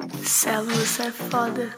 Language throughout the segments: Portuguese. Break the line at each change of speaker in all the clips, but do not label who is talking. Marcelo, você é foda.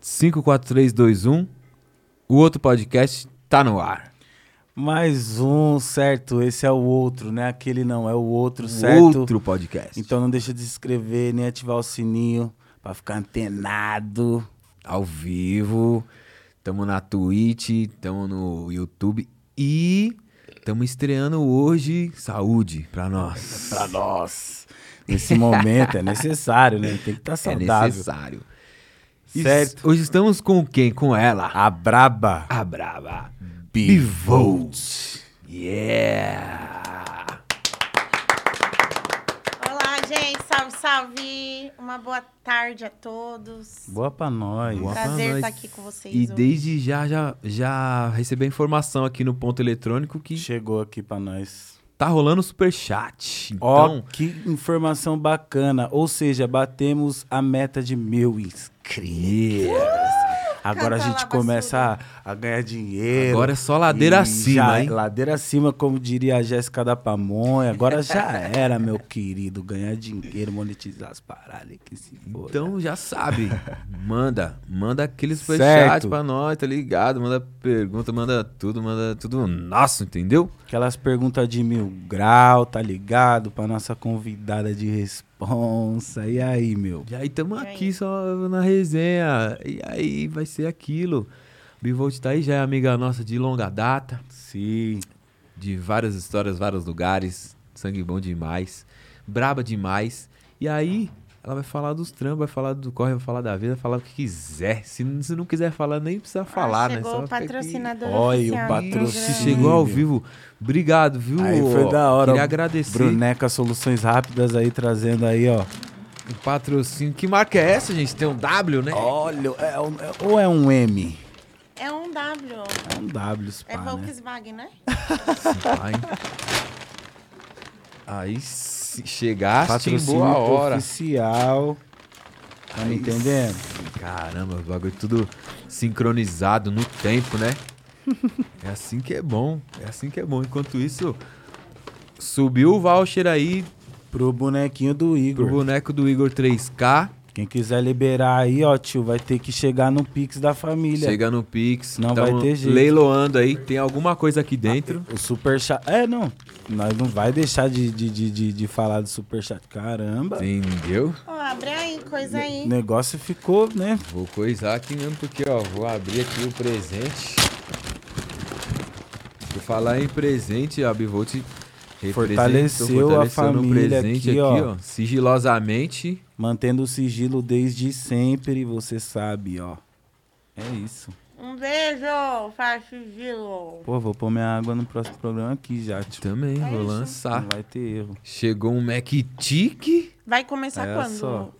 Cinco, quatro, três, dois, um. O outro podcast tá no ar.
Mais um, certo? Esse é o outro, né? Aquele não, é o outro, certo?
Outro podcast.
Então não deixa de se inscrever, nem ativar o sininho pra ficar antenado.
Ao vivo. Tamo na Twitch, tamo no YouTube e tamo estreando hoje saúde pra nós.
Pra nós. Nesse momento é necessário, né? Tem que estar tá
É
saudável.
necessário.
certo.
E s- Hoje estamos com quem? Com ela.
A braba.
A braba.
Bivolt.
Yeah.
Olá, gente. Salve, salve. Uma boa tarde a todos.
Boa pra nós.
Boa pra
Prazer
nós.
estar aqui com vocês.
E
hoje.
desde já, já, já recebi a informação aqui no ponto eletrônico que
Chegou aqui pra nós.
tá rolando superchat.
Ó,
Então,
que informação bacana. Ou seja, batemos a meta de mil inscritos. Agora a
Canta
gente
lá,
começa a, a ganhar dinheiro.
Agora é só ladeira
E
acima,
já- é
hein?
Ladeira acima, como diria a Jéssica da Pamonha. Agora já era, meu querido. Ganhar dinheiro, monetizar as paradas. Que se for.
Então já sabe, manda, manda aquele superchat
Certo.
pra nós, tá ligado? Manda pergunta, manda tudo, manda tudo nosso, entendeu?
Aquelas perguntas de mil grau, tá ligado? Pra nossa convidada de responsa. E aí, meu?
E aí tamo
E aí?
aqui só na resenha, e aí vai ser aquilo. Bivolt tá aí, já é amiga nossa de longa data,
Sim.
de várias histórias, vários lugares, sangue bom demais, braba demais. E aí ela vai falar dos trampos, vai falar do corre, vai falar da vida, vai falar o que quiser. Se, se não quiser falar, nem precisa
Ah,
falar, né?
chegou
Só
o
fica aqui.
patrocinador
Olha, o
oficial do
Ih, Se
patrocínio.
programa.
chegou ao vivo, obrigado, viu?
Aí foi da hora.
Queria
ó.
agradecer
Bruneca Soluções Rápidas aí trazendo aí, ó.
o patrocínio. Que marca é essa, gente? Tem um W, né?
Olha, é um- é- ou é um M?
É um W.
É um W, spa,
É
né?
Volkswagen, né?
Ai. Aí se chegaste em
Patrocínio
boa hora.
oficial. Tá me
Aí
entendendo?
Caramba, o bagulho tudo sincronizado no tempo, né? É assim que é bom. É assim que é bom. Enquanto isso, subiu o voucher aí
Pro bonequinho do
pro
Igor.
boneco do Igor 3K.
Quem quiser liberar aí, ó, tio, vai ter que chegar no Pix da família.
Chega no Pix.
Não
tamo
vai ter jeito.
Leiloando aí. Tem alguma coisa aqui dentro.
O superchat. É, não. Nós não vai deixar de, de, de, de, de falar do superchat. Caramba.
Entendeu?
Ó, abre aí, coisa aí.
O negócio ficou, né?
Vou coisar aqui mesmo, porque, ó, vou abrir aqui o presente. Por falar em presente, a Bivolt
Fortaleceu a família aqui, ó.
Sigilosamente.
Mantendo o sigilo desde sempre, você sabe, ó. É isso.
Um beijo, faz sigilo.
Pô, vou pôr minha água no próximo programa aqui já, tio.
Também,
É
vou
isso.
lançar.
Não vai ter erro.
Chegou um Mac Tic.
Vai começar
É
quando?
só.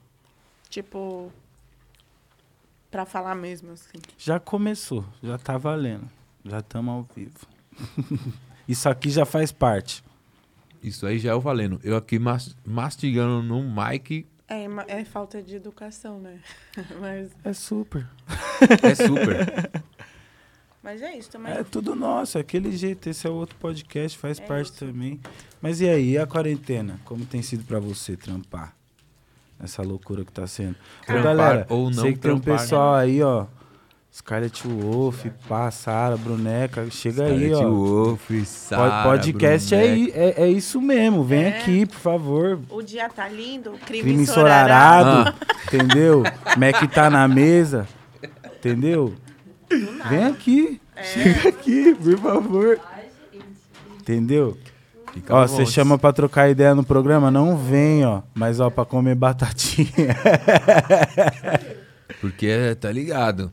Tipo. Pra falar mesmo, assim.
Já começou, já tá valendo. Já estamos ao vivo. isso aqui já faz parte.
Isso aí já é o valendo. Eu aqui mas- mastigando no mic.
É, ma- é falta de educação, né? mas,
É super.
É super.
mas é isso, também.
É tudo nosso, é aquele jeito. Esse é outro podcast, faz parte também. Mas e aí, e a quarentena? Como tem sido pra você trampar? Essa loucura que tá sendo.
Trampar ou não
sei que tem um
trampar, né?
pessoal aí, ó. Scarlett Wolf, Pá, Sara, Bruneca, chega aí,
Scarlett
ó.
Wolf, Sara,
Po- podcast é,
Bruneca.
i- é, é isso mesmo, vem
É.
aqui, por favor.
O dia tá lindo, o crime,
Crime
ensorará.
ensorarado,
Ah.
entendeu? Mac tá na mesa, entendeu? Vem aqui, chega aqui, por favor. Entendeu?
Fica
Ó,
bom.
você chama pra trocar ideia no programa? Não vem, ó. Mas, ó, pra comer batatinha.
Porque, é, tá ligado?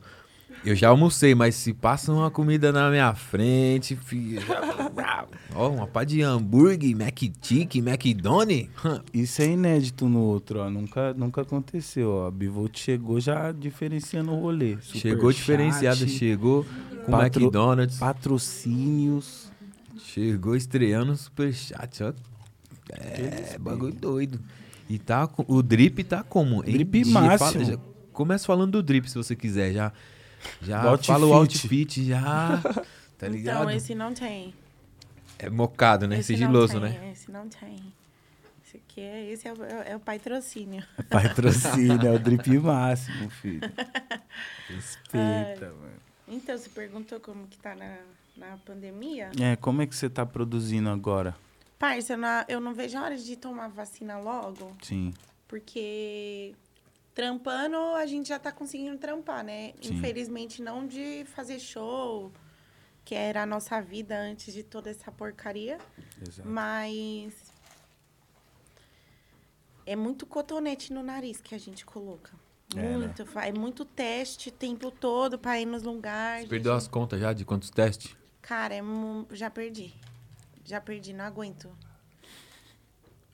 Eu já almocei, mas se passa uma comida na minha frente, fi- eu já- ó, uma pá de hambúrguer, Mac Tic, McDonald's. hã,
Isso é inédito no outro, ó. Nunca, nunca aconteceu, ó. A Bivolt chegou já diferenciando o rolê.
Chegou
Superchat,
diferenciado, chegou com
Patro-
McDonald's,
Patrocínios.
chegou estreando o Superchat, ó. É, bagulho doido. E tá, com- o drip tá como? hein?
Drip
De-
máximo.
fala- já- começa falando do drip, se você quiser, já. Já
Do
fala o
outfit.
outfit, já. Tá ligado?
Então, esse não tem.
É mocado, né?
esse
Sigiloso,
não
né?
tem, Esse não tem. Esse aqui é, esse é, o- é o patrocínio.
Patrocínio, é o drip máximo, filho. Respeita, mano.
Então, você perguntou como que tá na, na pandemia?
É, como é que você tá produzindo agora?
Parça, eu não, eu não vejo a hora de tomar vacina logo,
Sim.
porque trampando a gente já tá conseguindo trampar, né?
Sim.
Infelizmente, não de fazer show, que era a nossa vida antes de toda essa porcaria,
Exato.
mas. É muito cotonete no nariz que a gente coloca.
É, né?
Muito, fa- é muito teste o tempo todo pra ir nos lugares.
Você perdeu as contas já de quantos testes?
Cara, é mu- já perdi. Já perdi, não aguento.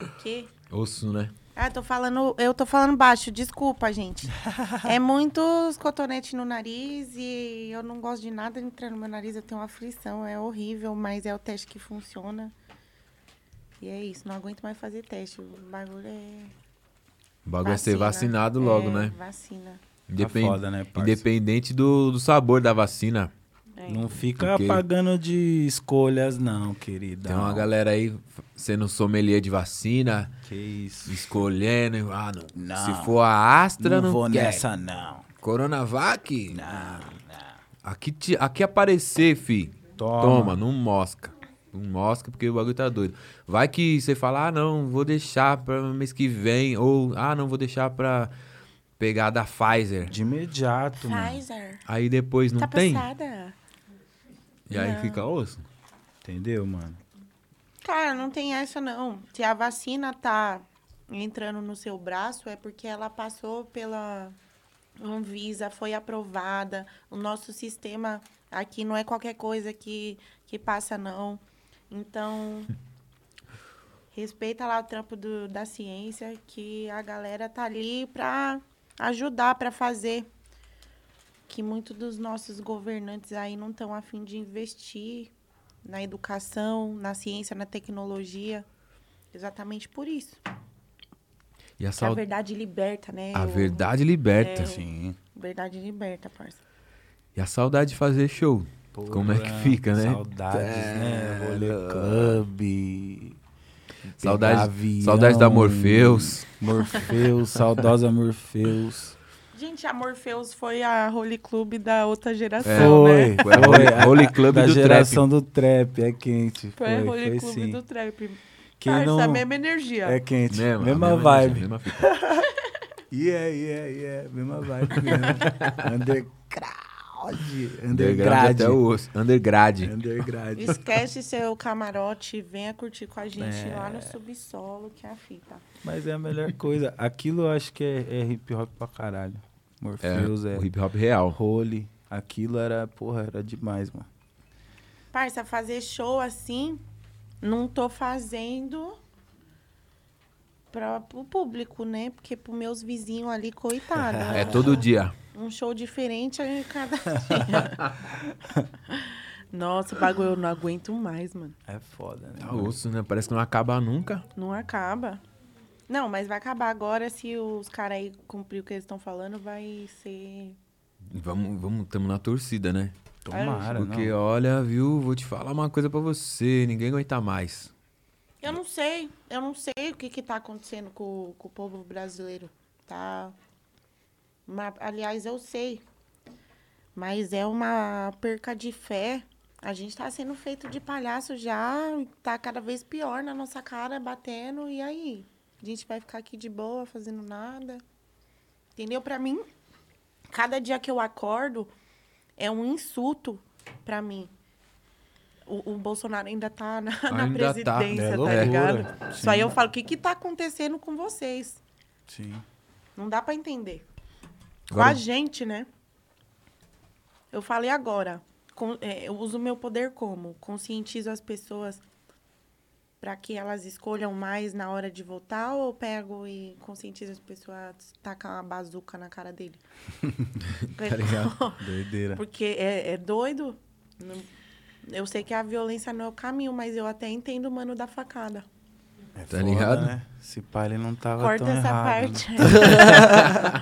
O quê?
Osso, né?
Ah, eu tô falando, eu tô falando baixo, desculpa, gente. É muitos cotonetes no nariz e eu não gosto de nada entrar no meu nariz, eu tenho uma aflição, é horrível, mas é o teste que funciona. E é isso, não aguento mais fazer teste. O bagulho é.
O bagulho é ser vacinado logo,
É,
né?
Vacina.
Independ-
foda, né, parça?
Independente do, do sabor da vacina.
É.
Não fica
Porque-
pagando de escolhas, não, querida.
Tem uma galera aí f- sendo sommelier de vacina,
Que isso.
escolhendo. e, Ah, não.
Não.
Se for a Astra,
Não,
não,
vou
quer.
nessa, não.
Coronavac?
Não,
Aqui, te- aqui aparecer, fi.
Toma.
Toma, não mosca. Não mosca porque o bagulho tá doido. Vai que você fala, ah, não, vou deixar pra mês que vem. Ou, ah, não, vou deixar pra pegar da Pfizer.
De imediato, mano.
Pfizer.
Aí depois não
tá
tem.
passada.
E aí
Não.
fica osso.
Entendeu, mano?
Cara, não tem essa não. Se a vacina tá entrando no seu braço, é porque ela passou pela Anvisa, foi aprovada. O nosso sistema aqui não é qualquer coisa que, que passa, não. Então, respeita lá o trampo do- da ciência, que a galera tá ali pra ajudar, pra fazer. Que muitos dos nossos governantes aí não estão afim de investir na educação, na ciência, na tecnologia. Exatamente por isso.
E a,
Que a
saud-
verdade liberta, né?
a
Eu-
verdade liberta.
Sim.
Verdade liberta, parça.
E a saudade de fazer show. Como é que
Porra,
fica, né?
Saudades, né? Rolê club.
Saudades-
avião,
saudades da Morpheus.
Morpheus, saudosa Morpheus.
Gente, a Morpheus foi a Holy Club da outra geração,
É.
Foi,
né?
Foi a Holy-
a-
Holy Club
da
do
geração do trap, é quente.
Foi,
Foi,
a
foi,
Holy Club
sim.
do Trap.
Quem
Parça,
não-
a mesma energia.
É quente,
Mesma- a
mesma
mesma
vibe. é,
energia, mesma fita.
Yeah, yeah, yeah. Mesma vibe mesmo. Underground.
Underground
Undergrad.
até o osso. Undergrad.
Undergrad.
Esquece seu camarote e venha curtir com a gente
É.
lá no subsolo, que é a fita.
Mas é a melhor coisa. Aquilo eu acho que é, é hip hop pra caralho.
É,
Morpheus é,
o hip hop real.
role. Aquilo era, porra, era demais, mano.
Parça, fazer show assim, não tô fazendo pra, pro público, né? Porque pros meus vizinhos ali, coitado.
É todo dia.
Um show diferente a cada dia. Nossa, o bagulho eu não aguento mais, mano.
É foda, né?
Tá osso, né? Parece que não acaba nunca.
Não acaba. Não, mas vai acabar agora se os caras aí cumprir o que eles estão falando, vai ser.
Vamos, vamos, estamos na torcida, né?
Tomara,
Porque,
não.
olha, viu, vou te falar uma coisa pra você, ninguém aguenta mais.
Eu não sei, eu não sei o que que tá acontecendo com, com o povo brasileiro, tá? Uma- aliás, eu sei, mas é uma perca de fé. A gente tá sendo feito de palhaço já, tá cada vez pior na nossa cara, batendo, e aí? A gente vai ficar aqui de boa, fazendo nada? Entendeu? Pra mim, cada dia que eu acordo é um insulto pra mim. O, o Bolsonaro ainda tá na, na
Ainda tá.
presidência,
É
tá,
loucura.
ligado?
Sim.
Só aí eu falo, o que que tá acontecendo com vocês?
Sim.
Não dá pra entender. Com
Agora-
a gente, né? Eu falei agora. Com- é, eu uso o meu poder como? Conscientizo as pessoas para que elas escolham mais na hora de votar ou eu pego e conscientizo as pessoas a tacar uma bazuca na cara dele?
Tá ligado? Doideira.
Porque é, é doido. Não- Eu sei que a violência não é o caminho, mas eu até entendo o mano da facada.
É
Tá ligado?
Né? Esse pai ele não tava
Corta
tão
essa
errado, né?
parte.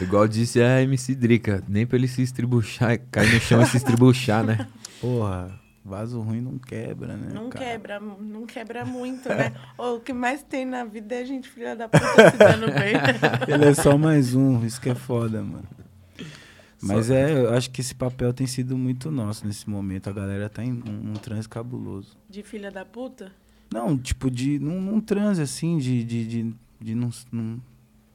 Igual disse a MC Drica, nem pra ele se estribuchar, cair no chão é se estribuchar, né?
né? Porra, vaso ruim não quebra, né?
Não
cara? É.
quebra, não quebra muito, né? Ô, o que mais tem na vida é gente filha da puta se dando bem.
Ele é só mais um, isso que é foda, mano. Mas é, eu acho que esse papel tem sido muito nosso nesse momento. A galera tá em um, um transe cabuloso.
De filha da puta?
Não, tipo, de. num, num transe assim, de, de, de, de não, s- não,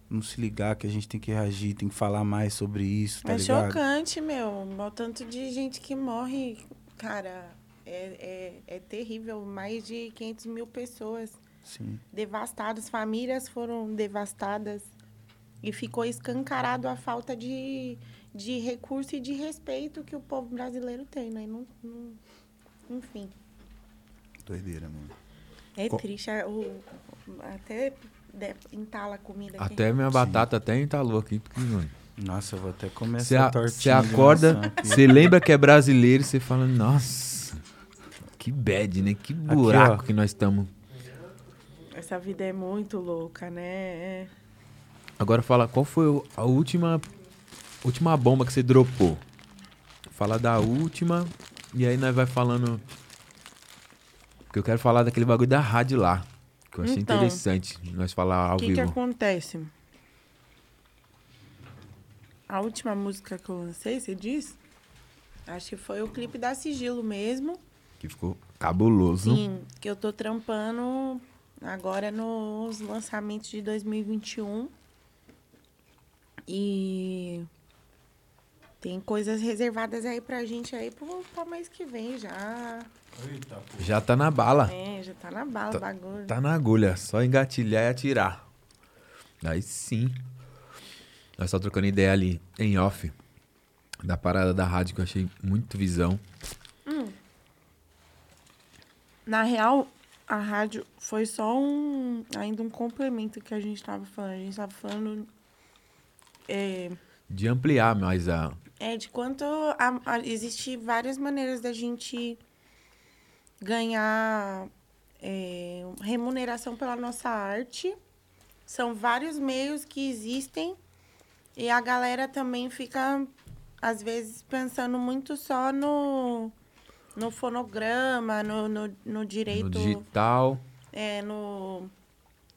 não se ligar que a gente tem que reagir, tem que falar mais sobre isso, tá
é
ligado?
chocante, meu. O tanto de gente que morre, cara, é, é, é terrível. Mais de 500 mil pessoas
Sim.
devastadas, famílias foram devastadas. E ficou escancarado a falta de, de recurso e de respeito que o povo brasileiro tem, né? Não- não- enfim.
Doideira, mano.
É
Co-
triste. é, o- até de- entala a comida aqui.
Até minha batata até entalou aqui. porque, mano,
Nossa, eu vou até comer
Você
essa é
a-
tortinha.
você
de maçã
acorda,
aqui.
você lembra que é brasileiro e você fala, nossa, que bad, né? Que buraco
ó.
que nós estamos.
Essa vida é muito louca, né? É.
Agora fala, qual foi o- a última última bomba que você dropou? Fala da última e aí nós vai falando porque eu quero falar daquele bagulho da rádio lá, que eu achei
Então.
interessante nós falar ao
O que, que
vivo.
acontece? A última música que eu lancei, você diz? Acho que foi o clipe da Sigilo mesmo.
Que ficou cabuloso.
Sim, que eu tô trampando agora nos lançamentos de 2021. E tem coisas reservadas aí pra gente aí pro, pra mês que vem já.
Já tá na bala,
É, já tá na bala o bagulho.
tá na agulha, só engatilhar e atirar. Aí sim. Nós só trocando ideia ali em off da parada da rádio que eu achei muito visão.
Na real, a rádio foi só um. ainda um complemento que a gente tava falando. A gente tava falando. É,
De ampliar mais a,
É, de quanto a, a, existe várias maneiras da gente ganhar é, remuneração pela nossa arte. São vários meios que existem e a galera também fica, às vezes, pensando muito só no, no fonograma, no, no, no direito.
no digital.
é, no,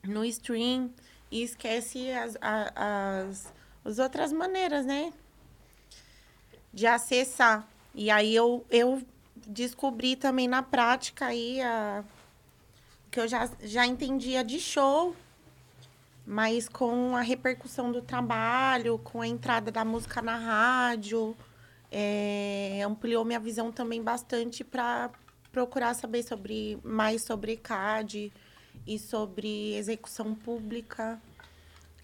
no stream e esquece as, a- as, as outras maneiras, né? De acessar. E aí eu, eu descobri também na prática aí a, que eu já, já entendia de show, mas com a repercussão do trabalho, com a entrada da música na rádio, é, ampliou minha visão também bastante para procurar saber sobre mais sobre CAD e sobre execução pública.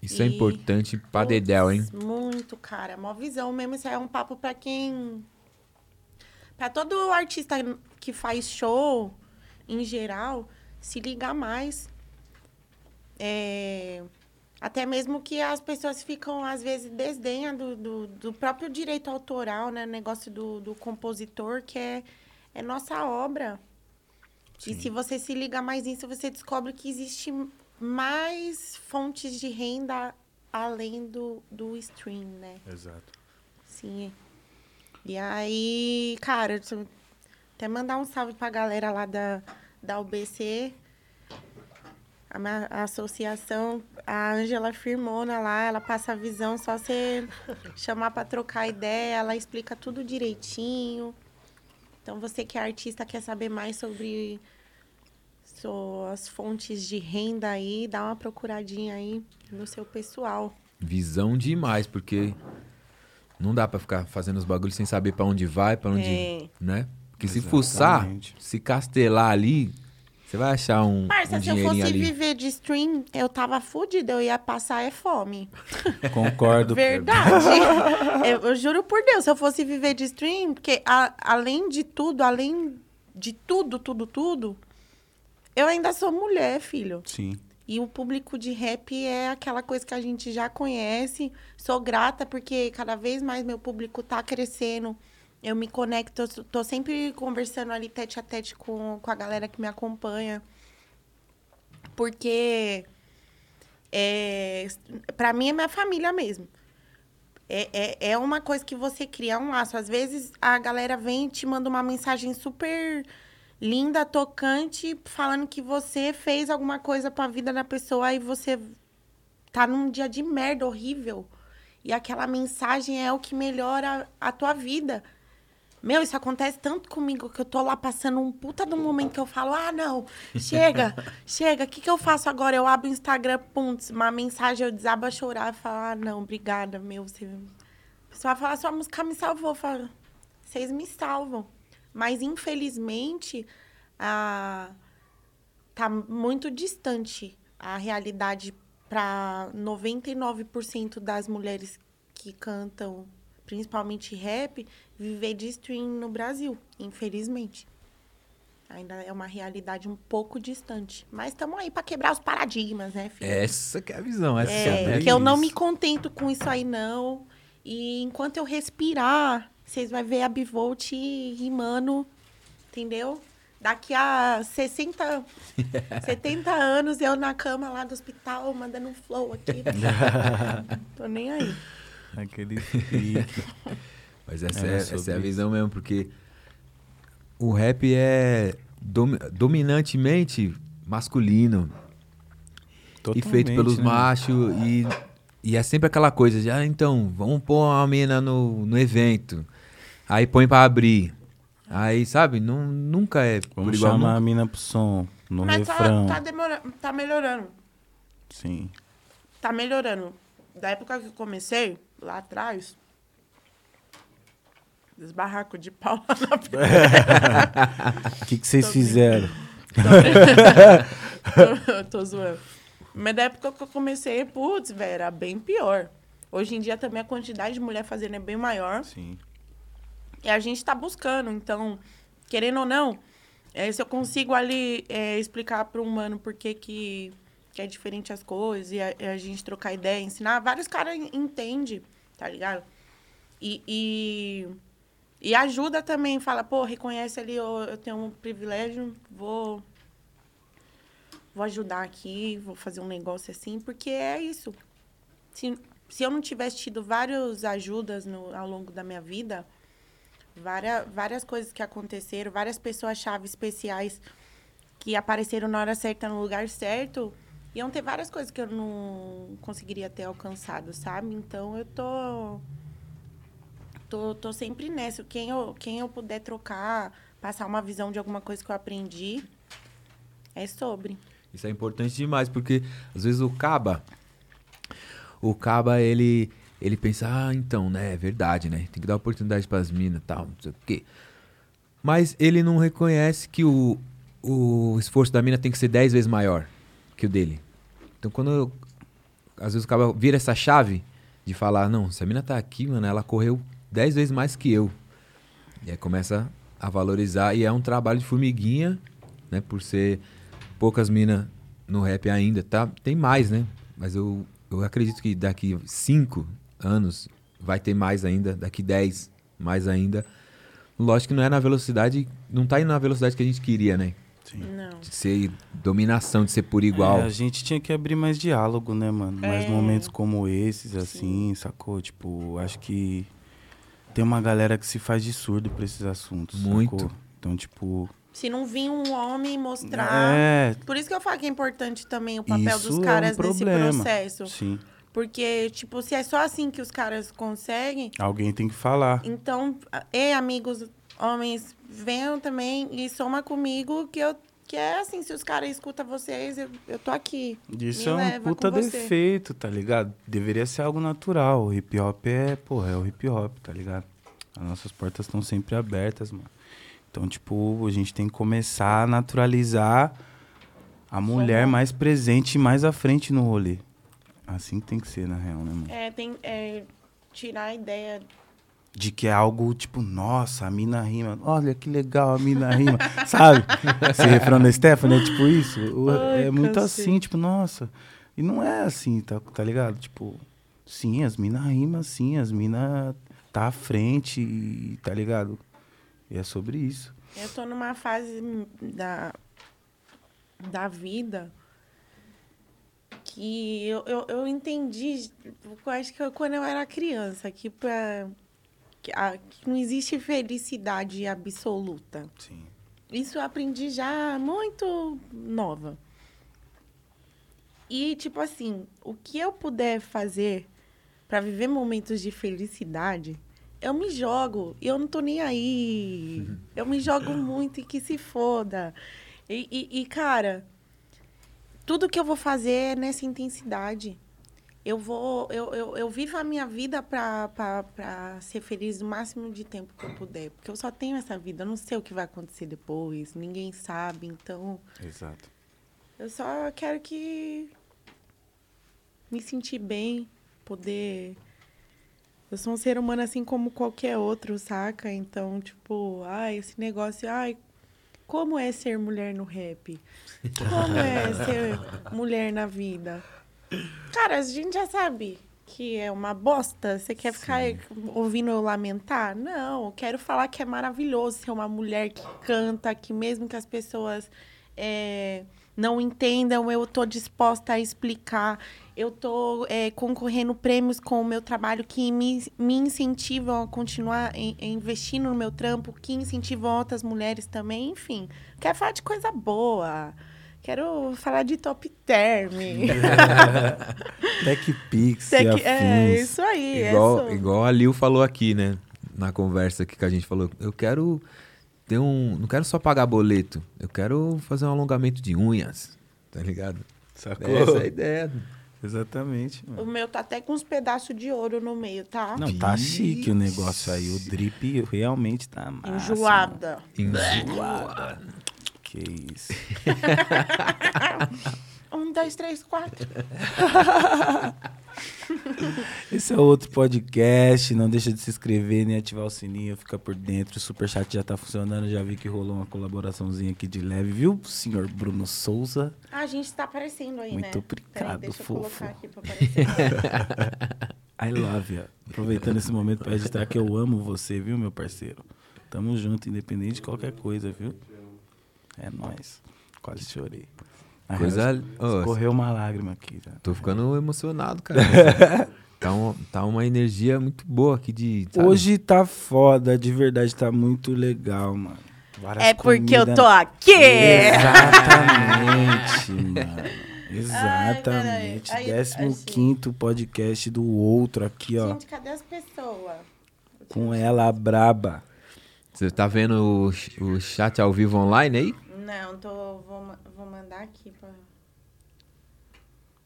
Isso é
E-
importante pra dedéu, hein?
Putz, Muito, cara. Mó visão mesmo. Isso aí é um papo pra quem. Pra todo artista que faz show, em geral, se ligar mais. É, Até mesmo que as pessoas ficam, às vezes, desdenham do, do, do próprio direito autoral, né? O negócio do, do compositor, que é, é nossa obra. E se você se liga mais nisso, você descobre que existe mais fontes de renda além do, do stream, né?
Exato.
Sim. E aí, cara, deixa eu até mandar um salve pra galera lá da, da UBC. A, minha- a associação, a Ângela Firmona lá, ela passa a visão, só você chamar pra trocar ideia, ela explica tudo direitinho. Então, você que é artista, quer saber mais sobre suas fontes de renda aí, dá uma procuradinha aí no seu pessoal.
Visão demais, porque não dá pra ficar fazendo os bagulhos sem saber pra onde vai, pra onde.
É.
Né? Porque se
Exatamente.
fuçar, se castelar ali, você vai achar um,
Parça,
um
se eu
dinheirinho
fosse
ali.
viver de stream, eu tava fudida, eu ia passar é fome.
Concordo.
Verdade. eu, eu juro por Deus, se eu fosse viver de stream, porque a- além de tudo, além de tudo, tudo, tudo, eu ainda sou mulher, filho.
Sim.
E o público de rap é aquela coisa que a gente já conhece. Sou grata porque cada vez mais meu público tá crescendo. Eu me conecto, eu sou- tô sempre conversando ali tete a tete com, com a galera que me acompanha. Porque é, para mim é minha família mesmo. É, é, é uma coisa que você cria um laço. Às vezes a galera vem e te manda uma mensagem super linda, tocante, falando que você fez alguma coisa pra vida da pessoa e você tá num dia de merda horrível. E aquela mensagem é o que melhora a tua vida. Meu, isso acontece tanto comigo que eu tô lá passando um puta do momento que eu falo: ah, não, chega, chega, o que, que eu faço agora? Eu abro o Instagram, putz, uma mensagem, eu desabo a chorar e falo: ah, não, obrigada, meu. Você... A pessoa vai falar: sua música me salvou. Eu falo, vocês me salvam. Mas, infelizmente, a... tá muito distante a realidade para 99% das mulheres que cantam, principalmente rap, viver de stream no Brasil, infelizmente. Ainda é uma realidade um pouco distante. Mas estamos aí para quebrar os paradigmas, né, filho?
Essa que é a visão, essa que é a
É,
brisa.
que eu não me contento com isso aí, não. E enquanto eu respirar, vocês vão ver a Bivolt rimando, entendeu? Daqui a 60, 70 anos, eu na cama lá do hospital, mandando um flow aqui. Tô nem aí.
Aquele pique.
Mas essa,
Era
é,
né, sobre
essa é a
isso.
visão mesmo, porque o rap é domi- dominantemente masculino e feito
Totalmente,
pelos
né?
machos e, e é sempre aquela coisa de, ah, então, vamos pôr uma mina no, no evento. Aí põe pra abrir. Aí, sabe, nu- nunca é por
Vamos
igual.
chamar
nunca.
a mina pro som, no
Mas tá,
Um refrão.
tá, demorando, tá melhorando.
Sim.
Tá melhorando. Da época que eu comecei, lá atrás, os barracos de pau lá na
O que, que vocês
Tô
fizeram?
Eu tô zoando. Mas da época que eu comecei, putz, velho, era bem pior. Hoje em dia também a quantidade de mulher fazendo é bem maior.
Sim.
E a gente tá buscando, então, querendo ou não, eh, se eu consigo ali eh, explicar para um mano por que que, que é diferente as coisas, e a, e a gente trocar ideia, ensinar, vários caras en- entendem, tá ligado? E, e, e ajuda também, fala, pô, reconhece ali, eu, eu tenho um privilégio, vou, vou ajudar aqui, vou fazer um negócio assim, porque é isso. Se, se eu não tivesse tido várias ajudas no, ao longo da minha vida, várias, várias coisas que aconteceram, várias pessoas-chave especiais que apareceram na hora certa, no lugar certo, iam ter várias coisas que eu não conseguiria ter alcançado, sabe? Então eu tô. Tô, tô sempre nessa. Quem eu, quem eu puder trocar, passar uma visão de alguma coisa que eu aprendi, é sobre.
Isso é importante demais, porque às vezes o caba, o caba, ele, ele pensa, ah, então, né, é verdade, né? Tem que dar oportunidade pras minas e tal, não sei o quê. Mas ele não reconhece que o, o esforço da mina tem que ser 10 vezes maior que o dele. Então quando, eu- às vezes o caba vira essa chave de falar, não, se a mina tá aqui, mano, ela correu 10 vezes mais que eu. E aí começa a valorizar. E é um trabalho de formiguinha, né? Por ser poucas minas no rap ainda, tá? Tem mais, né? Mas eu, eu acredito que daqui 5 anos vai ter mais ainda. Daqui 10, mais ainda. Lógico que não é na velocidade... Não tá indo na velocidade que a gente queria, né?
Não.
De ser dominação, de ser por igual.
É, a gente tinha que abrir mais diálogo, né, mano? Mais
É.
momentos como esses, assim, sacou? Tipo, acho que tem uma galera que se faz de surdo pra esses assuntos.
Muito.
Sacou? Então, tipo.
Se não vir um homem mostrar.
É,
Por isso que eu falo que é importante também o papel
Isso é
dos
um
caras nesse
problema.
processo.
sim.
Porque, tipo, se é só assim que os caras conseguem,
Alguém tem que falar.
então, ei, amigos homens, venham também e soma comigo que eu. Que é assim, se os caras escutam vocês, eu, eu tô aqui.
Isso
Me
é um
leva com
puta
você.
defeito, tá ligado? Deveria ser algo natural. O hip hop é, porra, é o hip hop, tá ligado? As nossas portas estão sempre abertas, mano. Então, tipo, a gente tem que começar a naturalizar a mulher mais presente e mais à frente no rolê. Assim que tem que ser, na real, né, mano?
É, tem. é, tirar a ideia.
De que é algo tipo, nossa, a mina rima. Olha que legal, a mina rima. Sabe? Esse refrão da Stephanie é tipo isso. O-
Ai,
é muito
cansei.
assim, tipo, nossa. E não é assim, tá, tá ligado? Tipo, sim, as minas rimam, sim, as minas tá à frente, e, tá ligado? E é sobre isso.
Eu tô numa fase da, da vida que eu, eu, eu entendi, eu acho que eu- quando eu era criança, que, pra, que, a- que não existe felicidade absoluta.
Sim.
Isso eu aprendi já muito nova. E, tipo assim, o que eu puder fazer pra viver momentos de felicidade, eu me jogo. E eu não tô nem aí. Eu me jogo muito e que se foda. E, e- e, cara, tudo que eu vou fazer é nessa intensidade. Eu vou. Eu, eu, eu vivo a minha vida pra, pra, pra ser feliz o máximo de tempo que eu puder. Porque eu só tenho essa vida. Eu não sei o que vai acontecer depois. Ninguém sabe. Então,
Exato.
eu só quero que. Me sentir bem. Poder. Eu sou um ser humano assim como qualquer outro, saca? Então, tipo, ai, esse negócio, ai, como é ser mulher no rap? Como é ser mulher na vida? Cara, a gente já sabe que é uma bosta. Você quer ficar ouvindo eu lamentar? Não, eu quero falar que é maravilhoso ser uma mulher que canta, que mesmo que as pessoas é, não entendam, eu tô disposta a explicar. Eu tô é, concorrendo prêmios com o meu trabalho que me, me incentivam a continuar em- em investindo no meu trampo, que incentivam outras mulheres também, enfim. Quero falar de coisa boa. Quero falar de top term.
né? Tech Pix,
Isso é que-
afins.
é isso aí. é
Igual,
isso.
igual a Lil falou aqui, né? Na conversa aqui que a gente falou. Eu quero ter um. Não quero só pagar boleto. Eu quero fazer um alongamento de unhas. Tá ligado?
Sacou?
Essa é a ideia.
Exatamente, mano.
O meu tá até com uns pedaços de ouro no meio, tá?
Não, tá chique o negócio aí. O drip realmente tá massa. mano.
Enjoada.
Enjoada.
Que isso.
Um, dois, três, quatro.
Esse é outro podcast. Não deixa de se inscrever nem ativar o sininho, fica por dentro. O superchat já tá funcionando. Já vi que rolou uma colaboraçãozinha aqui de leve, viu, senhor Bruno Souza?
Ah, a gente tá aparecendo aí, né?
Muito obrigado,
Peraí, deixa eu
fofo.
colocar aqui pra aparecer.
I love you. Aproveitando esse momento pra registrar que eu amo você, viu, meu parceiro? Tamo junto, independente de qualquer coisa, viu? É nóis. Quase chorei. Na
Coisa.
real,
Ô,
Escorreu uma lágrima aqui, tá?
tô ficando emocionado, cara. tá, um- tá uma energia muito boa aqui de. sabe?
Hoje tá foda, de verdade, tá muito legal, mano. Várias
É porque eu
comidas-
tô aqui!
Exatamente, mano.
Ai,
Exatamente.
peraí. Aí, assim.
15 podcast do outro aqui, ó.
Gente, cadê as pessoas?
Com ela a braba.
Você tá vendo o, o chat ao vivo online aí?
Não, tô, vou, ma- vou mandar aqui pra...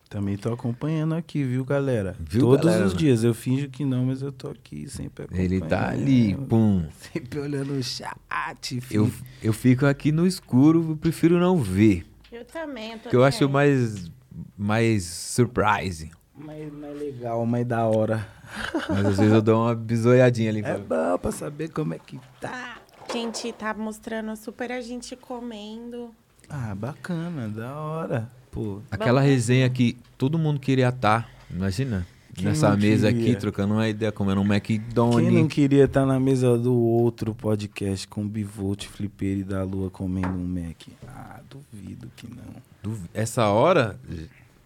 Também tô acompanhando aqui, viu, galera?
Viu,
Todos
galera?
os dias. Eu finjo que não, mas eu tô aqui sempre acompanhando.
Ele tá ali, pum.
Sempre olhando o chat, filho.
Eu, eu fico aqui no escuro, eu prefiro não ver.
Eu também, eu tô
Que eu
nem
acho
aí.
mais. mais surprise.
Mais, mais legal, mais da hora.
Mas às vezes eu dou uma bisoiadinha ali.
É
pra-
bom pra saber como é que tá.
Gente, tá mostrando super a gente comendo.
Ah, bacana, da hora. Pô,
Aquela resenha que todo mundo queria estar. imagina.
Quem
nessa
não
mesa
queria?
aqui, trocando uma ideia, comendo um
Quem não
McDonald's.
queria estar na mesa do outro podcast com Bivolt, Flipeira e da Lua comendo um Mac? Ah, duvido que não.
Duv- Essa hora.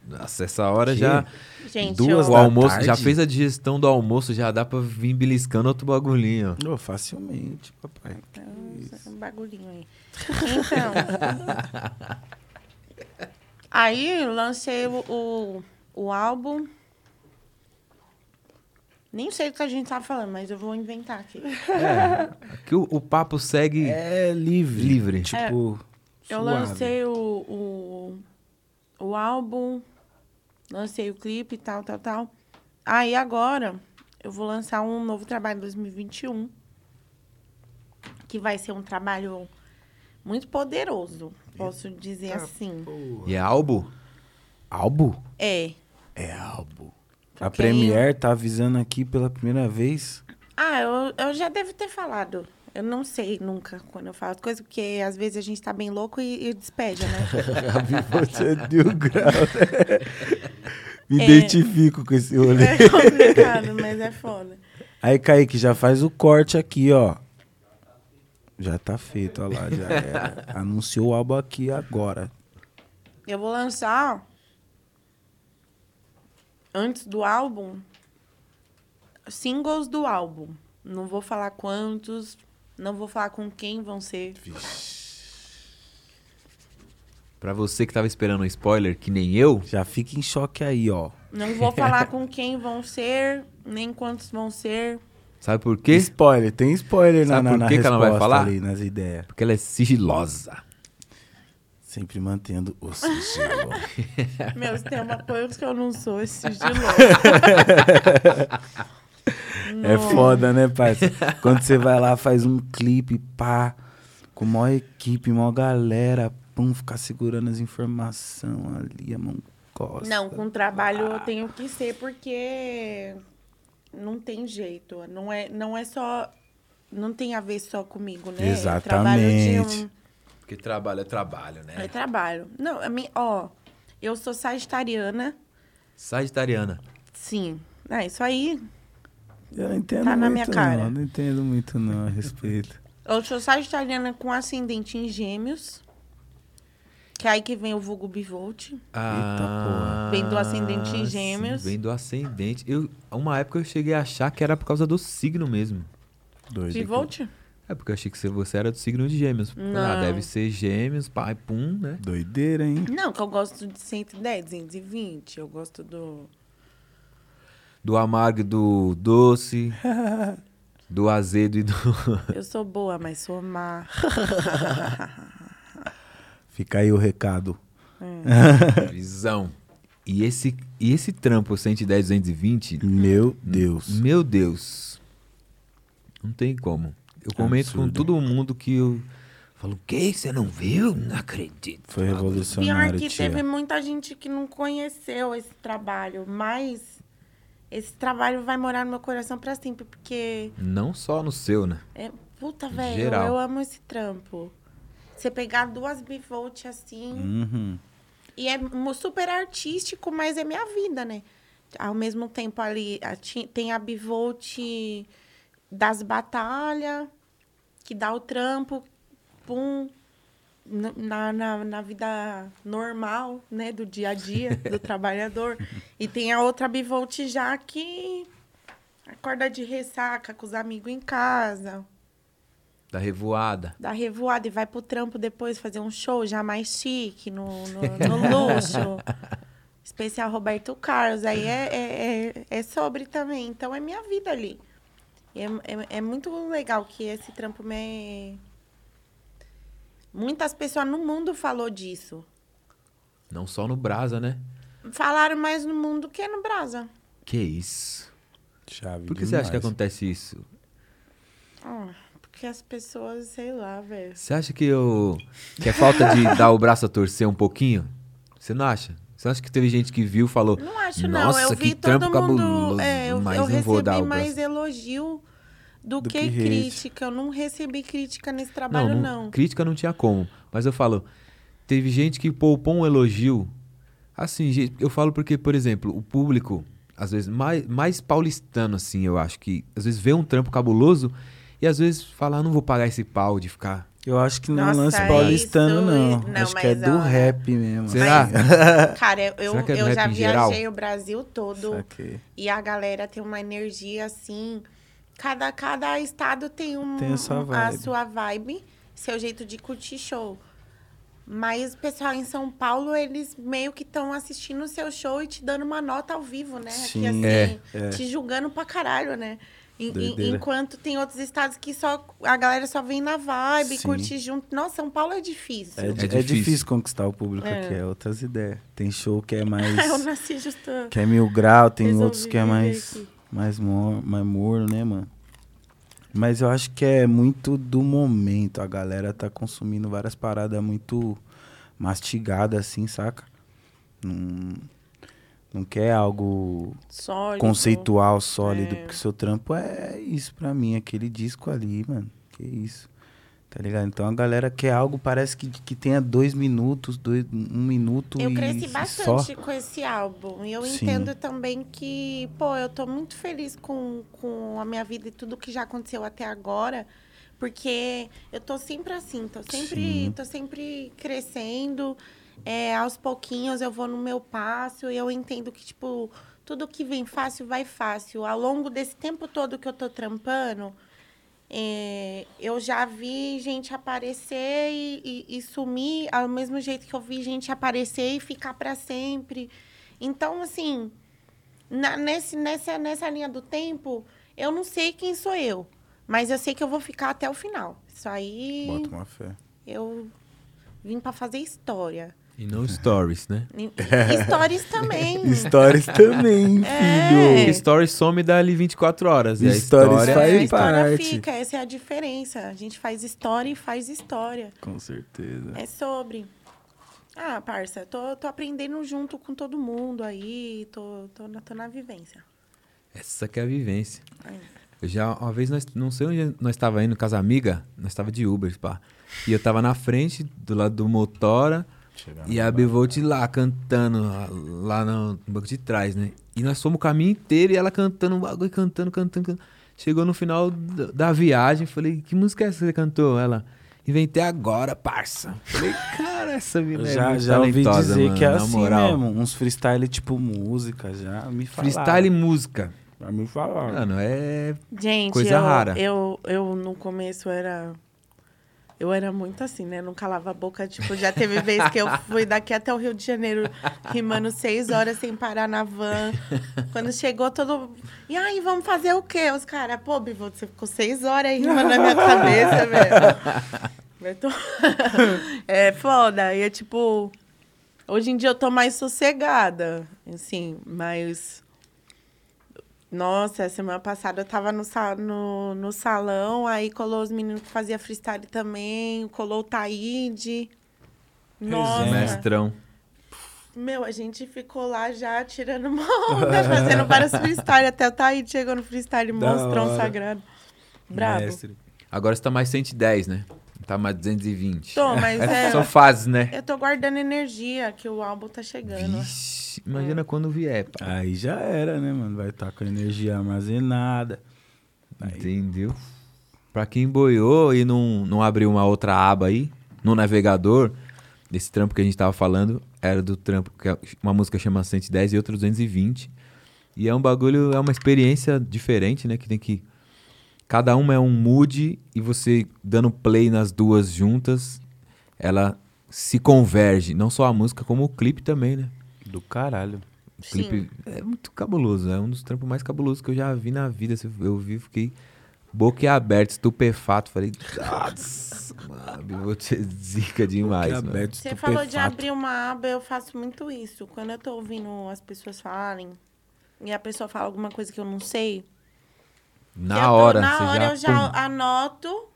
Nossa, essa hora
Que?
já.
Gente,
duas
eu-
o
da
almoço. Já
tarde?
fez a digestão do almoço, já dá pra vir beliscando outro bagulhinho.
Oh, facilmente, papai. Que isso.
Um bagulhinho aí. Então. aí lancei o, o, o álbum. Nem sei o que a gente tava falando, mas eu vou inventar aqui.
É. Que o, o papo segue.
É livre.
Livre.
Tipo,
É, Eu
suave.
lancei o, o, o álbum, lancei o clipe e tal, tal, tal. Aí agora eu vou lançar um novo trabalho em 2021, que vai ser um trabalho muito poderoso, posso dizer assim.
E é álbum?
Álbum?
É.
É álbum. A
Porque-
Premiere tá avisando aqui pela primeira vez.
Ah, eu, eu já devo ter falado. Eu não sei nunca quando eu falo as coisas, porque às vezes a gente tá bem louco e, e despeja, né?
A Bivolt deu grau. né? Me identifico com esse rolê.
é complicado, mas é foda.
Aí, Kaique, já faz o corte aqui, ó. Já tá feito, ó lá, já era. Anunciou o álbum aqui agora.
Eu vou lançar antes do álbum singles do álbum. Não vou falar quantos, não vou falar com quem vão ser.
Pra você que tava esperando um spoiler, que nem eu,
Já fica em choque aí, ó.
Não vou falar com quem vão ser, nem quantos vão ser.
sabe por quê?
Spoiler, tem spoiler na,
Sabe
na,
por
na
que que ela não vai
resposta
falar?
ali, nas ideias.
Porque ela é sigilosa.
Sempre mantendo o sigilo.
Meu, se tem uma coisa que eu não sou, é sigilo.
é foda, né, parceiro? Quando você vai lá, faz um clipe, pá, com maior equipe, maior galera, pum, ficar segurando as informações ali, a mão costa.
Não, com trabalho eu tenho que ser porque não tem jeito. Não é, não é só. Não tem a ver só comigo, né? É trabalho de um-
Exatamente.
Porque trabalho é trabalho,
É
né?
trabalho. Não, a mim, ó, eu sou sagitariana,
Sagitariana.
sim. Ah, isso aí.
Eu não entendo
Tá
muito,
na minha cara.
não. Não entendo muito, não, a respeito.
Eu sou sagitariana com ascendente em gêmeos. Que é aí que vem o vulgo bivolt.
Ah,
Vem do ascendente
sim,
em gêmeos.
vem do ascendente. Eu, uma época eu cheguei a achar que era por causa do signo mesmo.
Doido.
Bivolt?
É porque eu achei que você- você era do signo de gêmeos. Falei, Ah,
Não.
deve ser gêmeos, pai, pum, né?
Doideira, hein?
Não, que eu gosto de 110, 220. Eu gosto do.
Do amargo e do doce, do azedo e do...
Eu sou boa, mas sou má.
Fica aí o recado.
Visão. E esse, e esse trampo 110, 220,
Meu Deus.
Meu Deus. Não tem como. Eu comento com
Absurdo.
todo mundo que eu falo, o que? Você não viu? Não acredito.
Foi
Pior
revolucionário,
que
tia.
teve um- muita gente que não conheceu esse trabalho, mas esse trabalho vai morar no meu coração pra sempre, porque
Não só no seu, né?
É, puta, velho,
Geral.
eu amo esse trampo. Você pegar duas bivolt assim.
Uhum.
E é mu- super artístico, mas é minha vida, né? Ao mesmo tempo ali a ti- tem a bivolt das batalhas, que dá o trampo, pum, na- na, na, na vida normal, né? Do dia a dia, do trabalhador. E tem a outra bivolt já que acorda de ressaca com os amigos em casa.
Da revoada.
Dá revoada e vai pro trampo depois fazer um show já mais chique, no, no, no luxo. Especial Roberto Carlos. Aí é, é, é, é sobre também. Então é minha vida ali. E É, é, é muito legal que esse trampo me. Muitas pessoas no mundo falou disso.
Não só no Brasa, né?
Falaram mais no mundo que no Brasa.
Que isso.
Chave
Por que você acha que
demais.
acontece isso?
Ah, porque as pessoas, sei lá, velho.
Você acha que eu. Que é falta de dar o braço a torcer um pouquinho? Você não acha? Você acha que teve gente que viu e falou.
Não acho,
Nossa,
não. Eu
que
vi
trampo
todo mundo.
cabuloso,
É, eu,
mas
eu
não vou dar
recebi
o
mais elogio do,
Do
que,
que hate.
crítica. Eu não recebi crítica nesse trabalho,
não,
não.
Crítica não tinha como. Mas eu falo, teve gente que poupou um elogio. Assim, gente, eu falo porque, por exemplo, o público, às vezes, mais, mais paulistano, assim, eu acho que, às vezes, vê um trampo cabuloso e às vezes fala, "Ah, não vou pagar esse pau de ficar.
Eu acho que não é
Nossa,
lance paulistano,
isso-
não.
não,
Acho que é
mas,
do
ó,
rap mesmo.
Será?
Cara, eu, eu,
Será que é do
eu
rap
já
em geral?
viajei o Brasil todo
Saquei.
e a galera tem uma energia assim. Cada, cada estado tem, um,
Tem a sua
a
vibe.
sua vibe, seu jeito de curtir show. Mas o pessoal em São Paulo, eles meio que estão assistindo o seu show e te dando uma nota ao vivo, né?
Sim,
Aqui, assim,
é,
te julgando pra caralho, né? Em- em-
Doideira.
enquanto tem outros estados que só a galera só vem na vibe,
Sim.
curte junto. Nossa, São Paulo é difícil.
É, di- é
difícil.
difícil. conquistar o público
É.
aqui, é outras ideias. Tem show que é
Eu
mais.
nasci justo.
que é mil grau, tem
Resolvi
outros que é
viver
mais.
aqui.
Mais, mor, mais morno, né, mano? Mas eu acho que é muito do momento. A galera tá consumindo várias paradas muito mastigadas, assim, saca? Não, não quer algo
Sólido.
conceitual, sólido,
É.
porque seu trampo é isso pra mim, aquele disco ali, mano. Que isso. Tá ligado? Então a galera quer algo, parece que, que tenha dois minutos, dois, um minuto
Eu
e
cresci
e
bastante com esse álbum. E eu
Sim.
entendo também que, pô, eu tô muito feliz com, com a minha vida e tudo que já aconteceu até agora. Porque eu tô sempre assim, tô sempre,
Sim.
tô sempre crescendo. É, aos pouquinhos eu vou no meu passo e eu entendo que, tipo, tudo que vem fácil vai fácil. Ao longo desse tempo todo que eu tô trampando, é, eu já vi gente aparecer e, e- e sumir, ao mesmo jeito que eu vi gente aparecer e ficar para sempre. Então, assim, na- nesse, nessa, nessa linha do tempo, eu não sei quem sou eu, mas eu sei que eu vou ficar até o final. Isso aí,
Bota uma fé.
eu vim para fazer história.
E não stories, né?
E- e Stories também.
Stories também,
É.
filho.
Porque stories some dali 24 horas. E a
Stories
história.
faz-
É, a história
parte.
fica, essa é a diferença. A gente faz história e faz história.
Com certeza.
É sobre. Ah, parça, tô, tô aprendendo junto com todo mundo aí, tô, tô, na, tô na vivência.
Essa que é a vivência.
É.
Eu já, uma vez, nós, não sei onde nós estava indo, com as amigas, nós estava de Uber, pá. E eu tava na frente, do lado do motora, e a
né?
Bivolt lá, cantando, lá- lá no banco de trás, né? E nós fomos o caminho inteiro, e ela cantando, um bagulho, cantando, cantando, cantando. Chegou no final da da viagem, falei, que música é essa que você cantou? Ela, inventei agora, parça. Falei, cara, essa mina é
Já,
muito
já ouvi
talentosa,
dizer
mano,
que é
na
assim
moral.
mesmo. Uns freestyle tipo música, já me falaram.
Freestyle e música.
Já me falaram.
Ah,
Mano, é
Gente,
Coisa
eu,
rara.
Eu, eu no começo era. Eu era muito assim, né? Não calava a boca. Tipo, já teve vez que eu fui daqui até o Rio de Janeiro rimando seis horas sem parar na van. Quando chegou todo. E aí, vamos fazer o quê? Os caras, pô, Bivo, você ficou seis horas aí rimando na minha cabeça, velho. Eu tô- é foda. E é tipo. Hoje em dia eu tô mais sossegada, assim, mas. Nossa, semana passada eu tava no, sa- no, no salão, aí colou os meninos que faziam freestyle também, colou o Taíde. Nossa,
mestrão.
meu, a gente ficou lá já tirando uma onda, fazendo vários freestyle, até o Taíde chegou no freestyle,
Da
monstrão
hora.
sagrado. Brabo.
Mestre.
Agora você tá mais 110, né? Tá mais 220.
Tô, mas é,
São fases, né?
eu tô guardando energia, que o álbum tá chegando.
Vixe, imagina
É.
quando vier, pá.
Aí já era, né, mano? Vai estar com a energia armazenada. Aí-
Entendeu? Pra quem boiou e não, não abriu uma outra aba aí, no navegador, desse trampo que a gente tava falando, era do trampo, que é- uma música chama 110 e outra 220. E é um bagulho, é uma experiência diferente, né? Que tem que Cada uma é um mood e você dando play nas duas juntas, ela se converge. Não só a música, como o clipe também, né?
Do caralho.
O
Sim.
clipe é muito cabuloso. É um dos trampos mais cabulosos que eu já vi na vida. Se Eu vi, fiquei boquiaberto, estupefato. Falei, nossa, mano, vou te zica demais, mano.
aberto,
Você falou de
estupefato.
abrir uma aba, eu faço muito isso. Quando eu tô ouvindo as pessoas falarem e a pessoa fala alguma coisa que eu não sei,
Na
eu tô-
hora,
na
você
hora
já,
eu já
pum.
anoto.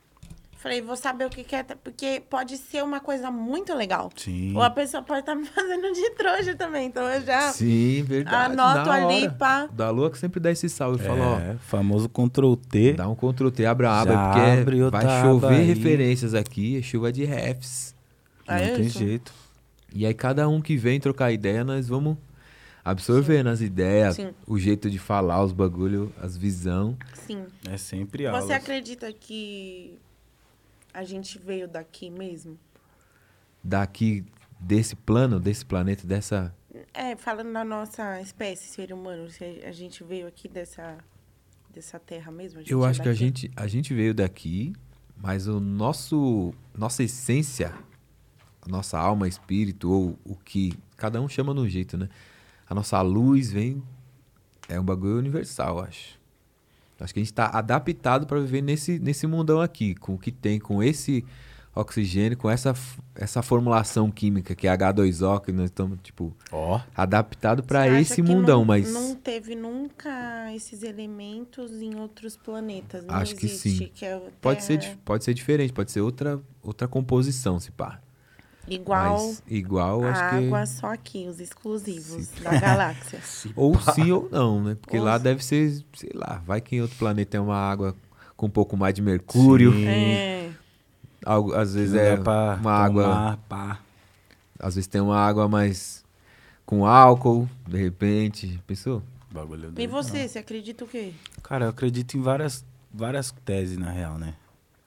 Falei, vou saber o que, que é, porque pode ser uma coisa muito legal.
Sim.
Ou a pessoa pode estar me fazendo de trouxa também. Então eu já.
Sim, verdade.
Anoto
na
ali,
hora.
pá.
Da lua que sempre dá esse salve.
É,
Fala, ó,
famoso Ctrl T.
Dá um Ctrl T, abre a aba,
É. Já
porque é-
abre outra
vai chover
aba aí.
referências aqui, é chuva de refs.
Não
É
tem
isso.
jeito.
E aí cada um que vem trocar ideia, nós vamos absorvendo as ideias,
Sim.
o jeito de falar, os bagulho, as visão.
Sim.
É sempre aula.
Você acredita que a gente veio daqui mesmo?
Daqui, desse plano, desse planeta, dessa...
É, falando da nossa espécie, ser humano, se a gente veio aqui dessa, dessa terra mesmo?
Eu
é
acho que a
daqui?
gente, a gente veio daqui, mas o nosso, nossa essência, a nossa alma, espírito, ou o que cada um chama de um jeito, né? A nossa luz vem, é um bagulho universal, eu acho. Eu Acho que a gente está adaptado para viver nesse, nesse mundão aqui, com o que tem, com esse oxigênio, com essa, f- essa formulação química que é H2O, que nós estamos, tipo,
Ó.
adaptado
Você
para
acha
esse
que
mundão,
não,
mas...
Não teve nunca esses elementos em outros planetas. Não
Acho que
existe,
sim.
é a
Pode ser,
Terra
di- pode ser diferente, pode ser outra, outra composição, se pá.
Igual
Mas igual,
a
acho
água só aqui, os exclusivos da galáxia.
que. Ou sim ou não, né? Porque
Ou
lá
sim.
deve ser, sei lá, vai que em outro planeta é uma água com um pouco mais de mercúrio.
Sim.
É.
Algo- às vezes
Não
é
dá pra
uma
tomar,
água.
pá.
Às vezes tem uma água mais com álcool, de repente. Pensou?
Bagulho
E
doido.
você, você acredita o quê?
Cara, eu acredito em várias, várias teses, na real, né?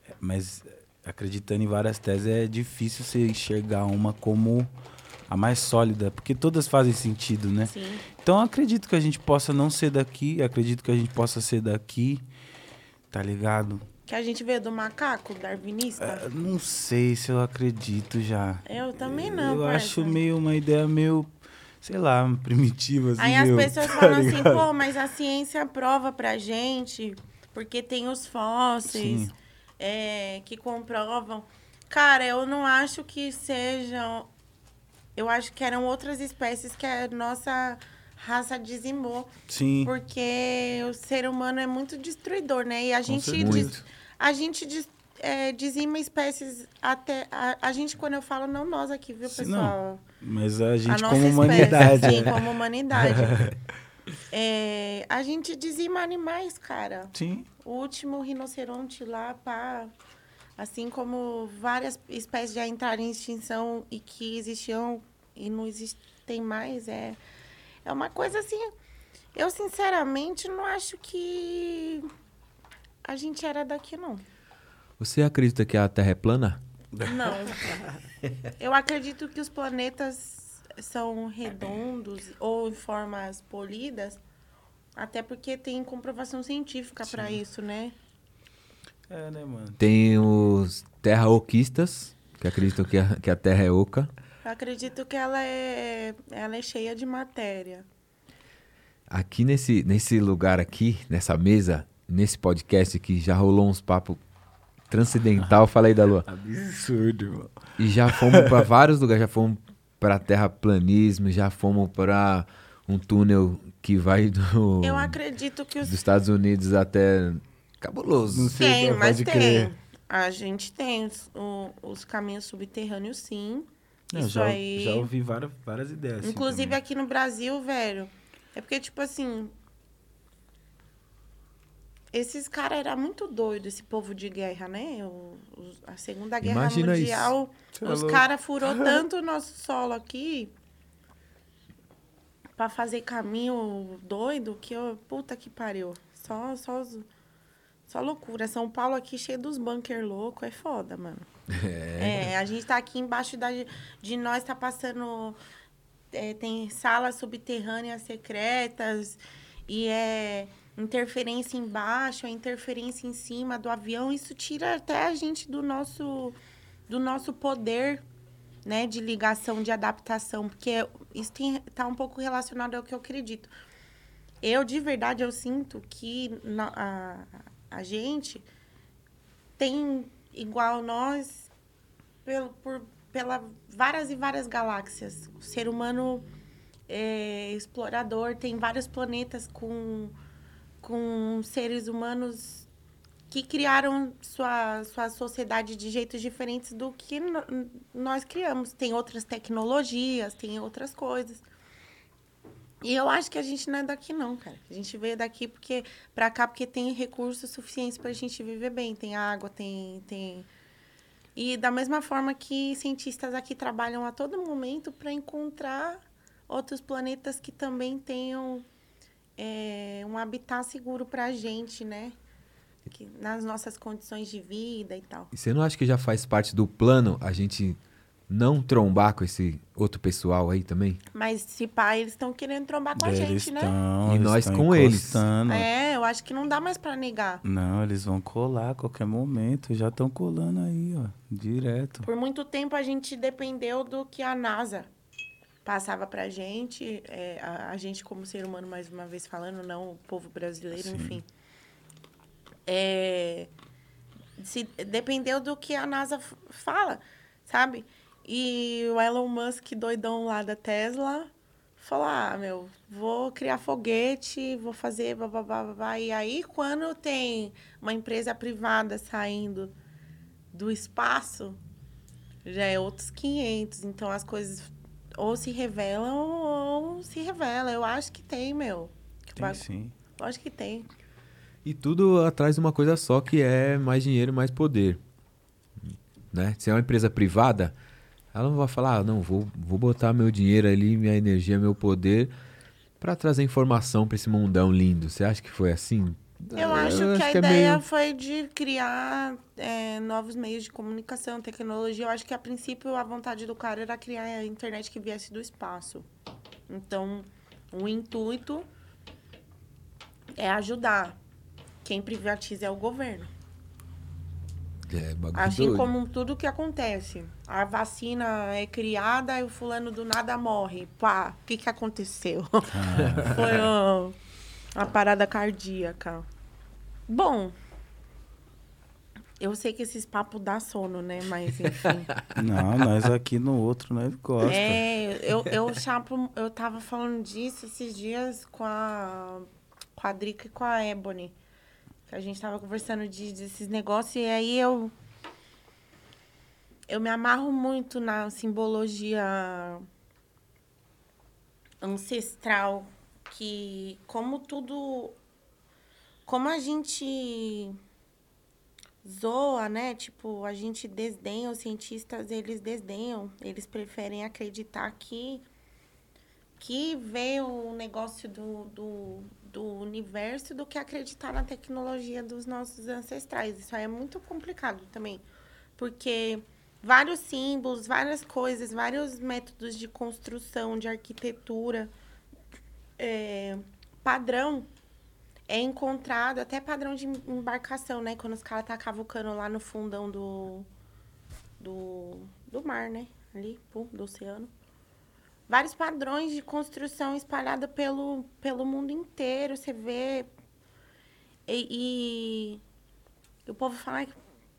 É, Mas é, acreditando em várias teses é difícil você enxergar uma como a mais sólida, porque todas fazem sentido,
É.
né?
Sim.
Então eu acredito que a gente possa não ser daqui, acredito que a gente possa ser daqui, tá ligado?
Que a gente veio do macaco, darwinista?
Eu não sei se eu acredito já.
Eu também não,
É, Eu
parça.
acho meio uma ideia meio, sei lá, primitiva. Assim,
Aí as
meu,
pessoas
tá
falam assim,
ligado?
pô, mas a ciência prova pra gente, porque tem os fósseis
Sim.
é, que comprovam. Cara, eu não acho que sejam. Eu acho que eram outras espécies que a nossa raça dizimou.
Sim.
Porque o ser humano é muito destruidor, né? E a gente,
certeza.
diz-
Muito.
a gente diz- é, dizima espécies até. A, a gente, quando eu falo, não nós aqui, viu,
Sim, não.
pessoal?
Mas a
a
gente,
nossa
como
espécie,
humanidade.
Sim,
é.
como humanidade. É, a gente dizima animais, cara.
Sim.
O último rinoceronte lá, pá. Assim como várias espécies já entraram em extinção e que existiam e não existem mais, é, é uma coisa assim. Eu, sinceramente, não acho que a gente era daqui, não.
Você acredita que a Terra é plana?
Não. Eu acredito que os planetas são redondos ou em formas polidas, até porque tem comprovação científica para isso, né?
É, né, mano?
Tem os terraoquistas, que acreditam que a, que a Terra é oca.
Eu acredito que ela é, ela é cheia de matéria.
Aqui nesse, nesse lugar aqui, nessa mesa, nesse podcast que já rolou uns papos transcendental, fala aí da lua.
Absurdo, irmão.
E já fomos para vários lugares, já fomos para terraplanismo, já fomos para um túnel que vai do
Eu acredito que
dos
os
Estados Unidos até cabuloso.
Não sei.
tem,
pode
mas tem.
crer.
A gente tem os, o- os caminhos subterrâneos, sim.
Não,
isso
já,
aí.
já ouvi várias, várias ideias. assim,
Inclusive
também.
aqui no Brasil, velho. É porque, tipo assim. Esses caras eram muito doidos, esse povo de guerra, né? O- os- a Segunda Guerra
Imagina isso.
Mundial.
Cê é
os
louco.
caras furou tanto o nosso solo aqui pra fazer caminho doido que eu. Puta que pariu. Só, só, os- só loucura. São Paulo aqui cheio dos bunker louco. É foda, mano. É, a gente tá aqui embaixo da, de nós, tá passando. é, tem salas subterrâneas secretas e é interferência embaixo, a interferência em cima do avião, isso tira até a gente do nosso do nosso poder, né, de ligação, de adaptação, porque isso tem, tá um pouco relacionado ao que eu acredito. Eu de verdade eu sinto que na- a, a gente tem igual nós pelo, por pela várias e várias galáxias. O ser humano é, explorador tem vários planetas com com seres humanos que criaram sua, sua sociedade de jeitos diferentes do que no- nós criamos. Tem outras tecnologias, tem outras coisas. E eu acho que a gente não é daqui não, cara. A gente veio daqui porque para cá porque tem recursos suficientes pra gente viver bem, tem água, tem tem E da mesma forma que cientistas aqui trabalham a todo momento para encontrar outros planetas que também tenham é, um habitat seguro para a gente, né? Que- nas nossas condições de vida e tal.
E você não acha que já faz parte do plano a gente não trombar com esse outro pessoal aí também?
Mas se pá, eles estão querendo trombar com a
Eles
gente, né?
estão.
E nós com É, eles.
É, eu acho que não dá mais para negar.
Não, eles vão colar a qualquer momento. Já estão colando aí, ó. Direto.
Por muito tempo a gente dependeu do que a NASA passava pra gente, é, a, a gente como ser humano, mais uma vez falando, não o povo brasileiro,
Sim.
enfim. É, se, dependeu do que a NASA f- fala, sabe? E o Elon Musk, doidão lá da Tesla, falou, ah, meu, vou criar foguete, vou fazer bababá, babá. E aí, quando tem uma empresa privada saindo do espaço, já é outros 500. Então, as coisas ou se revelam ou se revela. Eu acho que tem, meu. Que
Tem
bagu-
sim.
Eu acho que tem.
E tudo atrás de uma coisa só que é mais dinheiro, mais poder. Né? Se é uma empresa privada, ela não vai falar, ah, não, vou, vou botar meu dinheiro ali, minha energia, meu poder pra trazer informação pra esse mundão lindo. Você acha que foi assim?
Eu acho que a
é
ideia
meio-
foi de criar é, novos meios de comunicação, tecnologia. Eu acho que a princípio a vontade do cara era criar a internet que viesse do espaço. Então, o intuito é ajudar. Quem privatiza é o governo.
É, bagulho
Assim
doido.
como tudo que acontece. A vacina é criada e o fulano do nada morre. Pá, o que, que aconteceu? Foi ó, uma parada cardíaca. Bom, eu sei que esses papos dá sono, né? Mas enfim.
Não, nós aqui no outro, nós gosta.
É, eu, eu, chapo, eu tava falando disso esses dias com a, com a Drica e com a Ebony. Que a gente tava conversando de, desses negócios e aí eu. Eu me amarro muito na simbologia ancestral, que como tudo. Como a gente zoa, né? Tipo, a gente desdenha, os cientistas, eles desdenham. Eles preferem acreditar que que vê o negócio do, do, do universo do que acreditar na tecnologia dos nossos ancestrais. Isso aí é muito complicado também, porque vários símbolos, várias coisas, vários métodos de construção, de arquitetura, é, padrão é encontrado, até padrão de embarcação, né? Quando os caras tá cavucando lá no fundão do, do, do mar, né? Ali, pum, do oceano. Vários padrões de construção espalhada pelo, pelo mundo inteiro, você vê. E, e o povo fala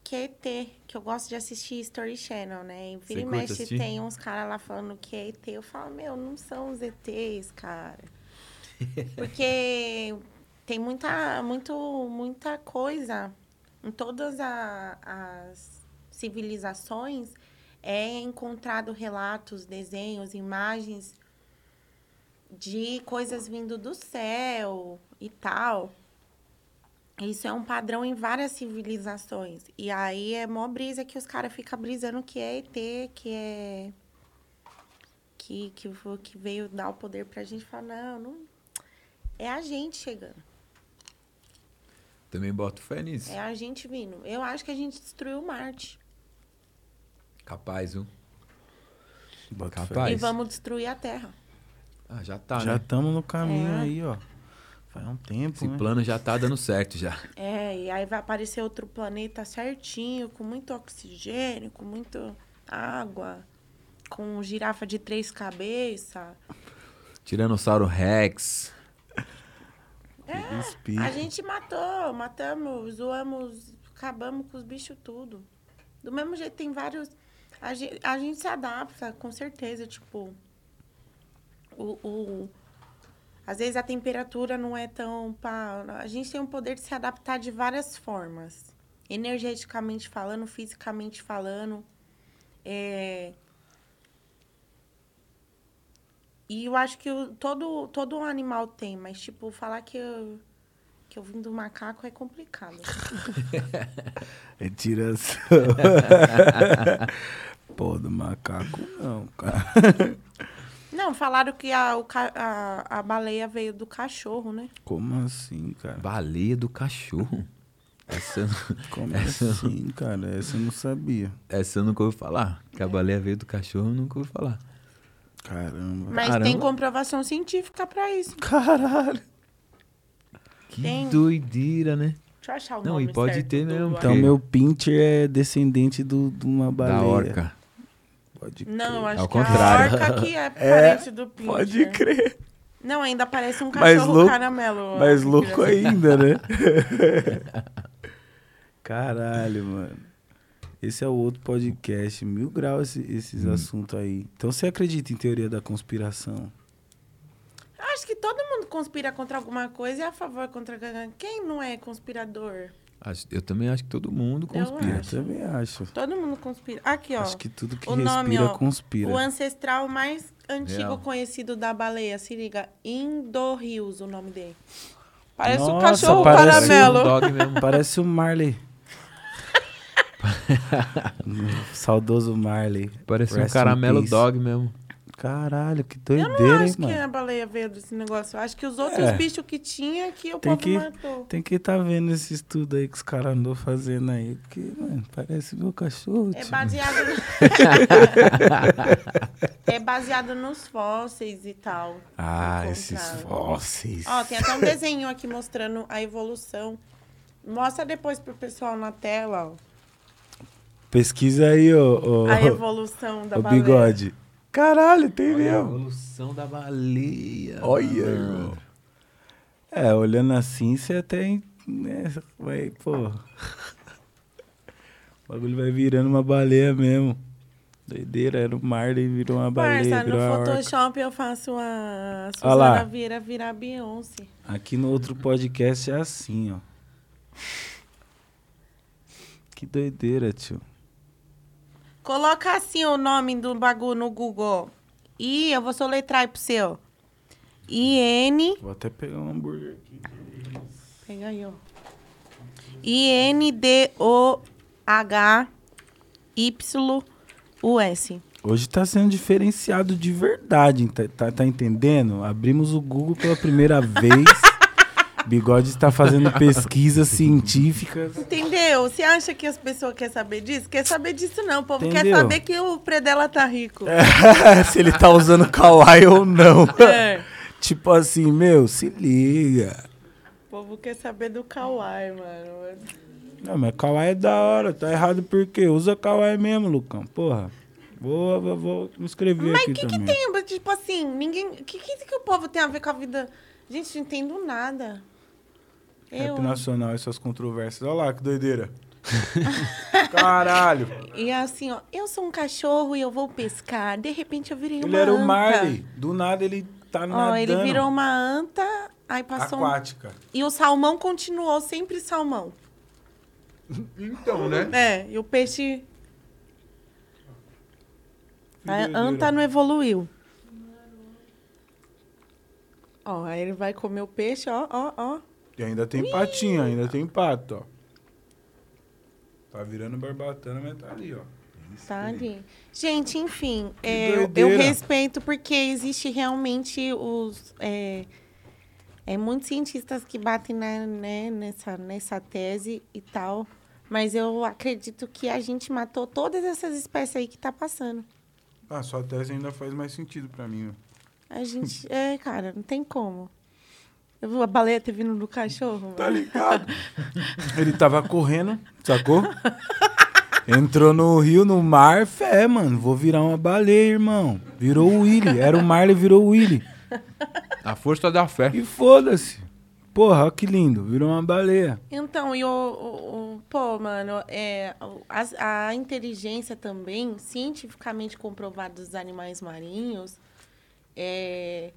que é ET, que eu gosto de assistir History Channel, né? E vira
Você
e
curte
mexe
assistir?
tem uns caras lá falando que é ET. Eu falo, meu, não são os ETs, cara. Porque tem muita, muito, muita coisa em todas a- as civilizações é encontrado relatos, desenhos, imagens de coisas vindo do céu e tal. Isso é um padrão em várias civilizações. E aí é mó brisa que os caras ficam brisando que é ET, que é. Que, que, vo- que veio dar o poder pra gente falar, não, não. É a gente chegando.
Também boto fé nisso.
É a gente vindo. Eu acho que a gente destruiu Marte.
Capaz, viu?
Bota fé.
Capaz. Ah,
e
isso-
vamos destruir a Terra.
Ah, já tá,
Já
né?
estamos no caminho
É.
aí, ó. Faz um tempo,
Esse
né?
plano já tá dando certo já.
É, e aí vai aparecer outro planeta certinho, com muito oxigênio, com muita água, com girafa de três cabeças.
Tiranossauro Rex.
Espírito.
É, A gente matou, matamos, zoamos, acabamos com os bichos tudo. Do mesmo jeito, tem vários. A gente, a gente se adapta, com certeza. Tipo, o, o- às vezes a temperatura não é tão. Pá, a gente tem o poder de se adaptar de várias formas. Energeticamente falando, fisicamente falando. É, E eu acho que o- todo, todo animal tem, mas, tipo, falar que eu, que eu vim do macaco é complicado.
É tiração. Pô, do macaco não, cara.
Não, falaram que a, o ca- a, a baleia veio do cachorro, né?
Como assim, cara?
Baleia do cachorro. Tá Essa, eu não-
Como
Essa-
assim, cara? Essa eu não sabia.
essa eu nunca ouvi falar. Que a baleia veio do cachorro, eu nunca ouvi falar.
Caramba.
Mas tem
Caramba.
comprovação científica pra isso.
Caralho.
Que
Tem.
doideira, né?
Deixa eu achar o
Não,
nome
e pode
certo
ter
do
mesmo.
Então,
animal.
Ok.
meu pincher é descendente do- de uma baleia.
Da orca.
Pode crer.
Não, eu acho
Ao
que
contrário.
a orca que é
É,
parente do pincher.
Pode crer.
Não, ainda parece um
Mais
cachorro
louco-
caramelo.
Mais
ó, é
louco
criança.
ainda, né? Caralho, mano. Esse é o outro podcast. Mil graus esse- esses assuntos aí. Então você acredita em teoria da conspiração?
Acho que todo mundo conspira contra alguma coisa e é a favor contra... Quem não é conspirador?
Acho- Eu também acho que todo mundo
Eu
um
conspira.
acho.
também acho.
Todo mundo conspira. Aqui, ó.
Acho que tudo que
o
respira,
nome, ó,
conspira.
O ancestral mais antigo
Real.
conhecido da baleia, se liga, Indorrius, o nome dele. Parece um
Nossa,
cachorro
parece um
caramelo.
um dog mesmo.
Parece o Marley. O Saudoso Marley.
Parece um
Rest in
caramelo
peace.
dog mesmo.
Caralho, que
Eu não
doideira, hein,
acho que é
mano?
a baleia veio desse negócio. Eu acho que os outros
É.
bichos que tinha que o
Tem
povo
que-
matou.
Tem que estar vendo esse estudo aí que os caras andou fazendo aí. Porque, mano, parece meu cachorro.
É
tio.
baseado. é baseado nos fósseis e tal.
Ah,
Encontraram.
esses fósseis.
né? Ó, tem até um desenho aqui mostrando a evolução. Mostra depois pro pessoal na tela, ó.
Pesquisa aí, ô, ô,
A evolução da
ô
baleia.
bigode. Caralho, tem mesmo.
evolução da baleia.
Olha, irmão. Ah, É, olhando assim, você até. Né, vai, pô. O bagulho vai virando uma baleia mesmo. Doideira, era o Marley, virou uma baleia.
Parça, no
virou uma orca.
Photoshop eu faço a
Olha lá.
Suzana Vieira virar Beyoncé.
Aqui no outro podcast é assim, ó. Que doideira, tio.
Coloca assim o nome do bagulho no Google. Ih, eu vou soletrar aí pro seu. IN.
Vou até pegar um hambúrguer aqui.
Pega aí, ó. I-N-D-O-H-Y-U-S.
Hoje tá sendo diferenciado de verdade, tá, tá- tá entendendo? Abrimos o Google pela primeira vez. Bigode está fazendo pesquisas científicas.
Entendeu? Você acha que as pessoas querem saber disso? Quer saber disso não. O povo quer
Entendeu? É.
saber que o predela tá rico.
Se ele tá usando kawaii ou não.
É.
Tipo assim, meu, se liga.
O povo quer saber do Kawaii, mano.
Não, mas kawaii é da hora, tá errado por quê? Usa kawaii mesmo, Lucão, porra. Vou, vou, vou me inscrever
Mas o
aqui
que, que
também.
tem, mas, tipo assim, ninguém. O que, que, que o povo tem a ver com a vida? Gente, não entendo nada. Eu.
Rap nacional e suas controvérsias. Olha lá, que doideira. Caralho.
E é assim, ó, eu sou um cachorro e eu vou pescar. De repente eu virei uma
Ele era o
anta.
Marley. Do nada ele tá
Ó,
nadando.
ele virou uma anta, aí passou um...
aquática.
E o salmão continuou sempre salmão.
Então, né?
É, e o peixe. A
doideira.
anta não evoluiu. Ó, aí ele vai comer o peixe, ó, ó, ó.
E ainda tem patinho, ainda tem pato, ó. Tá virando barbatana, mas tá ali, ó.
Tá ali. Gente, enfim, é, eu, eu
doideira.
respeito porque existe realmente os. É, é, muitos cientistas que batem na, né, nessa, nessa tese e tal. Mas eu acredito que a gente matou todas essas espécies aí que tá passando.
Ah, sua tese ainda faz mais sentido pra mim, ó.
A gente. É, cara, não tem como. Eu vi a baleia ter vindo do cachorro.
Tá ligado? Ele tava correndo, sacou? Entrou no rio, no mar, fé, mano. Vou virar uma baleia, irmão. Virou o Willy. Era o Marley, virou o Willy.
A força da fé.
E foda-se. Porra, ó que lindo. Virou uma baleia.
Então, e o, o- o- pô, mano, é, o- as- a, inteligência também, cientificamente comprovada dos animais marinhos, é,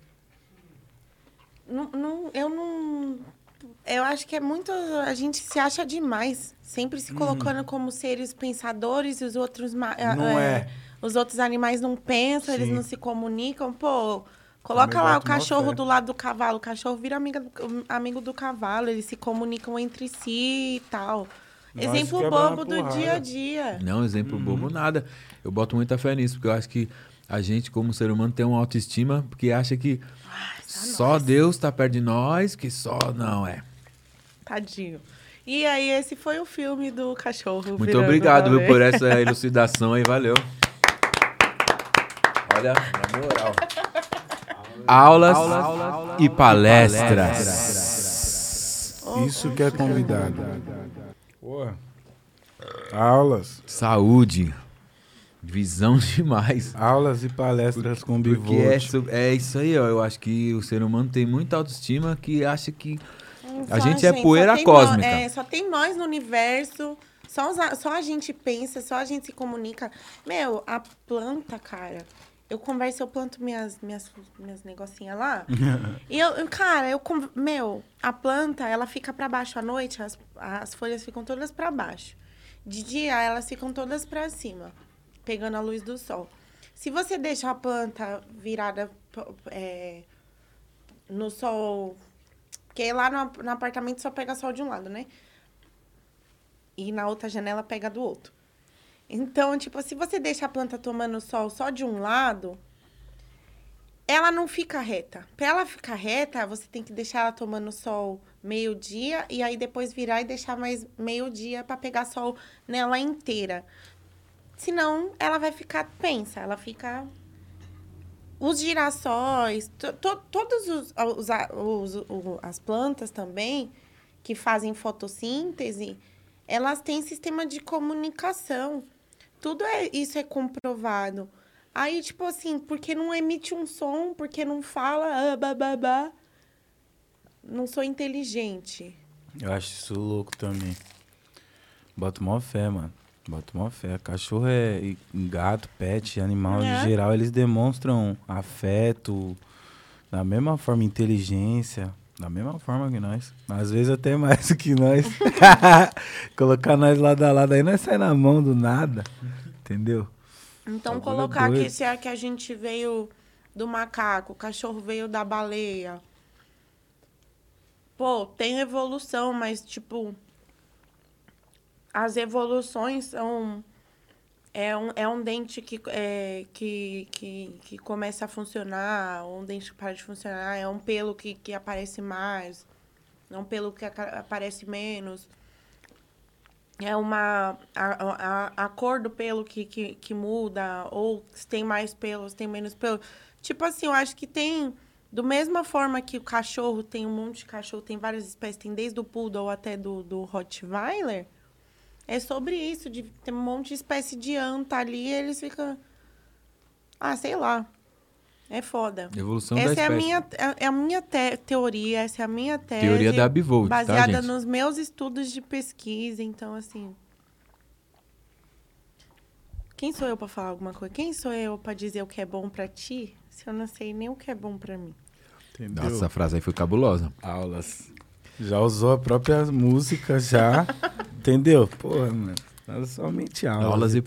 não, não- eu não. Eu acho que é muito. A gente se acha demais, sempre
Uhum.
se colocando como seres pensadores e os outros. ma-
Não é.
Os outros animais não pensam, eles
Sim.
não se comunicam. Pô, coloca
É
Também
lá o
boto mó
cachorro
fé.
do lado do cavalo. O cachorro vira amiga do- amigo do cavalo, eles se comunicam entre si e tal.
Nós
Exemplo
quebra na
bobo do
porrada.
dia a dia.
Não,
Uhum.
exemplo bobo nada. Eu boto muita fé nisso, porque eu acho que a gente, como ser humano, tem uma autoestima, porque acha que só Deus tá perto de nós, que só não é.
Tadinho. E aí, esse foi o filme do cachorro.
Muito
virando né,
obrigado viu,
baleia.
por essa elucidação aí, valeu. Olha, na moral. Aulas, e palestras.
Isso que é convidado. Porra. Aulas.
Saúde. Visão demais.
Aulas e palestras com
Porque é,
bivolt.
so- é isso aí, ó. Eu acho que o ser humano tem muita autoestima que acha que
Então,
A gente é
só
poeira
tem
cósmica.
nó- é, só tem nós no universo. Só, os a- só a gente pensa, só a gente se comunica. Meu, a planta, cara. Eu converso, eu planto minhas, minhas, minhas negocinhas lá.
é-
e eu, eu, cara, eu. con- Meu, a planta, ela fica pra baixo à noite, as, as folhas ficam todas pra baixo. De dia, elas ficam todas pra cima, pegando a luz do sol. Se você deixa a planta virada é, no sol. Porque lá no, no apartamento só pega sol de um lado, né? E na outra janela pega do outro. Então, tipo, se você deixa a planta tomando sol só de um lado, ela não fica reta. Pra ela ficar reta, você tem que deixar ela tomando sol meio-dia e aí depois virar e deixar mais meio-dia pra pegar sol nela inteira. Senão, ela vai ficar pensa, ela fica os girassóis, to, to- todos os, os, a- os- o- as plantas também que fazem fotossíntese, elas têm sistema de comunicação. Tudo é, isso é comprovado. Aí, tipo assim, porque não emite um som, porque não fala, ah, bababá. Não sou inteligente.
Eu acho isso louco também. Boto mó fé, mano. Boto mó fé. Cachorro é. e gato, pet, animal
É.
em geral, eles demonstram afeto, da mesma forma, inteligência, da mesma forma que nós. Às vezes até mais do que nós. Colocar nós lado a lado aí não é sair na mão do nada. Entendeu?
Então,
Bagulho
colocar
doido.
que se é que a gente veio do macaco, o cachorro veio da baleia. Pô, tem evolução, mas, tipo, as evoluções são. É um, é um dente que, é, que, que, que começa a funcionar, um dente que para de funcionar, é um pelo que, que aparece mais, é um pelo que aca- aparece menos é uma a, a, a cor do pelo que, que, que muda ou se tem mais pelo, se tem menos pelo. Tipo assim, eu acho que tem do mesma forma que o cachorro tem um monte de cachorro, tem várias espécies, tem desde o poodle até do do Rottweiler. É sobre isso de ter um monte de espécie de anta ali, e eles ficam Ah, sei lá. É foda.
Evolução Então, da
essa é a
espécie.
minha é a minha te- teoria, essa é a minha tese.
Teoria da Bivolt, tá,
Baseada
gente?
nos meus estudos de pesquisa, então assim. Quem sou eu pra falar alguma coisa? Quem sou eu pra dizer o que é bom pra ti, se eu não sei nem o que é bom pra mim?
Entendeu?
Nossa, essa frase aí foi cabulosa.
Aulas. Já usou a própria música, já. Entendeu? Porra, mano. Nada somente aulas.
Aulas e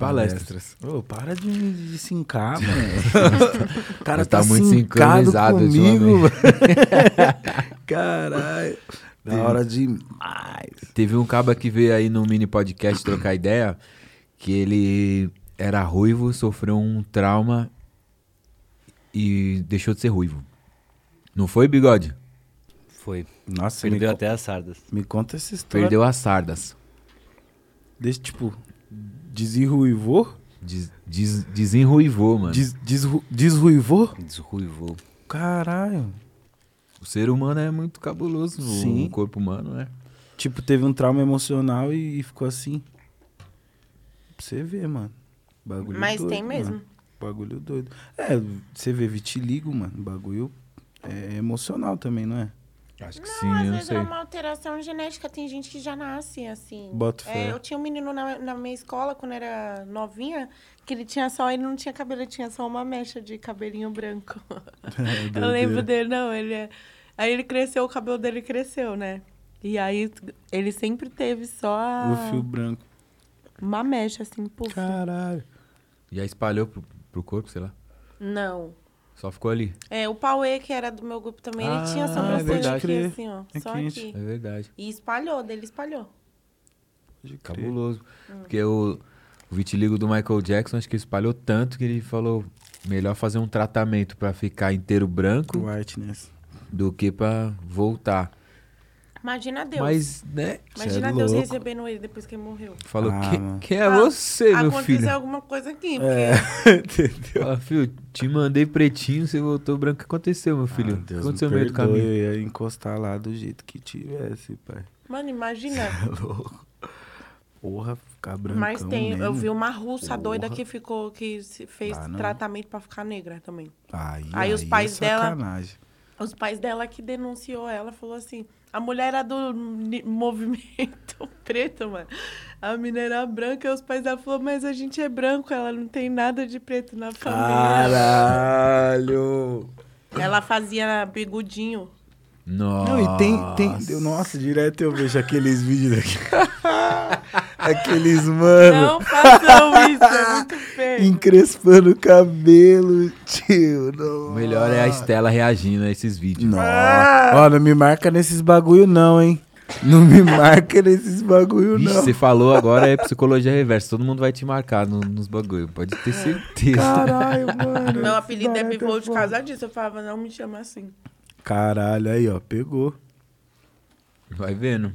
Ô, para de, de sincar, mano. o cara
Tá
tá,
muito
muito sincado
sincronizado
comigo, mano. Caralho. Da hora demais.
Teve um caba que veio aí no mini podcast trocar ideia, que ele era ruivo, sofreu um trauma e deixou de ser ruivo. Não foi, bigode?
Foi.
Nossa, me,
Perdeu
co-
até as sardas.
me conta essa história.
Perdeu as sardas.
Desse tipo, desruivou?
Des, des- desenruivou, mano.
Des, desru- desruivou?
Desruivou.
Caralho.
O ser humano é muito cabuloso, o-
Sim.
o corpo humano, né?
Tipo, teve um trauma emocional e, e ficou assim. Pra você ver, mano. Bagulho
Mas
doido,
tem mesmo.
mano. Bagulho doido. É, você vê vitiligo, mano. Bagulho é emocional também, não é?
Acho que
Não,
sim,
às
eu não
vezes
sei.
é uma alteração genética. Tem gente que já nasce assim.
Boto fé.
É, eu tinha um menino na, na minha escola, quando era novinha, que ele tinha só, ele não tinha cabelo, ele tinha só uma mecha de cabelinho branco. eu lembro dele, não, ele é... Aí ele cresceu, o cabelo dele cresceu, né? E aí ele sempre teve só a-
O fio branco.
uma mecha, assim, puff.
Caralho.
Já espalhou pro, pro corpo, sei lá.
Não.
Só ficou ali.
É, o Pauê, que era do meu grupo também,
Ah,
ele
é
tinha sobrancelha
verdade.
aqui,
Crer.
assim, ó. Só
Aqui,
aqui.
É verdade.
E espalhou, dele espalhou.
Pode crer.
Cabuloso. Porque o, o vitiligo do Michael Jackson acho que espalhou tanto que ele falou melhor fazer um tratamento pra ficar inteiro branco
Whiteness.
do que pra voltar.
Imagina Deus.
Mas, né? cê
Imagina
é
Deus
louco.
recebendo ele depois que ele morreu.
Falou,
Ah,
"Que-
mano.
quem é
Ah,
você, meu
Aconteceu
filho?
alguma coisa aqui.
É,
Porque...
entendeu?
Fala, filho, te mandei pretinho, você voltou branco. O que aconteceu, meu filho?
Ah,
O que
Deus
aconteceu
me
no meio do
perdoe,
caminho?
Eu ia encostar lá do jeito que tivesse, pai.
Mano, imagina.
É louco. Porra, ficar brancão
Mas tem,
mesmo.
eu vi um- uma russa
Porra.
doida que ficou, que se- fez
Ah, não.
tratamento pra ficar negra também.
Aí,
Aí os pais
é
dela-
sacanagem.
Os pais dela que denunciou ela, falou assim, a mulher era do ni- movimento preto, mano. A menina era branca, e os pais dela falaram, mas a gente é branco, ela não tem nada de preto na família.
Caralho!
Ela fazia bigudinho.
Nossa.
Não, e tem, tem. eu- Nossa, direto eu vejo aqueles vídeos daqui. aqueles, É, mano,
Não façam isso, é muito feio.
encrespando o cabelo, tio. Não.
O melhor é a Estela reagindo a esses vídeos.
Não. Ó, não me marca nesses bagulho, não, hein? Não me marca nesses bagulho,
Ixi,
não.
você falou agora é psicologia reversa. Todo mundo vai te marcar no- nos bagulho. Pode ter certeza.
Caralho, mano.
Meu apelido é
Esse barato
pivô de
foda.
causa disso. Eu falava, não me chama assim.
Caralho, aí, ó, pegou.
Vai vendo.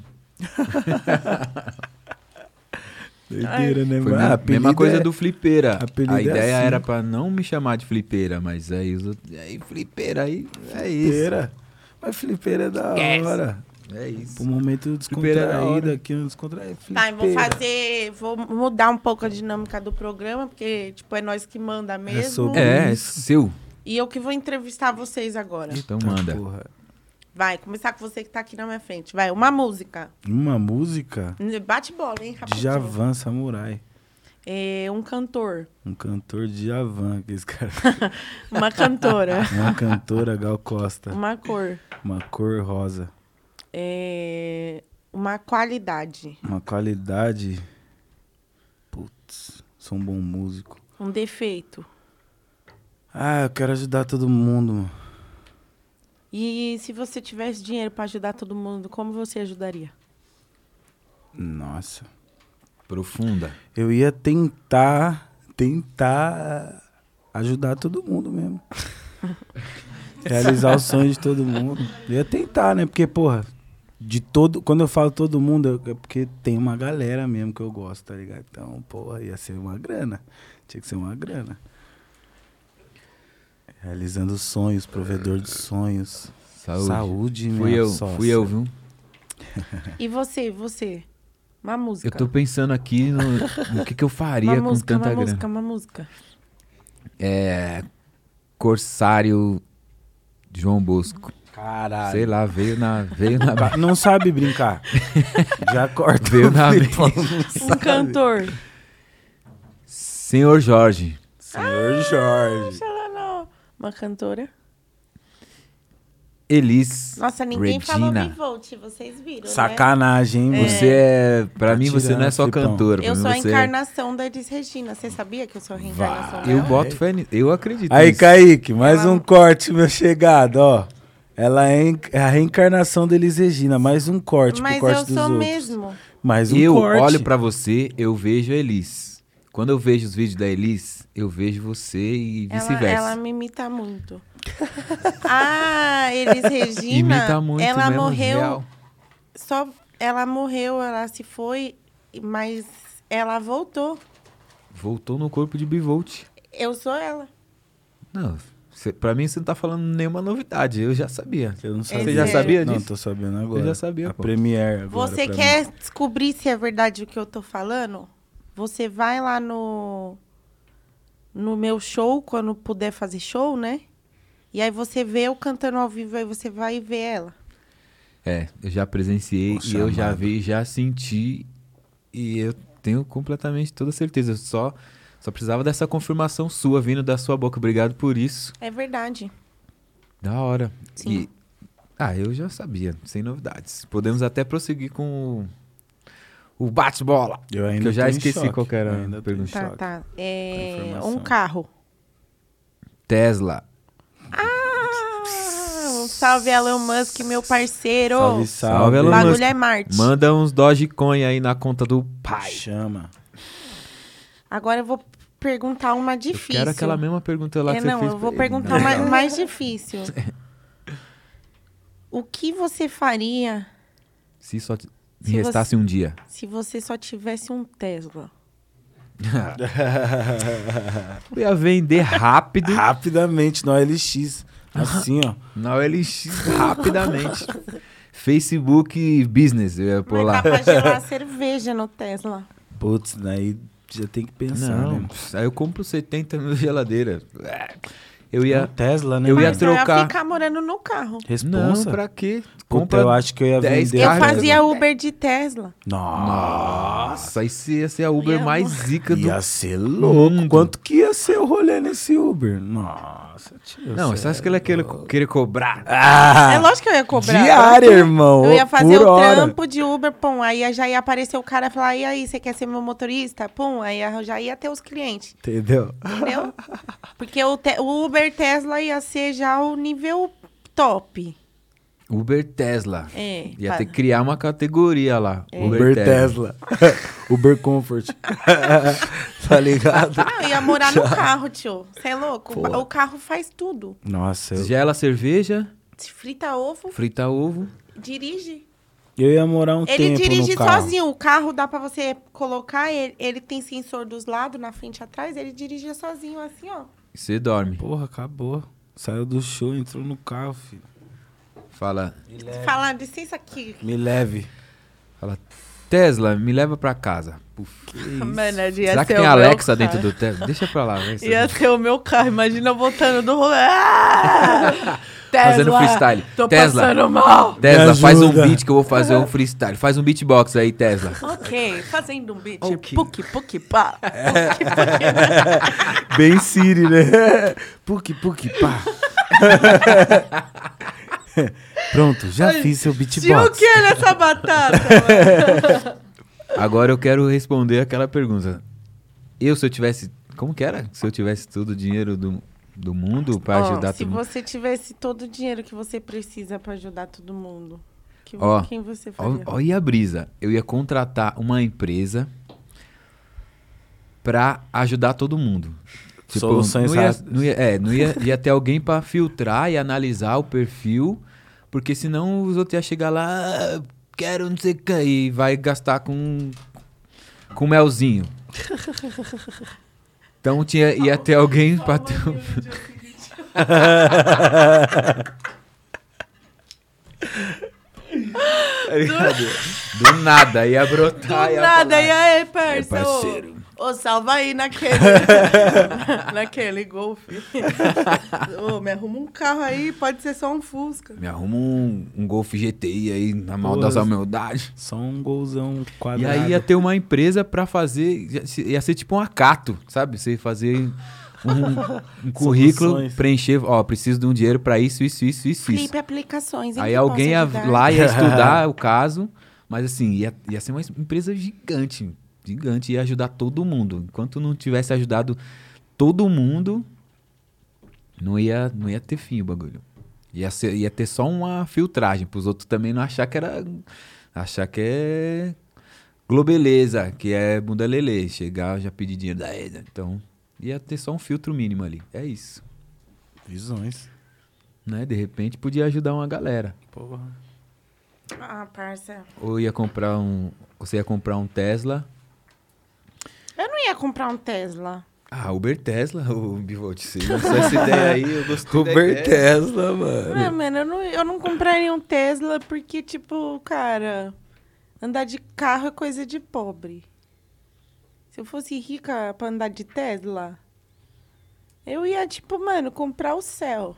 Doideira, né,
Foi
mano?
a mesma,
Apelido
coisa
é-
do flipeira.
apelido
A
é
ideia
assim.
era pra não me chamar de flipeira, mas é aí os outros. Aí, flipeira, aí é isso.
Flipeira. Mas flipeira é da
Esquece.
hora.
É
Pro
isso.
um momento
Flipeira é da hora.
descontraído aqui, um descontraído.
Tá, eu vou
flipeira.
fazer. Vou mudar um pouco a dinâmica do programa, porque, tipo, é nós que manda mesmo.
sobre-
É, é
Isso.
seu.
E eu que vou entrevistar vocês agora.
Então
Tá,
manda.
porra.
Vai, começar com você que tá aqui na minha frente. Vai, uma música.
Uma música
Bate bola, hein, rapidinho.
Djavan Samurai.
É, um cantor.
Um cantor Djavan, que esse cara.
Uma cantora.
Uma cantora Gal Costa.
uma cor.
Uma cor rosa.
É, uma qualidade.
Uma qualidade. Putz, sou um bom músico.
Um defeito.
Ah, eu quero ajudar todo mundo, mano.
E se você tivesse dinheiro pra ajudar todo mundo, como você ajudaria?
Nossa.
Profunda.
Eu ia tentar, tentar ajudar todo mundo mesmo. Realizar o sonho de todo mundo. Eu ia tentar, né? Porque, porra, de todo. Quando eu falo todo mundo, eu- é porque tem uma galera mesmo que eu gosto, tá ligado? Então, porra, ia ser uma grana. Tinha que ser uma grana. Realizando sonhos, provedor de sonhos.
Saúde.
Saúde, minha
Fui eu,
sócia.
fui eu, viu?
E você, você? Uma música.
Eu tô pensando aqui no, no que, que eu faria
uma
com
música,
tanta
uma
grana.
música, uma música.
É. Corsário João Bosco.
Caralho.
Sei lá, veio na. Veio na.
Ca- Não sabe brincar. Já corta.
Veio
o
na
flipão,
Um
não sabe.
cantor.
Senhor Jorge.
Ah,
Senhor Jorge.
Sei lá, não. Uma cantora.
Elis.
Nossa, ninguém
Regina.
falou Revolt, vocês viram, né?
Sacanagem, hein, mano?
Você é. Pra
Tá
mim, você não é
tirando,
só
Filipão.
cantora. pra
Eu
mim
sou a
você- é
encarnação da Elis Regina. Você sabia que eu sou a reencarnação
Vai.
dela?
Eu boto fé nisso. Eu acredito.
então. Aí,
nisso.
Kaique, mais
Ela-
um corte, meu chegado, ó. Ela é en- é a reencarnação da Elis Regina. Mais um corte
Mas
pro corte
eu
dos
sou
outros.
mesmo.
Mais um
Eu
corte.
olho pra você, eu vejo a Elis. Quando eu vejo os vídeos da Elis, eu vejo você e
Ela, ela é
vice-versa.
me imita muito. ah, Elis Regina,
Imita muito
ela
mesmo,
morreu.
real.
Só ela morreu, ela se foi, mas ela voltou.
Voltou no corpo de Bivolt.
Eu sou ela.
Não, Cê, pra mim, você não tá falando nenhuma novidade. Eu já sabia.
Eu não
Você
sabia.
já sabia
Não,
disso?
tô sabendo agora.
já sabia,
A
pô.
Premiere agora.
Você
pra
quer descobrir se é verdade o que eu tô falando? Você vai lá no no meu show quando puder fazer show, né? E aí você vê eu cantando ao vivo, aí você vai ver ela.
É, eu já presenciei
Um
e eu já
chamado.
vi, já senti e eu tenho completamente toda certeza. Eu Só só precisava dessa confirmação sua vindo da sua boca. Obrigado por isso.
É verdade.
Da hora.
Sim.
E- ah, eu já sabia, sem novidades. Podemos até prosseguir com o, o bate-bola.
mim. Eu ainda
Que eu já
tô em
esqueci
choque.
qual que era
Eu
a
ainda tô em
pergunta.
Tá,
choque.
tá. É,
Com a informação.
um carro.
Tesla.
Ah, um salve Elon Musk, meu parceiro.
Salve, salve.
Salve,
o
Elon
bagulho
Musk.
é Marte.
Manda uns Dogecoin aí na conta do pai.
Chama.
Agora eu vou perguntar uma difícil.
Eu quero aquela mesma pergunta lá
é,
que você
não,
fez.
eu vou
pra ele. né?
perguntar mais, mais difícil. O que você faria
Se só te- me
Se
restasse um dia.
se você só tivesse um Tesla?
Eu ia vender rápido
Rapidamente no OLX. Assim, ó.
na OLX rapidamente. Facebook Business, eu ia pôr
Mas dá
lá.
pra gelar cerveja no Tesla.
Putz, daí já tem que pensar,
Não,
né?
aí eu compro 70 mil geladeira. Eu
É
ia.
o Tesla, né?
Eu ia
mano?
Mas eu ia
trocar.
ficar morando no carro.
Não,
Responsa.
pra quê?
Puta,
Compra.
eu acho que eu ia
10
vender.
Eu
Carro,
fazia Uber de Tesla.
Nossa.
Nossa, isso ia ser a Uber
Ia-
mais zica do.
Ia ser louco.
Mundo.
Quanto que ia ser o rolê nesse Uber? Nossa, tio.
Não, você acha que ele ia querer, querer cobrar?
Ah,
é lógico que eu ia cobrar.
diária, irmão.
Eu ia fazer
por
o
hora.
trampo de Uber, pum. Aí já ia aparecer o cara e falar, e aí, você quer ser meu motorista? Pum, aí eu já ia ter os clientes,
Entendeu?
entendeu? Porque o, te- o Uber Tesla ia ser já o nível top.
Uber Tesla.
É,
Ia
pa-
ter que criar uma categoria lá.
É.
Uber, Tesla. Uber Comfort. tá ligado?
Ah, eu ia morar no carro, tio. Você é louco?
Porra.
O carro faz tudo.
Nossa, eu,
Gela cerveja,
Se Frita ovo,
frita ovo.
dirige.
eu ia morar um
Ele
tempo
dirige
no carro.
sozinho. O carro dá pra você colocar, ele, ele tem sensor dos lados, na frente e atrás. Ele dirige sozinho, assim, ó.
e Você dorme.
Porra, acabou. Saiu do show, entrou no carro, filho.
Fala,
Fala, licença aqui.
Me leve.
fala, Tesla, me leva pra casa. Puf.
Mano, ia
Será que tem Alexa dentro do Tesla? Deixa pra lá, né?
Ia ser o meu carro, imagina eu voltando do rolê. Ah!
Fazendo freestyle.
Tô
Tesla.
passando mal.
Tesla,
Me
faz um
ajuda.
beat que eu vou fazer um freestyle. Faz um beatbox aí, Tesla.
Ok, fazendo um beat.
Ok.
Puc, puc, pá.
Bem Siri, né? Puc, puc, pá. Pronto, já fiz seu
Tinha o
beatbox.
que nessa batata, mano?
Agora eu quero responder aquela pergunta. Eu, se eu tivesse. Como que era? Se eu tivesse todo o dinheiro do, do mundo pra
Ó,
ajudar
se
todo mundo.
você tivesse todo o dinheiro que você precisa pra ajudar todo mundo, que-
Ó,
quem você faria?
Olha a brisa. Eu ia contratar uma empresa pra ajudar todo mundo. Tipo,
Soluções
não ia,
rápidas.
não ia, É, não ia, ia ter alguém pra filtrar e analisar o perfil, porque senão os outros iam chegar lá, "Ah, quero não sei o que, e vai gastar com, com um melzinho. Então tinha, ia ter alguém pra ter um- Do nada, ia brotar.
Do
ia
nada,
falar.
e aí, parça?
É,
ô?
parceiro.
Ô, salva aí naquele. naquele golfe. Ô, me arruma um carro aí, pode ser só um Fusca.
Me arruma um, um Golf GTI aí, na mal
Porra.
das humildades.
Só um golzão
E
quadrado.
aí ia ter uma empresa pra fazer, ia se- ia ser tipo um acato, sabe? Você fazer um, um currículo,
Soluções.
preencher, ó, preciso de um dinheiro pra isso, isso, isso, isso, isso.
Felipe, aplicações. em
Aí
que
alguém ia
posso ajudar?
lá ia estudar o caso, mas assim, ia, ia ser uma empresa gigante, gigante, ia ajudar todo mundo. Enquanto não tivesse ajudado todo mundo, não ia, não ia ter fim o bagulho. Ia, ser- ia ter só uma filtragem, pros outros também não achar que era... Achar que é globeleza, que é bunda lelê. Chegar, já pedir dinheiro da EDA. Então, ia ter só um filtro mínimo ali. É isso.
Visões.
Né? De repente, podia ajudar uma galera.
Porra.
Ah, parça.
Ou ia comprar um. Você ia comprar um Tesla.
Eu não ia comprar um Tesla.
Ah, Uber Tesla, o Bivolt. Você lançou essa ideia aí, eu gostei. da
Uber
ideia.
Tesla, mano.
Ah, mano, eu não, eu não compraria um Tesla porque, tipo, cara, andar de carro é coisa de pobre. Se eu fosse rica pra andar de Tesla, eu ia, tipo, mano, comprar o céu.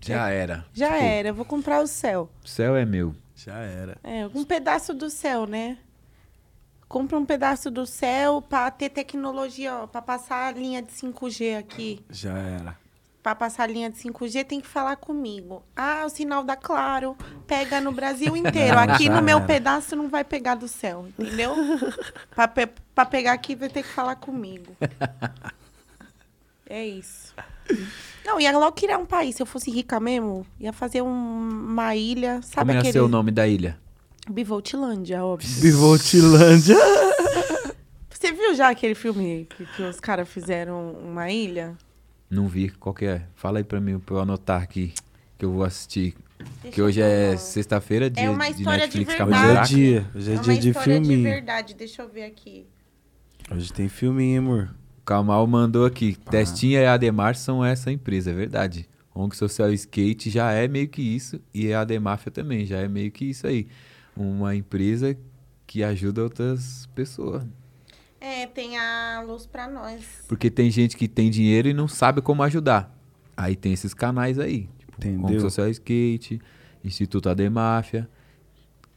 Já era.
Já
Tipo,
era, eu vou comprar o céu.
O céu é meu.
Já era.
É, um pedaço do céu, né? Compra um pedaço do céu pra ter tecnologia, ó, pra passar a linha de 5G aqui.
Já era.
Pra passar a linha de 5G tem que falar comigo. Ah, o sinal da Claro pega no Brasil inteiro. Aqui no meu pedaço não vai pegar do céu, entendeu? pra, pe pra pegar aqui vai ter que falar comigo. É isso. Não, ia logo criar um país. Se eu fosse rica mesmo, ia fazer um- uma ilha. Sabe
Como ia
aquele.
ser o nome da ilha?
Bivoltilândia, óbvio.
Bivoltilândia.
Você viu já aquele filme que, que os caras fizeram uma ilha?
Não vi, qual que é? Fala aí pra mim, pra eu anotar aqui, que eu vou assistir. que
Deixa
hoje
eu
é
falar.
sexta-feira, dia
uma
de
história de
Netflix
verdade.
Cabo
Hoje é
Buraco.
dia. Hoje é
É uma
dia de
história de
filminho.
verdade, deixa eu ver aqui.
Hoje tem filminho, amor.
O Kamal mandou aqui. Testinha e Ademar são essa empresa, é verdade. ONG Social Skate já é meio que isso. E a Ademáfia também, já é meio que isso aí. Uma empresa que ajuda outras pessoas.
É, tem a luz pra nós.
Porque tem gente que tem dinheiro e não sabe como ajudar. Aí tem esses canais aí. ONG
Entendeu?
Social Skate, Instituto Ademáfia.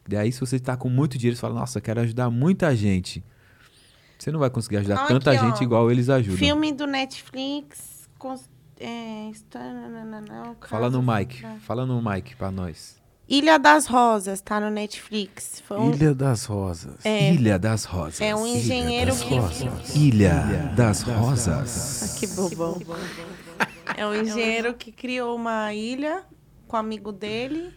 Daí, se você está com muito dinheiro, você fala, nossa, quero ajudar muita gente. Você não vai conseguir ajudar
Ó,
tanta
aqui, ó.
gente igual eles ajudam.
Filme do Netflix. Cons... É, está... nananana, o
Fala no
caso-
Mike. Fala no Mike pra nós.
Ilha das Rosas, tá no Netflix. Foi um-
Ilha das Rosas.
É.
Ilha das Rosas.
É um engenheiro
das
que-
Rosas.
Ilha das Rosas.
Que bobão. É um engenheiro que criou uma ilha com um amigo dele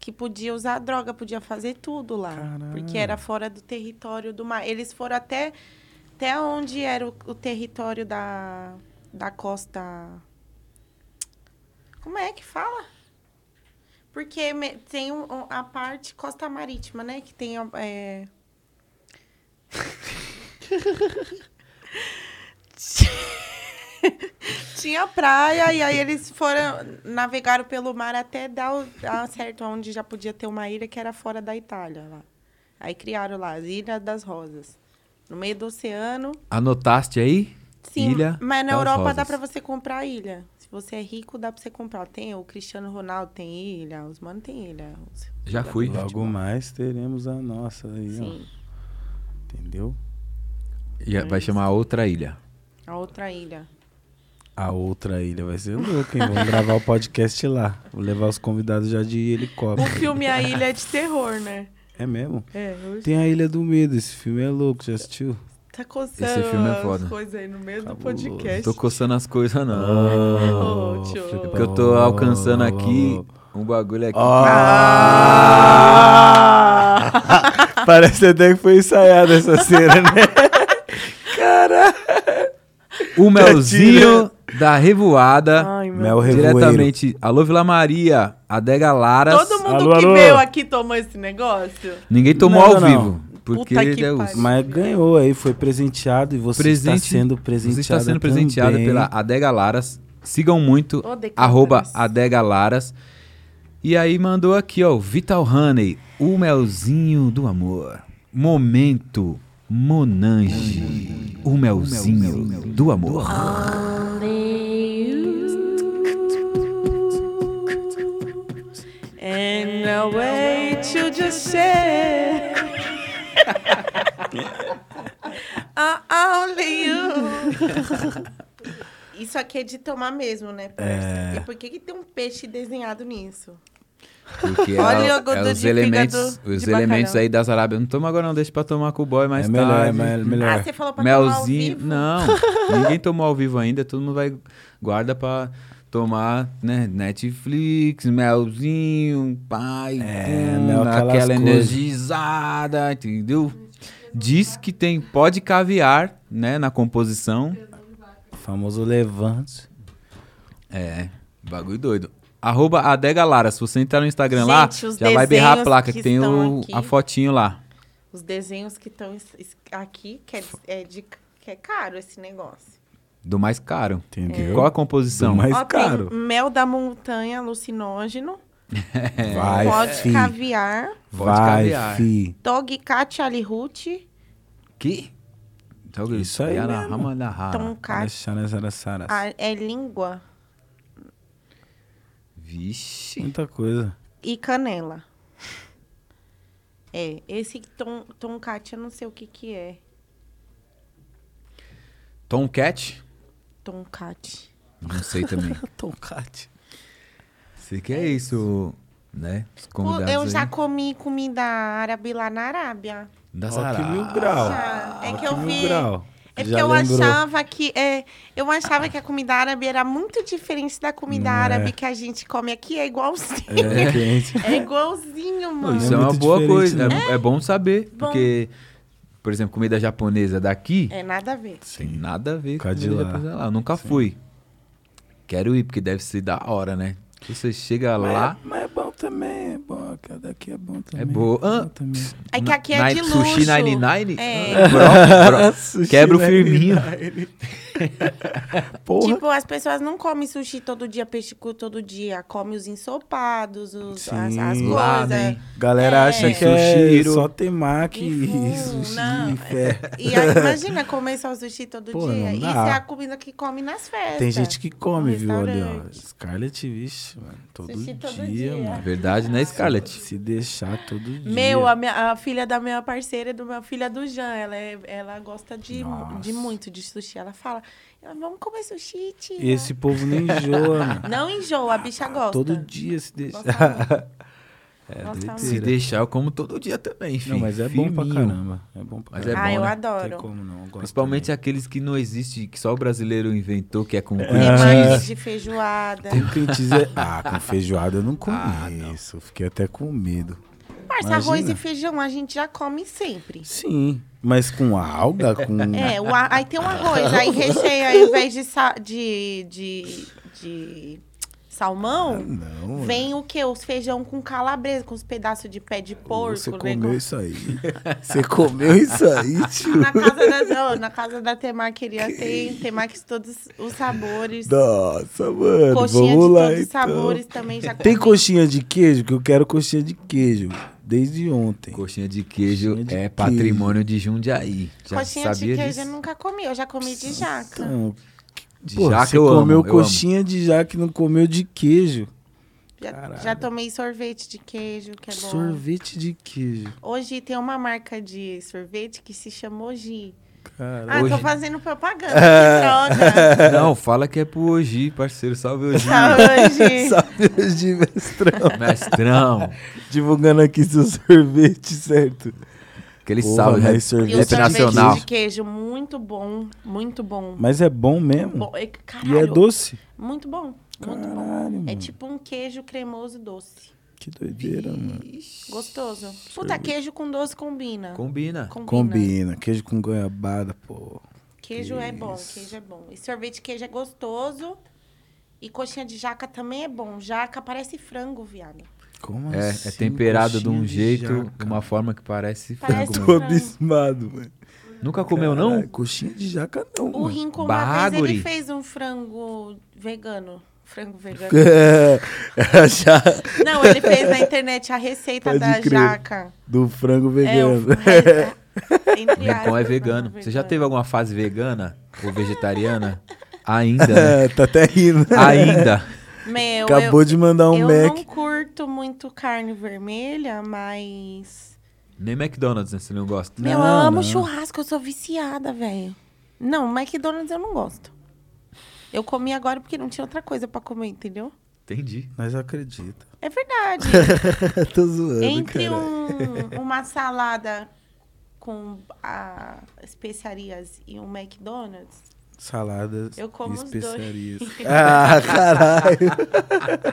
que podia usar droga, podia fazer tudo lá.
Caramba.
Porque era fora do território do mar. Eles foram até, até onde era o, o território da, da costa. Como é que fala? Porque me- tem um- um- a parte costa marítima, né? Que tem. a- É... Tinha praia, e aí eles foram, navegaram pelo mar até dar, o- dar certo onde já podia ter uma ilha que era fora da Itália lá. Aí criaram lá as Ilhas das Rosas. No meio do oceano.
Anotaste aí?
Sim,
Ilha
mas na
das
Europa
Rosas.
dá pra você comprar a ilha. Se você é rico, dá pra você comprar. Tem o Cristiano Ronaldo, tem ilha, os mano tem ilha. os-
Já fui. Tipo,
Logo mais teremos a nossa aí, ó.
Sim,
Entendeu?
E vai chamar outra ilha.
a outra ilha.
A outra ilha vai ser louca, hein? Vamos gravar o podcast lá. Vou levar os convidados já de
O
helicóptero.
filme A Ilha é de terror, né?
É mesmo?
É, hoje
Tem a Ilha do Medo, esse filme é louco, já assistiu?
tá
Esse
coçando
filme é foda.
as coisas aí no meio do
Cabuloso.
Não
podcast.
tô coçando as coisas, não.
Ô, tio.
Porque eu tô alcançando aqui um bagulho aqui.
Ah! Parece até que foi ensaiada essa cena, né?
O melzinho da revoada.
Ai, meu
Mel Revoeiro.
Diretamente. Alô, Vila Maria. Adega Laras.
Todo mundo
Tá Alô,
que
alô.
veio aqui tomou esse negócio?
Ninguém tomou
Não,
ao
não, não.
vivo. Porque
Puta que
Deus.
pariu.
Mas ganhou aí, foi presenteado e você
Presente-
está sendo
Você
presenteada
está sendo presenteada
também. É
pela Adega Laras. Sigam muito,
Ô, Decathlon.
arroba Adega Laras. E aí mandou aqui, ó, o Vital Honey, o melzinho do amor. Momento Monange, o melzinho do amor.
And no way to just share. Ah, only you. Isso aqui é de tomar mesmo, né,
É.
parça? E por que, que tem um peixe desenhado nisso?
Porque é,
Olha
é
o Godô
os
de
elementos,
fígado
os
de
elementos
bacalhau.
aí das Arábia. Não toma agora não, deixa pra tomar com o boy mais
É melhor, é
tarde.
melhor.
Ah,
melhor.
você falou pra tomar ao
Melzinho,
vivo?
não. Ninguém tomou ao vivo ainda, todo mundo vai guarda pra tomar, né, Netflix, melzinho, pai,
É,
pum,
mel, aquelas
aquela
coisas.
energizada, entendeu? Diz que tem pó de caviar, né, na composição.
Famoso levante.
É, bagulho doido. Arroba Adega Lara, se você entrar no Instagram lá,
Gente, os
já vai berrar a
desenhos
placa que,
que
tem
estão
o,
aqui.
a fotinho lá.
Os desenhos que estão es- es- aqui, que é, é de que é caro esse negócio.
Do mais caro.
Entendeu?
Qual a composição?
Do mais- Mas
Ó, tem
É caro.
mel da montanha alucinógeno,
Vai,
pó de
fi.
caviar,
Vodka
Vai,
É. caviar. é.
fi.
dog cat alihut,
Que? Joga
Isso aí
Yana
mesmo.
Rama Então, na Rara.
tonkat,
Sarasara, sarasara.
a- é língua
Vixe.
Muita coisa.
e canela. É, esse tom, tonkat eu não sei o que que é.
Tomcat?
Tonkat.
Não sei também.
Tomcate.
Sei que é isso, né? Os convidados
Eu já
aí.
comi comida árabe lá na Arábia.
Das
Rock
Ará-
Mil Grau.
Já. É
Rock
que eu
Mil
vi-
Grau.
É porque
Já
eu
lembrou.
achava que. É, eu achava que a comida árabe era muito diferente da
Não
comida
é.
árabe que a gente come aqui. É igualzinho.
É, gente.
É, igualzinho,
Pô,
mano.
isso é,
É
uma
muito
boa
diferente,
coisa.
né?
É, é bom saber.
Bom.
Porque, por exemplo, comida japonesa daqui
É nada a ver.
tem nada a ver com
Cá de
comida
lá.
japonesa lá. Eu nunca fui. Quero ir, porque deve ser da hora, né? Que Você chega
Mas é-
lá.
Mas é bom também, é bom. Aquela daqui é bom também.
É boa. Ah,
bom também.
É que aqui é
Na-
de luxo.
Sushi 99?
É.
Bro- bro-
Sushi
Quebra o
na
firminho.
Irlanda. Porra.
Tipo, as pessoas não comem sushi todo dia, peixe cru todo dia. Comem os ensopados, os, as,
Sim.
as
Lamen.
coisas.
Galera acha
É.
que é
Sushiro.
só temaki
Mifu,
e sushi
não. é
e fé.
E aí, imagina comer só sushi todo
Pô,
dia.
não
Isso
dá.
é a comida que come nas festas.
Tem gente que come,
No
viu, ali, ó.
é restaurante.
Scarlett, vixe, mano. Todo
Sushi
dia,
todo dia.
É
mano.
verdade, né, Scarlett?
Se deixar todo dia.
Meu, a, minha- a filha da minha parceira, do meu filha do Jean, ela, é- ela gosta de,
Nossa.
de muito de sushi. Ela fala, "Ah, vamos comer sushi, tia.
Esse povo nem enjoa, mano.
Não enjoa, a bicha gosta.
Todo dia se deixar.
Gosta
é
Gosta
doideira.
muito.
Se deixar, eu como todo dia também, filho.
Não, mas é bom pra caramba. É bom pra
Mas
caramba.
é
ah,
bom,
eu
né?
Não tem
adoro.
como não. eu gosto
Principalmente aqueles que não existe, que só o brasileiro inventou, que é com
Demais de feijoada.
também. Tem quem dizer. Ah, com feijoada eu não comi
Ah, não.
isso. Fiquei até com medo.
Parça, arroz
Imagina.
e feijão a gente já come sempre.
Sim. Mas com alga, com.
É, o a- aí tem um arroz, aí recheia ao invés de, sa- de, de, de salmão,
Não.
vem o quê? Os feijão com calabresa, com os pedaços de pé de porco. né,
Você comeu
negócio.
isso aí. Você comeu isso aí, tio.
Na casa da, ó, na casa da Temac, queria ter Temac de todos os sabores.
Nossa, mano.
coxinha de
vamos
todos
lá,
os
então.
sabores também já
Tem
comi.
coxinha de queijo? Que eu quero coxinha de queijo. Desde ontem.
Coxinha de queijo
Coxinha de
é
queijo.
patrimônio de Jundiaí. Já
Coxinha de
sabia
queijo eu
disso?
nunca comi, eu já comi de jaca.
Então,
De
pô,
jaca
você
eu amo,
comeu
eu amo.
coxinha de jaca e não comeu de queijo.
Já,
Caralho.
já tomei sorvete de queijo, que é bom.
Sorvete de queijo.
Hoje tem uma marca de sorvete que se chama Oji.
Caralho.
Ah, tô
Hoje-
fazendo propaganda, que droga.
Não, fala que é pro Oji, parceiro. Salve Oji.
Tá, Oji.
Salve os de mestrão.
Mestrão.
Divulgando aqui seu sorvete, certo?
Aquele
Porra,
salve, né?
mas sorvete
E o
Internacional.
sorvete de queijo, muito bom, muito bom.
Mas é bom mesmo.
Bom, e-
E é
Caralho,
doce.
muito bom, muito bom.
Caralho,
É
mano.
tipo um queijo cremoso doce.
Que doideira, mano.
Gostoso. Puta, queijo com doce combina.
Combina.
Combina.
Combina. Queijo com goiabada, pô.
Queijo é bom, queijo é bom. E sorvete de queijo é gostoso. E coxinha de jaca também é bom. Jaca parece frango, viado.
Como
É,
assim?
é temperado de
coxinha
um jeito, de
jaca?
uma forma que parece frango.
Parece-
Tô
frango.
abismado, mano.
Nunca comeu,
Caralho,
não?
Coxinha de jaca não,
O
mano.
Rincon, uma vez,
Baguri.
ele fez um frango vegano. Frango vegano.
É, já
Não, ele fez na internet a receita
Pode
da
crer.
jaca.
do frango
É, o...
vegano.
re- entre
Rincon é
aspas,
vegano.
frango
Você já
vegano.
teve alguma fase vegana ou vegetariana? Ainda, né?
É, tá até rindo.
Ainda.
Meu,
Acabou
eu,
de mandar um
eu
Mac.
não curto muito carne vermelha, mas...
Nem McDonald's, né? Você não gosta.
Meu, eu
Não,
amo
não.
churrasco, eu sou viciada, velho. Não, McDonald's eu não gosto. Eu comi agora porque não tinha outra coisa pra comer, entendeu?
Entendi.
Mas acredita.
É verdade.
Tô zoando,
Entre
cara.
um- uma salada com ah, especiarias e um McDonald's,
Saladas
Eu como
e
os dois.
especiarias. ah, caralho.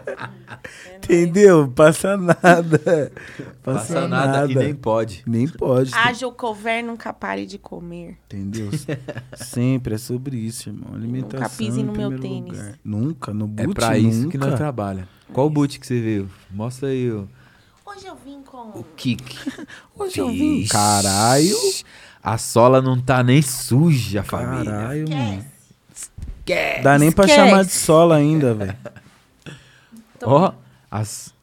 é nóis.
Entendeu? Passa nada. Passa,
Passa nada, e nem pode.
Nem pode.
haja o couver, nunca pare de comer.
Entendeu? Sempre é sobre isso, irmão. Alimentação.
pise
em
no meu
primeiro
tênis.
lugar. Nunca, no boot,
é pra isso que
nunca.
nós trabalha. Qual boot que você veio? Mostra aí o,
Hoje eu vim com.
o kick.
Hoje eu vim. Caralho.
A sola não tá nem suja, família.
Caralho, mano.
Esquece.
Quer?
Dá nem pra
Esquece.
chamar de sola ainda, velho.
Ó, as-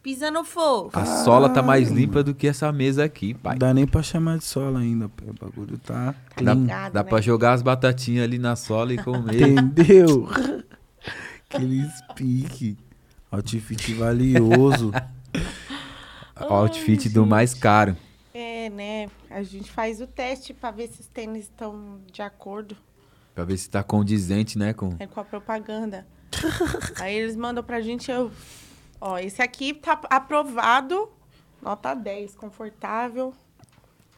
Pisando fofo.
a sola tá mais limpa do que essa mesa aqui, pai.
Dá nem pra chamar de sola ainda, pô. O bagulho tá
Dá,
clean.
ligado,
dá
né?
pra jogar as batatinhas ali na sola e comer.
Entendeu? Aqueles pique. Outfit valioso.
O outfit do mais caro.
É, né? A gente faz o teste pra ver se os tênis estão de acordo
Pra ver se tá condizente, né? Com...
É
né, com a propaganda. Aí eles mandam pra gente, eu... Ó, esse aqui tá aprovado, nota 10, confortável,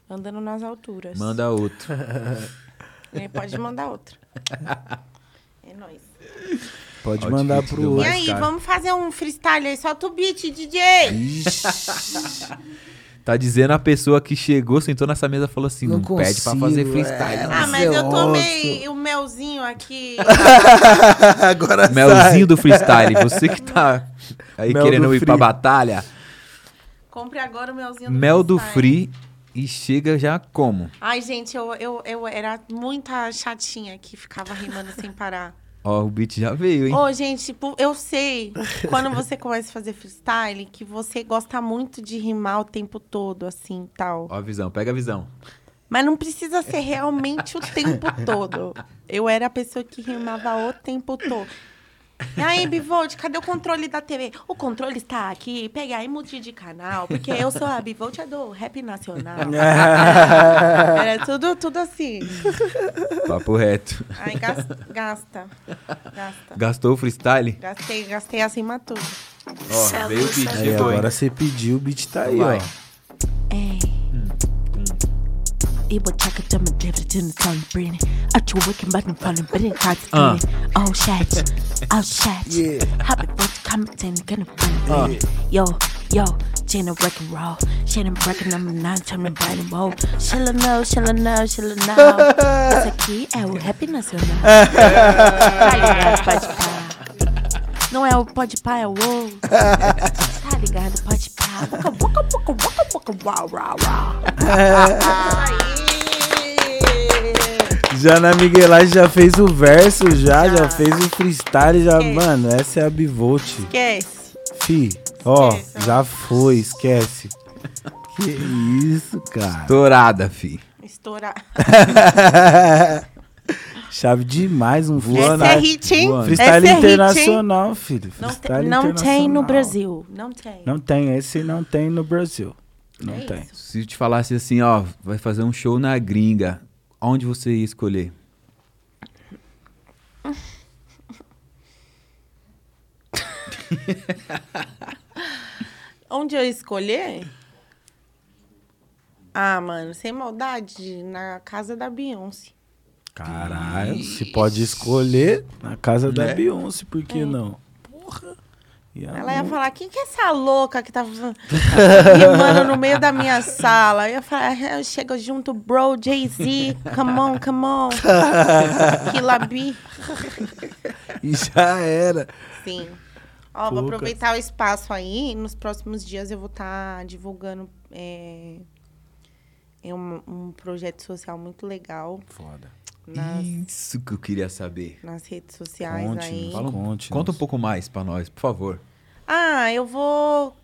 andando nas alturas.
Manda outro.
É, pode mandar outro. É nóis.
Pode
Outfit
mandar
do
pro
E
mais-
outro.
aí,
cara.
vamos fazer um freestyle aí, solta o beat, DJ!
Tá dizendo a pessoa que chegou, sentou nessa mesa e falou assim: não,
Não
pede pra
consigo,
fazer
é,
freestyle.
Ah,
Nossa,
mas eu
é
tomei o melzinho aqui.
Agora
Melzinho do freestyle, você que tá aí
Mel
querendo
do
ir pra
free.
batalha.
Compre agora o melzinho do
Mel do free
freestyle.
e chega já como?
Ai, gente, eu, eu, eu era muita chatinha que ficava rimando sem parar.
Ó, o beat já veio, hein?
Ô, gente, tipo, eu sei, quando você começa a fazer freestyle, que você gosta muito de rimar o tempo todo, assim, tal.
Ó a visão, pega a visão.
Mas não precisa ser realmente o tempo todo. Eu era a pessoa que rimava o tempo todo. E aí, Bivolt, cadê o controle da TV? O controle está aqui, pegue aí, mude de canal, porque eu sou a Bivolt, é do rap nacional. Era tudo, tudo assim.
Papo reto.
Ai, gas- gasta, gasta.
Gastou o freestyle?
Gastei, gastei acima de tudo.
Ó, veio o beat.
Aí,
chegou, hein?
agora você pediu, o beat tá aí,
Vai.
ó.
Ay. Ibo chaka chama devil to the tongue brain. At your waking button falling brain cards
Uh.
in it. Oh shit. Oh shit.
Yeah.
Happy birthday comment and gonna bring it. Yo, yo, Jane wreck and roll. Shannon breaking number nine, turn the body roll. Shilla know, shilla know, shilla know. It's a key eh, é o rap nacional. Tá ligado, pode pá. Não é o pode pá, é o wow. Tá ligado, pode pá. Boca, boca, boca, boca, boca, uau, uau, uau.
Já na Miguelagem já fez o verso, já, já fez o freestyle, já, mano, essa é a Bivolt.
Esquece.
Fi, ó,
Esquece.
já foi, esquece. Que isso, cara.
Estourada, fi.
Estourar.
Chave demais, um voando.
Essa é hit, hein?
Voando.
Freestyle
Essa é hit, hein?
internacional, filho.
Não, te-
Freestyle
Não tem no
internacional.
Brasil.
Não tem.
Não tem, esse não tem no Brasil. Não
É
tem.
Se eu te falasse assim, ó, vai fazer um show na gringa, onde você ia escolher?
Onde eu escolher? Ah, mano, sem maldade, na casa da Beyoncé.
Caralho, se pode escolher na casa da Beyoncé, por que não? Né? É. Porra. E a
Ela ia
mão?
falar, quem que é essa louca que tá rimando no meio da minha sala? Eu ia falar, "Ah, chega junto, bro, Jay-Z, come on, come on. Kilabi.
E já era.
Sim. Ó, vou
Poucas.
aproveitar o espaço aí. Nos próximos dias eu vou estar divulgando é, é um, um projeto social muito legal
Foda.
nas,
Isso que eu queria saber.
nas redes sociais aí.
Conte,
Fala um-
conte.
Conta um
nossa.
pouco mais pra nós, por favor.
Ah, eu vou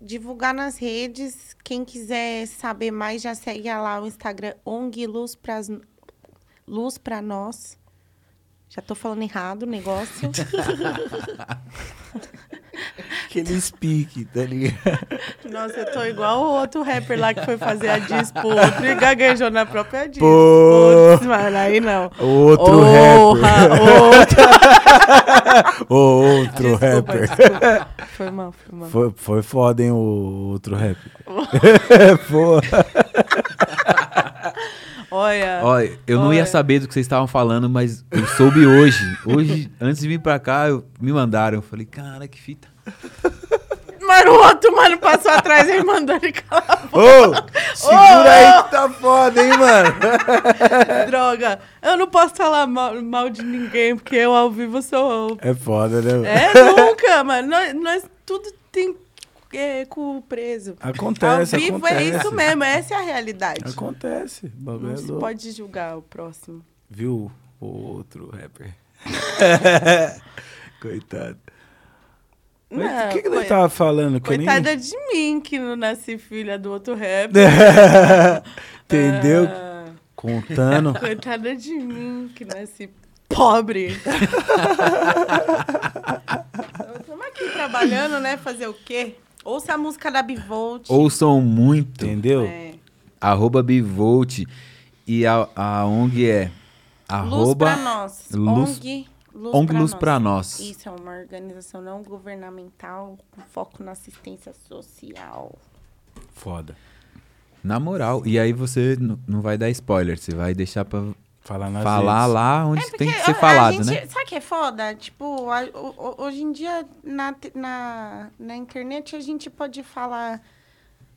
divulgar nas redes. Quem quiser saber mais, já segue lá o Instagram ONG Luz pra, Luz pra Nós. Já tô falando errado o negócio.
Aquele speak, tá ligado?
Nossa, eu tô igual o outro rapper lá que foi fazer a disputa e gaguejou na própria disputa.
Pô.
Putz, mano, aí não.
Outro rapper.
outro
Outro
desculpa,
rapper.
desculpa. Foi mal, foi mal.
Foi, foi foda, hein, o outro rapper. Pô.
Olha,
Ó, eu não ia
Olha.
saber do que vocês estavam falando, mas eu soube hoje. Hoje, antes de vir pra cá, eu- me mandaram. Eu falei, cara, que fita.
mano, o outro mano passou atrás e mandou ele calar.
Ô, segura aí que tá foda, hein, mano.
Droga, eu não posso falar mal, mal de ninguém, porque eu ao vivo sou...
É foda, né? mano?
É, nunca, mano. Nós, nós tudo tem é, cu preso.
Acontece,
Ao vivo
acontece.
é isso mesmo, essa é a realidade.
Acontece. Bagulho
Não
é
se
louco.
pode julgar o próximo.
Viu o outro rapper? Coitado. Mas
Não,
o que, que
coi-
ele tava falando? Que eu nem-
Coitada de mim que não nasci filha do outro rap.
É, Entendeu?
Ah,
Contando.
coitada de mim que nasci pobre. Estamos aqui trabalhando, né? Fazer o quê? Ouça a música da Bivolt.
Ouçam muito.
Entendeu?
É.
Arroba Bivolt. E a, a ONG é.
Luz pra
Arroba
nós.
Luz-
ONG, Luz,
ONG
pra,
Luz
nós.
pra nós.
Isso é uma organização não governamental com foco na assistência social.
Foda.
Na moral. E aí você n- não vai dar spoiler. Você vai deixar pra
Falar nas
falar
redes.
lá onde tem que
É, Porque
ser
a- a
falado,
gente-
né?
Sabe o que é foda? Tipo, a- o- o- hoje em dia, na, te- na, na internet, a gente pode falar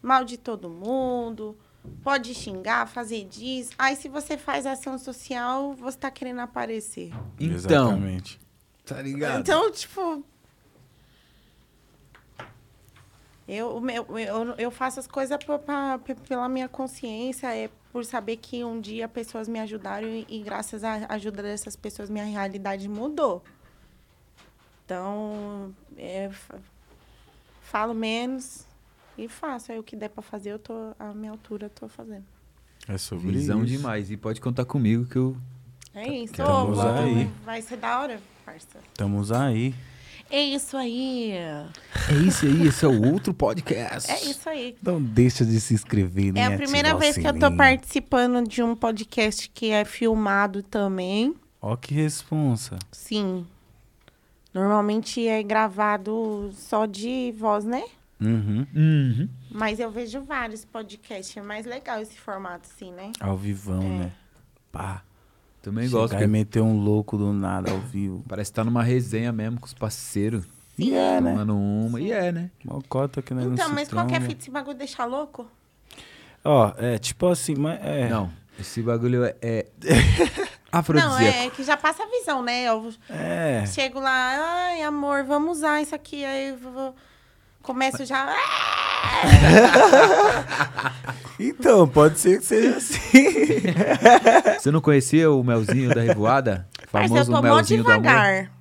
mal de todo mundo, pode xingar, fazer diz. Aí, se você faz ação social, você tá querendo aparecer.
Então.
Exatamente.
Tá ligado?
Então, tipo. Eu, o meu- eu, eu faço as coisas pra- pra- pe- pela minha consciência, é por saber que um dia pessoas me ajudaram e, e graças à ajuda dessas pessoas minha realidade mudou. Então, é, fa- falo menos e faço. Aí o que der pra fazer, eu tô, a minha altura, eu tô fazendo.
É sobre
Visão
isso.
demais. E pode contar comigo que eu.
É isso.
Tamo
Ô, vai-
aí.
Vai ser da hora, parça.
Estamos aí.
É isso aí.
É isso aí, esse é o outro podcast.
É isso aí.
Não deixa de se inscrever, né?
É a primeira
Ativar o
vez que eu tô
sininho.
participando de um podcast que é filmado também.
Ó que responsa.
Sim. Normalmente é gravado só de voz, né?
Uhum.
Uhum.
Mas eu vejo vários podcasts. É mais legal esse formato, sim, né?
Ao vivão,
É.
né? Pá.
Também gosto.
Chegar e
porque
meter um louco do nada ao vivo.
Parece que tá numa resenha mesmo com os parceiros.
E é, né?
Tomando uma. E é, né?
Mocota que nós não
então,
se
mas qualquer
tromba.
fita esse bagulho deixa louco?
Ó, é tipo assim, mas é.
Não. Esse bagulho é. é
Não,
afrodisíaco.
é que já passa a visão, né? Eu
É.
chego lá, ai, amor, vamos usar isso aqui. Aí eu vou- começo já. "Ah!"
Então, pode ser que seja assim.
Você não conhecia o Melzinho da Revoada? O
Parça, é. eu
famoso
tô mó
Melzinho do amor.
devagar.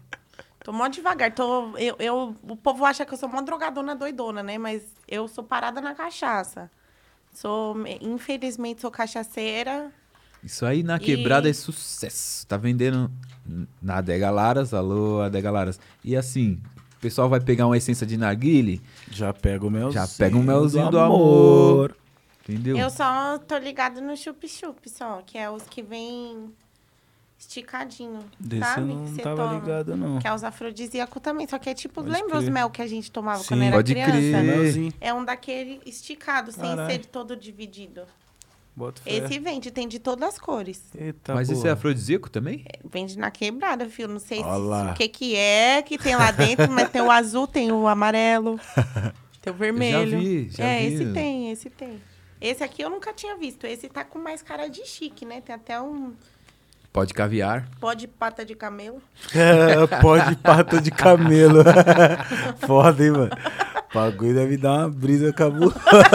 Tô mó devagar. Tô, eu, eu, o povo acha que eu sou mó drogadona doidona, né? Mas eu sou parada na cachaça. Sou, infelizmente, sou cachaceira.
Isso aí na
E-
quebrada é sucesso. Tá vendendo na Adega Laras. Alô, Adega Laras. E assim, o pessoal vai pegar uma essência de narguile,
Já pega o melzinho.
Já pega o melzinho do amor. entendeu?
Eu só tô ligada no chup-chup, só. Que é os que vem esticadinho,
Desse eu
sabe?
não
Que cê
tava
toma.
ligado, não.
Que é os afrodisíacos também. Só que é tipo,
Pode
lembra os
crer.
mel que a gente tomava
Sim.
quando era
Pode
criança?
crer.
É melzinho.
É um daquele esticado, sem
Caralho.
ser todo dividido.
Bota fé.
Esse vende, tem de todas as cores.
Eita,
Mas isso é
porra.
afrodisíaco também?
Vende na quebrada, filho. Não sei se-
Ó lá.
o que que é que tem lá dentro, mas tem o azul, tem o amarelo, tem o vermelho.
vi, já
é,
vi.
esse tem, esse tem. Esse aqui eu nunca tinha visto. Esse tá com mais cara de chique, né? Tem até um
Pode caviar.
pó de pata de camelo.
É, pó de pata de camelo. Foda, hein, mano? O bagulho deve dar uma brisa cabulosa.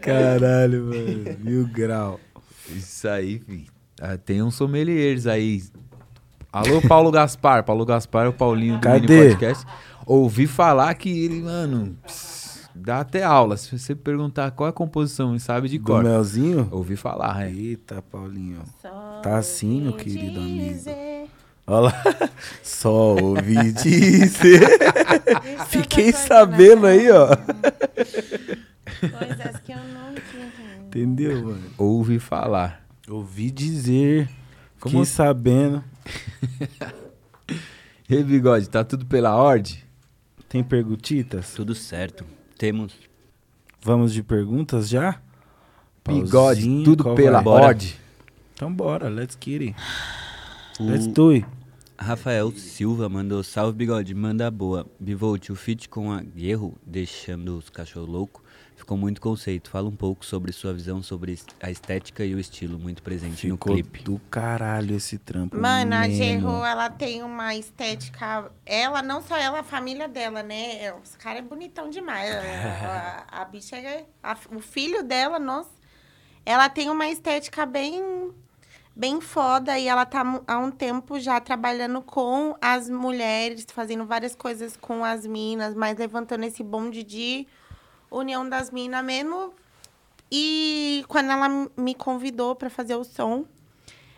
Caralho, mano. Mil grau.
Isso aí, fi. Ah, Tem uns sommeliers aí. Alô, Paulo Gaspar. Paulo Gaspar é o Paulinho do
Cadê?
Mini Podcast. Ouvi falar que ele, mano, pss, dá até aula. Se você perguntar qual é a composição e sabe de
Do
cor.
melzinho?
Ouvi falar, é.
Eita, Paulinho.
Só
Tá assim, meu
ouvi
querido amigo.
dizer
Olha lá. Só ouvi dizer.
dessas
Fiquei
coisas,
sabendo
né?
aí, ó.
Coisas que eu nunca entendi.
Entendeu, mano?
Ouvi falar.
Ouvi dizer.
Como assim?
Fiquei sabendo.
E aí, bigode, tá tudo pela ordem?
Tem perguntitas?
Tudo certo. Temos.
Vamos de perguntas já?
Bigode,
Pauzinho,
tudo
qual
pela
vai?
ordem.
Então bora, let's get it. Let's
O
do it.
Rafael Silva mandou salve bigode, manda boa. Bivolt, o feat com a Guerro, deixando os cachorros loucos, Ficou muito conceito. Fala um pouco sobre sua visão sobre est- a estética e o estilo muito presente no
Ficou
clipe.
do caralho esse trampo.
Mano, a
mesmo.
Gerro, ela tem uma estética. Ela, não só ela, a família dela, né? É, Os caras é bonitão demais. A, a- a bicha é. a- o filho dela, nossa. Ela tem uma estética bem. Bem foda. E ela tá mu- há um tempo já trabalhando com as mulheres, fazendo várias coisas com as minas, mas levantando esse bonde de união das minas mesmo. E quando ela me convidou pra fazer o som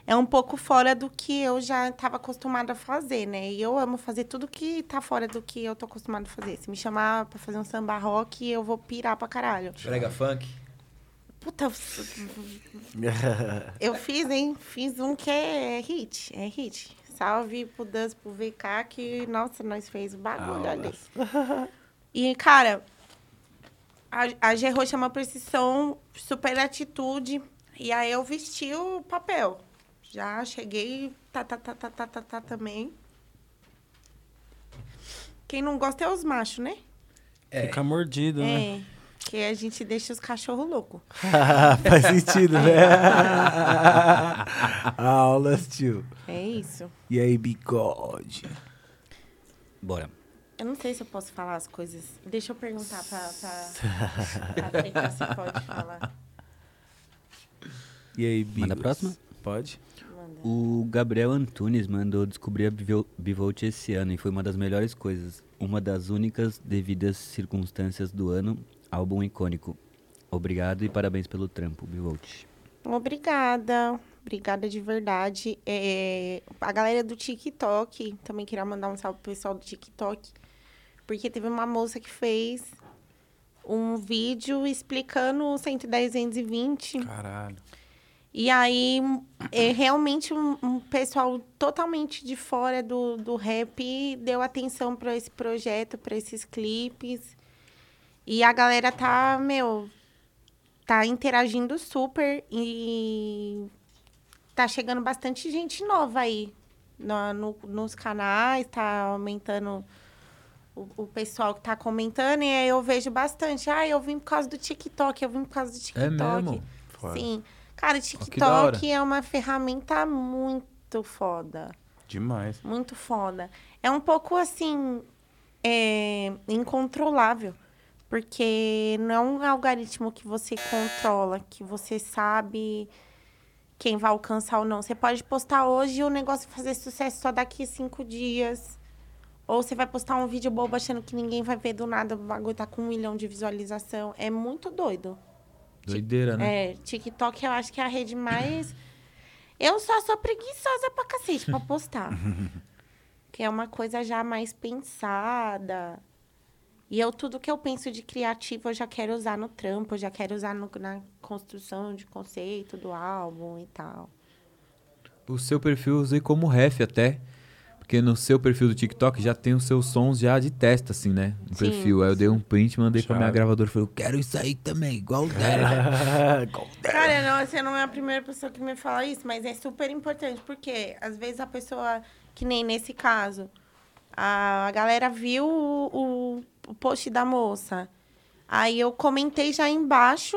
é um pouco fora do que eu já estava acostumada a fazer, né? E eu amo fazer tudo que tá fora do que eu tô acostumada a fazer. Se me chamar pra fazer um samba rock, eu vou pirar pra caralho.
Brega funk.
Puta, eu fiz, hein? Fiz um que é hit, é hit. Salve pro Dance, pro VK, que, nossa, nós fez o bagulho ali. E, cara, a, a Gerro chama pra esse som super atitude. E aí eu vesti o papel. Já cheguei, tá, tá, tá, tá, tá, tá, tá também. Quem não gosta é os machos, né?
Fica mordido, né?
É. Que a gente deixa os cachorros loucos. É.
Faz sentido, né? Aulas, tio.
É isso.
E aí, bigode?
Bora.
Eu não sei se eu posso falar as coisas. Deixa eu perguntar pra, pra, pra Drica se pode falar.
E aí, Bigos?
Manda a próxima?
Pode?
Manda.
O Gabriel Antunes mandou descobrir a Bivo- Bivolt esse ano e foi uma das melhores coisas. Uma das únicas devidas circunstâncias do ano. Álbum icônico. Obrigado e parabéns pelo trampo, Bivolt.
Obrigada. Obrigada de verdade. É, a galera do TikTok, também queria mandar um salve pro pessoal do TikTok. Porque teve uma moça que fez um vídeo explicando o 110 220.
Caralho.
E aí, é realmente, um, um pessoal totalmente de fora do, do rap deu atenção para esse projeto, para esses clipes. E a galera tá, meu, tá interagindo super e tá chegando bastante gente nova aí na- no, nos canais, tá aumentando o, o pessoal que tá comentando. E aí eu vejo bastante. Ah, eu vim por causa do TikTok, eu vim por causa do TikTok.
É mesmo?
Sim. Cara, o
que da hora.
TikTok é uma ferramenta muito foda.
Demais.
Muito foda. É um pouco assim. é, incontrolável. Porque não é um algoritmo que você controla, que você sabe quem vai alcançar ou não. Você pode postar hoje e o negócio vai fazer sucesso só daqui cinco dias. Ou você vai postar um vídeo bobo achando que ninguém vai ver do nada, o bagulho tá com um milhão de visualização. É muito doido.
Doideira, né?
É, TikTok eu acho que é a rede mais. Eu só sou preguiçosa pra cacete pra postar. que é uma coisa já mais pensada. E eu, tudo que eu penso de criativo, eu já quero usar no trampo, eu já quero usar no- na construção de conceito do álbum e tal.
O seu perfil eu usei como ref até. Porque no seu perfil do TikTok já tem os seus sons já de testa, assim, né? No
Sim.
perfil. Aí eu dei um print, mandei pra minha
Chave.
gravadora. Falei, eu quero isso aí também, igual o dela.
Cara, não, você não é a primeira pessoa que me fala isso, mas é super importante, porque às vezes a pessoa, que nem nesse caso, a, a galera viu o, o- o post da moça. Aí eu comentei já embaixo.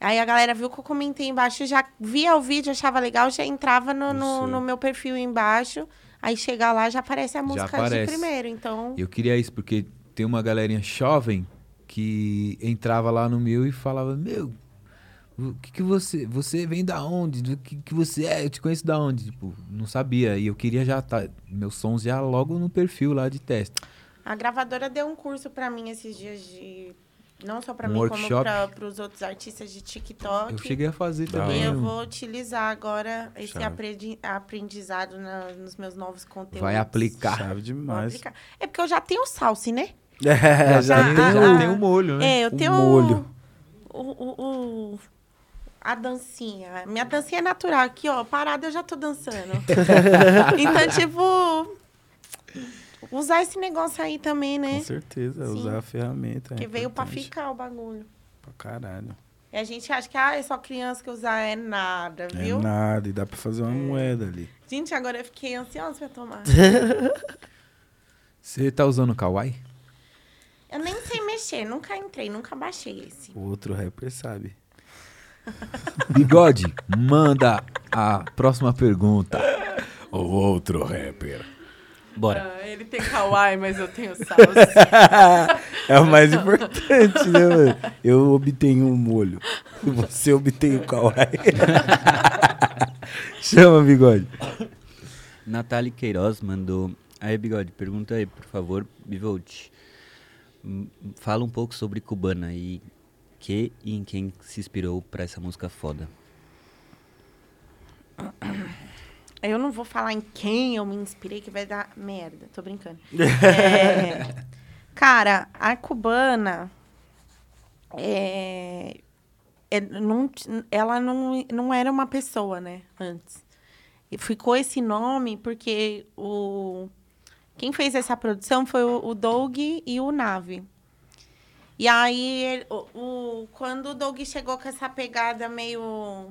Aí a galera viu que eu comentei embaixo, já via o vídeo, achava legal, já entrava no, no,
Isso.
no meu perfil embaixo. Aí chega lá, já aparece a música
aparece.
de primeiro. Então,
eu queria isso, porque tem uma galerinha jovem que entrava lá no meu e falava, meu, o que que você... Você vem da onde? Do que que você é? Eu te conheço da onde? Tipo, não sabia. E eu queria já tá... Meus sons já logo no perfil lá de testa.
A gravadora deu um curso pra mim esses dias de. Não só pra
Um
mim,
workshop?
como pra, pros outros artistas de TikTok.
Eu cheguei a fazer também.
E eu
um-
vou utilizar agora esse
Chave.
aprendi- aprendizado na- nos meus novos conteúdos.
Vai aplicar.
Chave
Vou
demais.
aplicar. É porque eu já tenho o salse, né?
É, já
já-
tem,
um,
já
ah,
tem o molho, né?
É, eu
O
tenho
molho.
O, o- o- a dancinha. Minha dancinha é natural. Aqui, ó, parada eu já tô dançando. então, tipo. Usar esse negócio aí também, né?
Com certeza,
Sim.
usar a ferramenta. é
Que veio pra
importante
ficar o bagulho.
Pra caralho.
E a gente acha que, ah, é só criança que usar, é nada, viu? É.
É nada, e dá pra fazer uma moeda ali.
Gente, agora eu fiquei ansiosa pra tomar.
Você tá usando o Kawaii?
Eu nem sei mexer, nunca entrei, nunca baixei esse.
O outro rapper sabe.
Bigode, manda a próxima pergunta.
O outro rapper.
Bora.
Ah, ele tem kawaii, mas eu tenho salsa.
É o mais importante, né, mano? Eu obtenho um molho. Você obtém o kawaii. Chama, bigode.
Natália Queiroz mandou. Aí, Bigode, pergunta aí, por favor, Bivolt. Hum, Fala um pouco sobre Cubana e que e em quem se inspirou pra essa música foda.
Eu não vou falar em quem eu me inspirei, que vai dar merda. Tô brincando. É, cara, a cubana. É, é, não, t- ela não, não era uma pessoa, né? Antes. E ficou esse nome porque o, quem fez essa produção foi o, o Doug e o Nave. E aí, ele- o, o- quando o Doug chegou com essa pegada meio.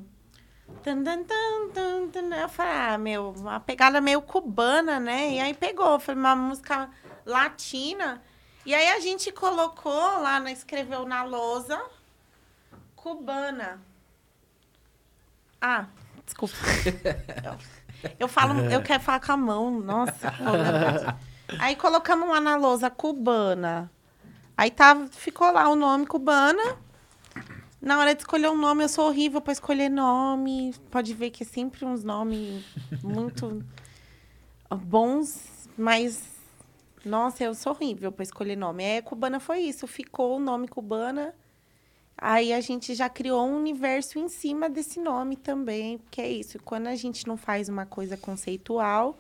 Tan, tan, tan, tan, tan, eu falei, ah, meu, uma pegada meio cubana, né? E aí pegou, foi uma música latina. E aí a gente colocou lá, na- escreveu na lousa, cubana. Ah, desculpa. eu, eu falo, eu quero falar com a mão, nossa. foda. aí colocamos lá na lousa, cubana. Aí tava, ficou lá o nome cubana. Na hora de escolher um nome, eu sou horrível pra escolher nome. Pode ver que é sempre uns nomes muito bons, mas. Nossa, eu sou horrível pra escolher nome. É, Cubana foi isso. Ficou o nome Cubana. Aí a gente já criou um universo em cima desse nome também, porque é isso. Quando a gente não faz uma coisa conceitual,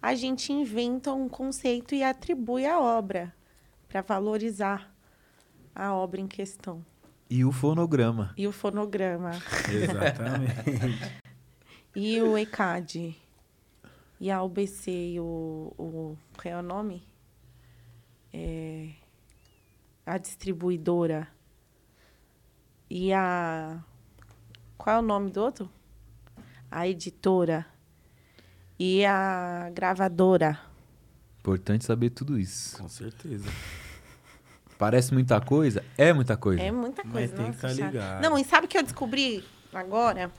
a gente inventa um conceito e atribui a obra para valorizar a obra em questão.
E o fonograma.
E o fonograma.
Exatamente.
E o ECAD. E a UBC e o. o qual é o nome? É, a distribuidora. E a. Qual é o nome do outro? A editora. E a gravadora.
Importante saber tudo isso.
Com certeza.
Parece muita coisa? É muita coisa.
É muita
Mas
coisa.
tem que
nossa,
tá
chato.
ligado.
Não, e sabe o que eu descobri agora?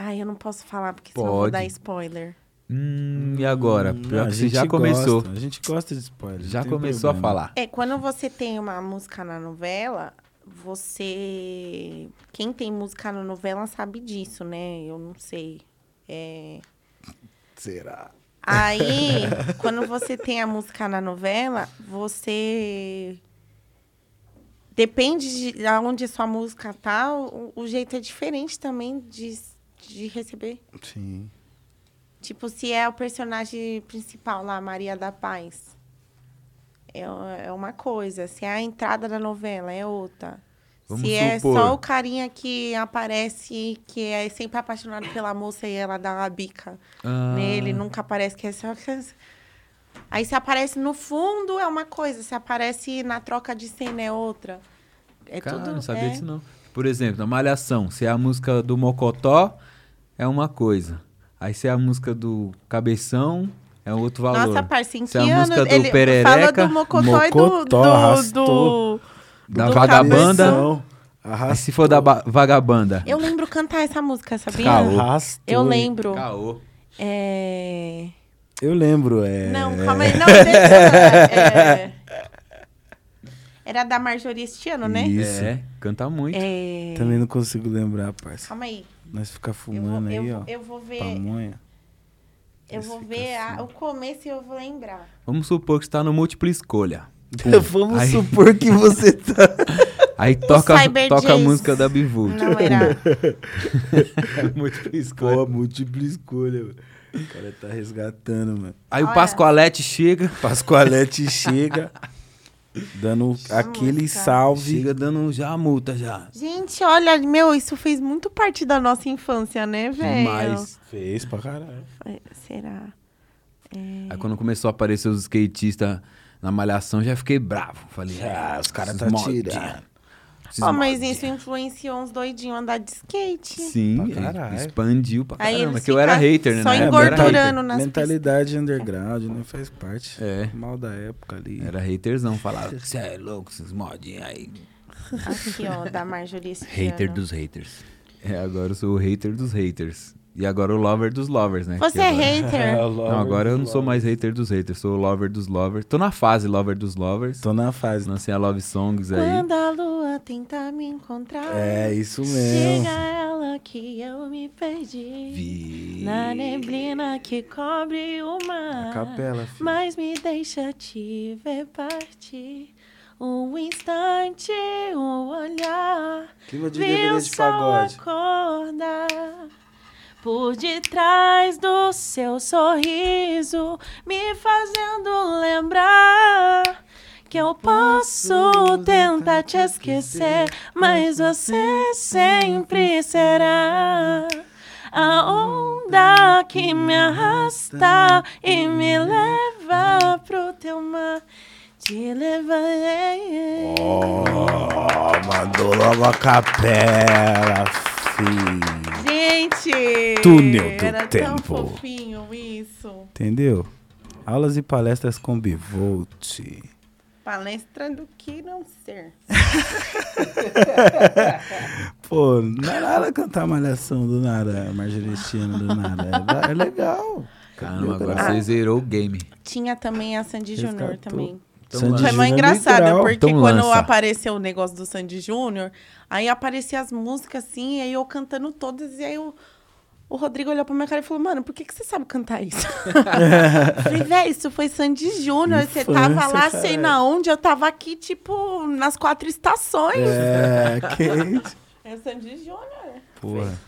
Ai, eu não posso falar, porque senão eu vou
Pode.
dar spoiler.
Hum, e agora?
Não,
Pior
a
que você
gente
já começou.
gosta, a gente gosta de spoiler.
Já
não tem
começou
problema.
a falar.
É, quando você tem uma música na novela, você. Quem tem música na novela sabe disso, né? Eu não sei. É.
Será?
Aí, quando você tem a música na novela, você. Depende de onde a sua música tá, o, o jeito é diferente também de, de receber.
Sim.
Tipo, se é o personagem principal lá, Maria da Paz, é, u- é uma coisa. Se é a entrada da novela, é outra.
Vamos
se
supor.
é só o carinha que aparece, que é sempre apaixonado pela moça e ela dá uma bica
Ah,
nele, nunca aparece que é só. Aí se aparece no fundo é uma coisa, se aparece na troca de cena é outra. É
cara,
tudo.
não sabia
é.
disso não. Por exemplo, na Malhação, se é a música do Mocotó, é uma coisa. Aí se é a música do Cabeção, é outro valor.
Nossa, parça, em que
Se é a música
ano
do
ele fala
Perereca,
do Mocotó, e do-
Mocotó
do,
arrastou.
do,
da
do
Vagabanda,
Cabeção.
Não,
e
Arrastou.
se for da ba- Vagabanda,
Eu lembro cantar essa música, sabia?
Caô.
Arrastou.
Eu lembro.
caô.
É...
Eu lembro, é.
Não, calma aí. Não, deixa eu... é... Era da Marjorie este ano, né?
Isso.
É, canta muito.
É...
Também não consigo lembrar, parça.
Calma aí.
Nós fica
Eu vou,
fumando
eu
aí,
vou-
ó.
eu vou ver,
Pamonha.
eu vou ver a- o começo e eu vou lembrar.
Vamos supor que está no múltipla escolha.
Vamos
Aí-
supor que você tá.
Aí toca,
Cyber
toca a
Jays.
música da Bivu.
Não era.
múltipla
Pô, múltipla escolha, mano. O cara tá resgatando, mano.
Aí o
Olha.
Pascoalete chega,
Pascoalete chega, dando aquele
música.
salve.
chega dando já a multa já.
Gente, olha, meu, isso fez muito parte da nossa infância, né, velho?
Demais.
Fez pra caralho.
É, Será? É.
Aí quando começou a aparecer os skatistas na malhação, já fiquei bravo. Falei,
Ah, os caras
esses
tá
maldinhos.
tirando.
Preciso-
Ó, mas isso influenciou uns doidinhos a andar de skate.
Sim,
Pra caralho.
ele expandiu pra
Aí
caramba.
eles
Que eu era
ficam
hater, né?
só
na época eu era hater.
engordurando nas
É, Mentalidade underground, né? Faz parte.
É.
Mal da época ali.
Era haterzão, falava. Você é louco, esses modinhos aí.
Aqui, ó, da Marjorie esse
Hater
ano.
dos haters.
É, agora eu sou o hater dos haters. E agora o lover dos lovers, né?
Você
Que
é
agora-
hater?
Não, agora eu não sou mais hater dos haters, sou o lover dos lovers. Tô na fase lover dos lovers.
Tô na fase.
Lancei a Love Songs aí.
Quando a lua tentar me encontrar,
É, isso mesmo.
chega ela que eu me perdi.
Vi.
Na neblina que cobre o mar.
A capela, filho.
Mas me deixa te ver partir. Um instante, um olhar.
Clima de
Viu
DVD de
sol
pagode.
acordar. Por detrás do seu sorriso, me fazendo lembrar. Que eu posso tentar te esquecer, mas você sempre será a onda que me arrasta e me leva pro teu mar. Te levarei.
Ó, mandou logo a capela, filho.
Gente!
Túnel do
era
tempo.
tão fofinho isso.
Entendeu? Aulas e palestras com Bivolt.
Palestra do que não ser.
Pô, não é nada cantar Malhação do nada, Margeristina do nada. É, é legal.
Caramba, Ah, agora
Ah.
você zerou o game.
Tinha também a Sandy
Resgatou.
Júnior também.
Então,
Sandy
Foi
lança.
Júnior é
mais engraçada,
literal.
porque
Então
quando
lança.
apareceu o negócio do Sandy Júnior, aí aparecia as músicas assim, e aí eu cantando todas, e aí o, o Rodrigo olhou pra minha cara e falou, mano, por que, que você sabe cantar isso? Eu Falei, véi, isso foi Sandy Júnior, você tava
Infância,
lá,
cara.
sei na onde, eu tava aqui, tipo, nas quatro estações. É,
É, Kate.
Sandy Júnior.
Porra.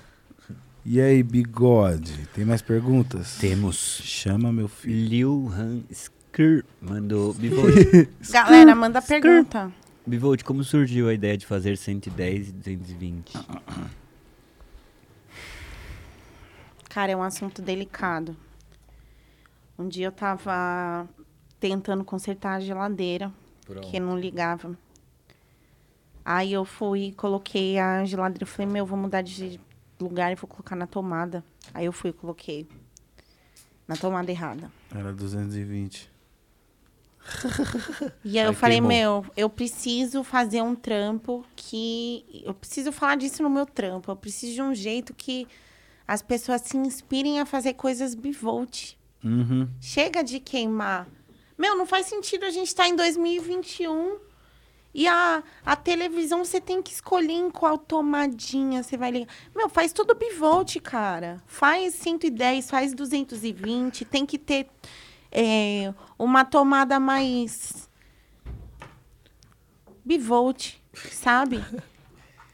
E aí, bigode? Tem mais perguntas?
Temos.
Chama meu filho.
Liu Han Skr mandou. Bivolt,
Galera, manda pergunta.
Bivolt, como surgiu a ideia de fazer 110 e 220?
Cara, é um assunto delicado. Um dia eu tava tentando consertar a geladeira, porque não ligava. Aí eu fui, coloquei a geladeira, eu falei, meu, vou mudar de lugar e vou colocar na tomada. Aí eu fui e coloquei na tomada errada.
Era 220.
E aí eu
Aí
falei,
queimou.
meu, eu preciso fazer um trampo que. Eu preciso falar disso no meu trampo. Eu preciso de um jeito que as pessoas se inspirem a fazer coisas bivolt.
Uhum.
Chega de queimar. Meu, não faz sentido a gente estar em 2021 e a, a televisão você tem que escolher em qual tomadinha você vai ligar. Meu, faz tudo bivolt, cara. Faz 110, faz 220. Tem que ter é, uma tomada mais. bivolt, sabe?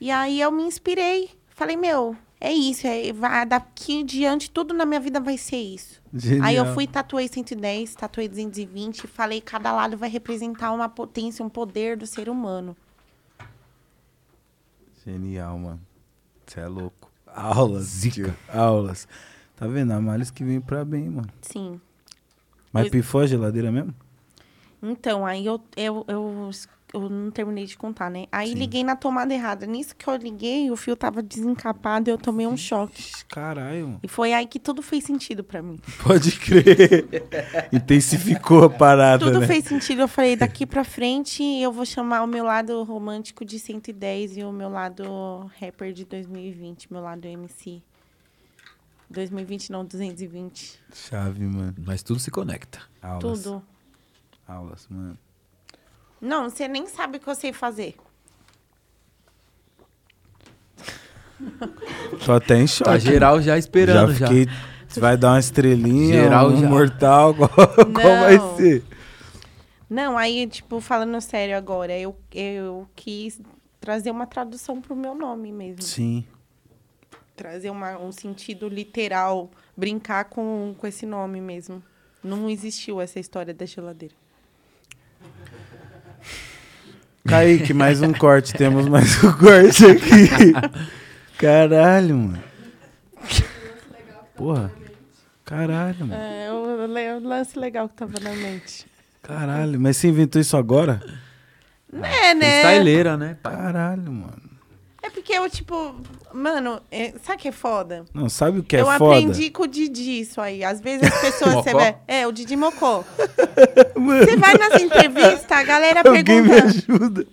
E aí eu me inspirei. Falei, meu, é isso. É, vai, daqui em diante, tudo na minha vida vai ser isso.
Genial.
Aí eu fui, e tatuei 110, tatuei 220, falei cada lado vai representar uma potência, um poder do ser humano.
Genial, mano. Você é louco. Aulas,
Zica.
tio. Aulas. Tá vendo? A Males que vem pra bem, mano.
Sim.
Mas
Eu-
pifou a geladeira mesmo?
Então, aí eu, eu, eu, eu não terminei de contar, né? Aí liguei na tomada errada. Nisso que eu liguei, o fio tava desencapado e eu tomei um choque.
Ixi, Caralho, mano.
E foi aí que tudo fez sentido pra mim.
Pode crer. Intensificou a parada,
Tudo
né?
fez sentido. Eu falei, daqui pra frente eu vou chamar o meu lado romântico de 110 e o meu lado rapper de 2020, meu lado MC. 2020 não, 220.
Chave, mano.
Mas tudo se conecta.
Aulas.
Tudo.
Aulas, mano.
Não, você nem sabe o que eu sei fazer.
Tô até em choque.
Tá geral já
já
esperando já.
fiquei... Vai dar uma estrelinha,
Geral
um
já.
mortal, qual, qual vai
Não.
ser?
Não, aí, tipo, falando sério agora, eu, eu quis trazer uma tradução pro meu nome mesmo.
Sim.
Trazer uma- um sentido literal, brincar com, com esse nome mesmo. Não existiu essa história da geladeira.
Kaique, mais um corte. Temos mais um corte aqui. Caralho, mano. Porra. Caralho, mano.
É, o, le- o lance legal que tava na mente.
Caralho. Mas você inventou isso agora?
Né, né?
Styleira, né?
Caralho, mano.
É porque eu, tipo, mano, é- sabe o que é foda?
Não, sabe o que é
eu
foda?
aprendi com o Didi isso aí. Às vezes as pessoas. você
Mocó?
vai- É, o Didi Mocó. Você vai nas entrevistas, a galera
Alguém me
pergunta.
ajuda.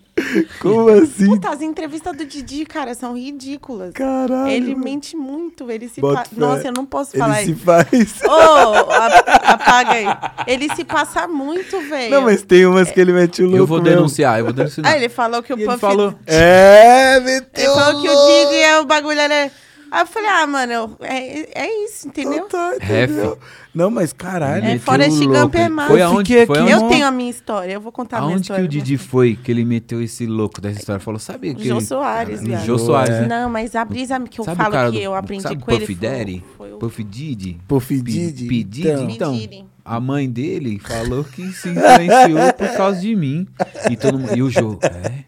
Como assim?
Puta, as entrevistas do Didi, cara, são ridículas.
Caralho.
ele mente muito, ele se
Bota
pa...
fé.
Nossa, eu não posso falar
Ele se
isso.
faz.
Ô, a- apaga aí. Ele se passa muito, velho.
Não, mas tem umas que ele mete o louco
Eu vou
mesmo.
denunciar, eu vou denunciar.
Ah, ele falou que o
E ele
Puff-
falou,
É, meteu
Ele falou que o
louco.
Didi é o bagulho, era. Aí eu falei, ah, mano, eu- é, é isso, entendeu?
Então tá,
Ref.
entendeu? Não, mas caralho.
É,
meteu
Forrest
o
Gump
louco.
é massa.
Foi aonde-
Fiquei
foi
aqui,
aonde-
Eu
mó-
tenho a minha história, eu vou contar a minha
Aonde que
história.
o Didi foi que ele meteu esse louco dessa história? Falou, sabe aquele...
Jô Soares,
No
viado.
Jô Soares, né?
Não, mas a brisa que eu
Sabe o
falo
cara
que
do-
eu aprendi
sabe
com ele
Puff
foi-
Daddy?
foi o
Puff Didi?
Puff
Pi-
Didi,
Pi Didi,
então.
então.
Didi.
A mãe dele falou que se influenciou por causa de mim. E, todo mundo, e o Jô, é,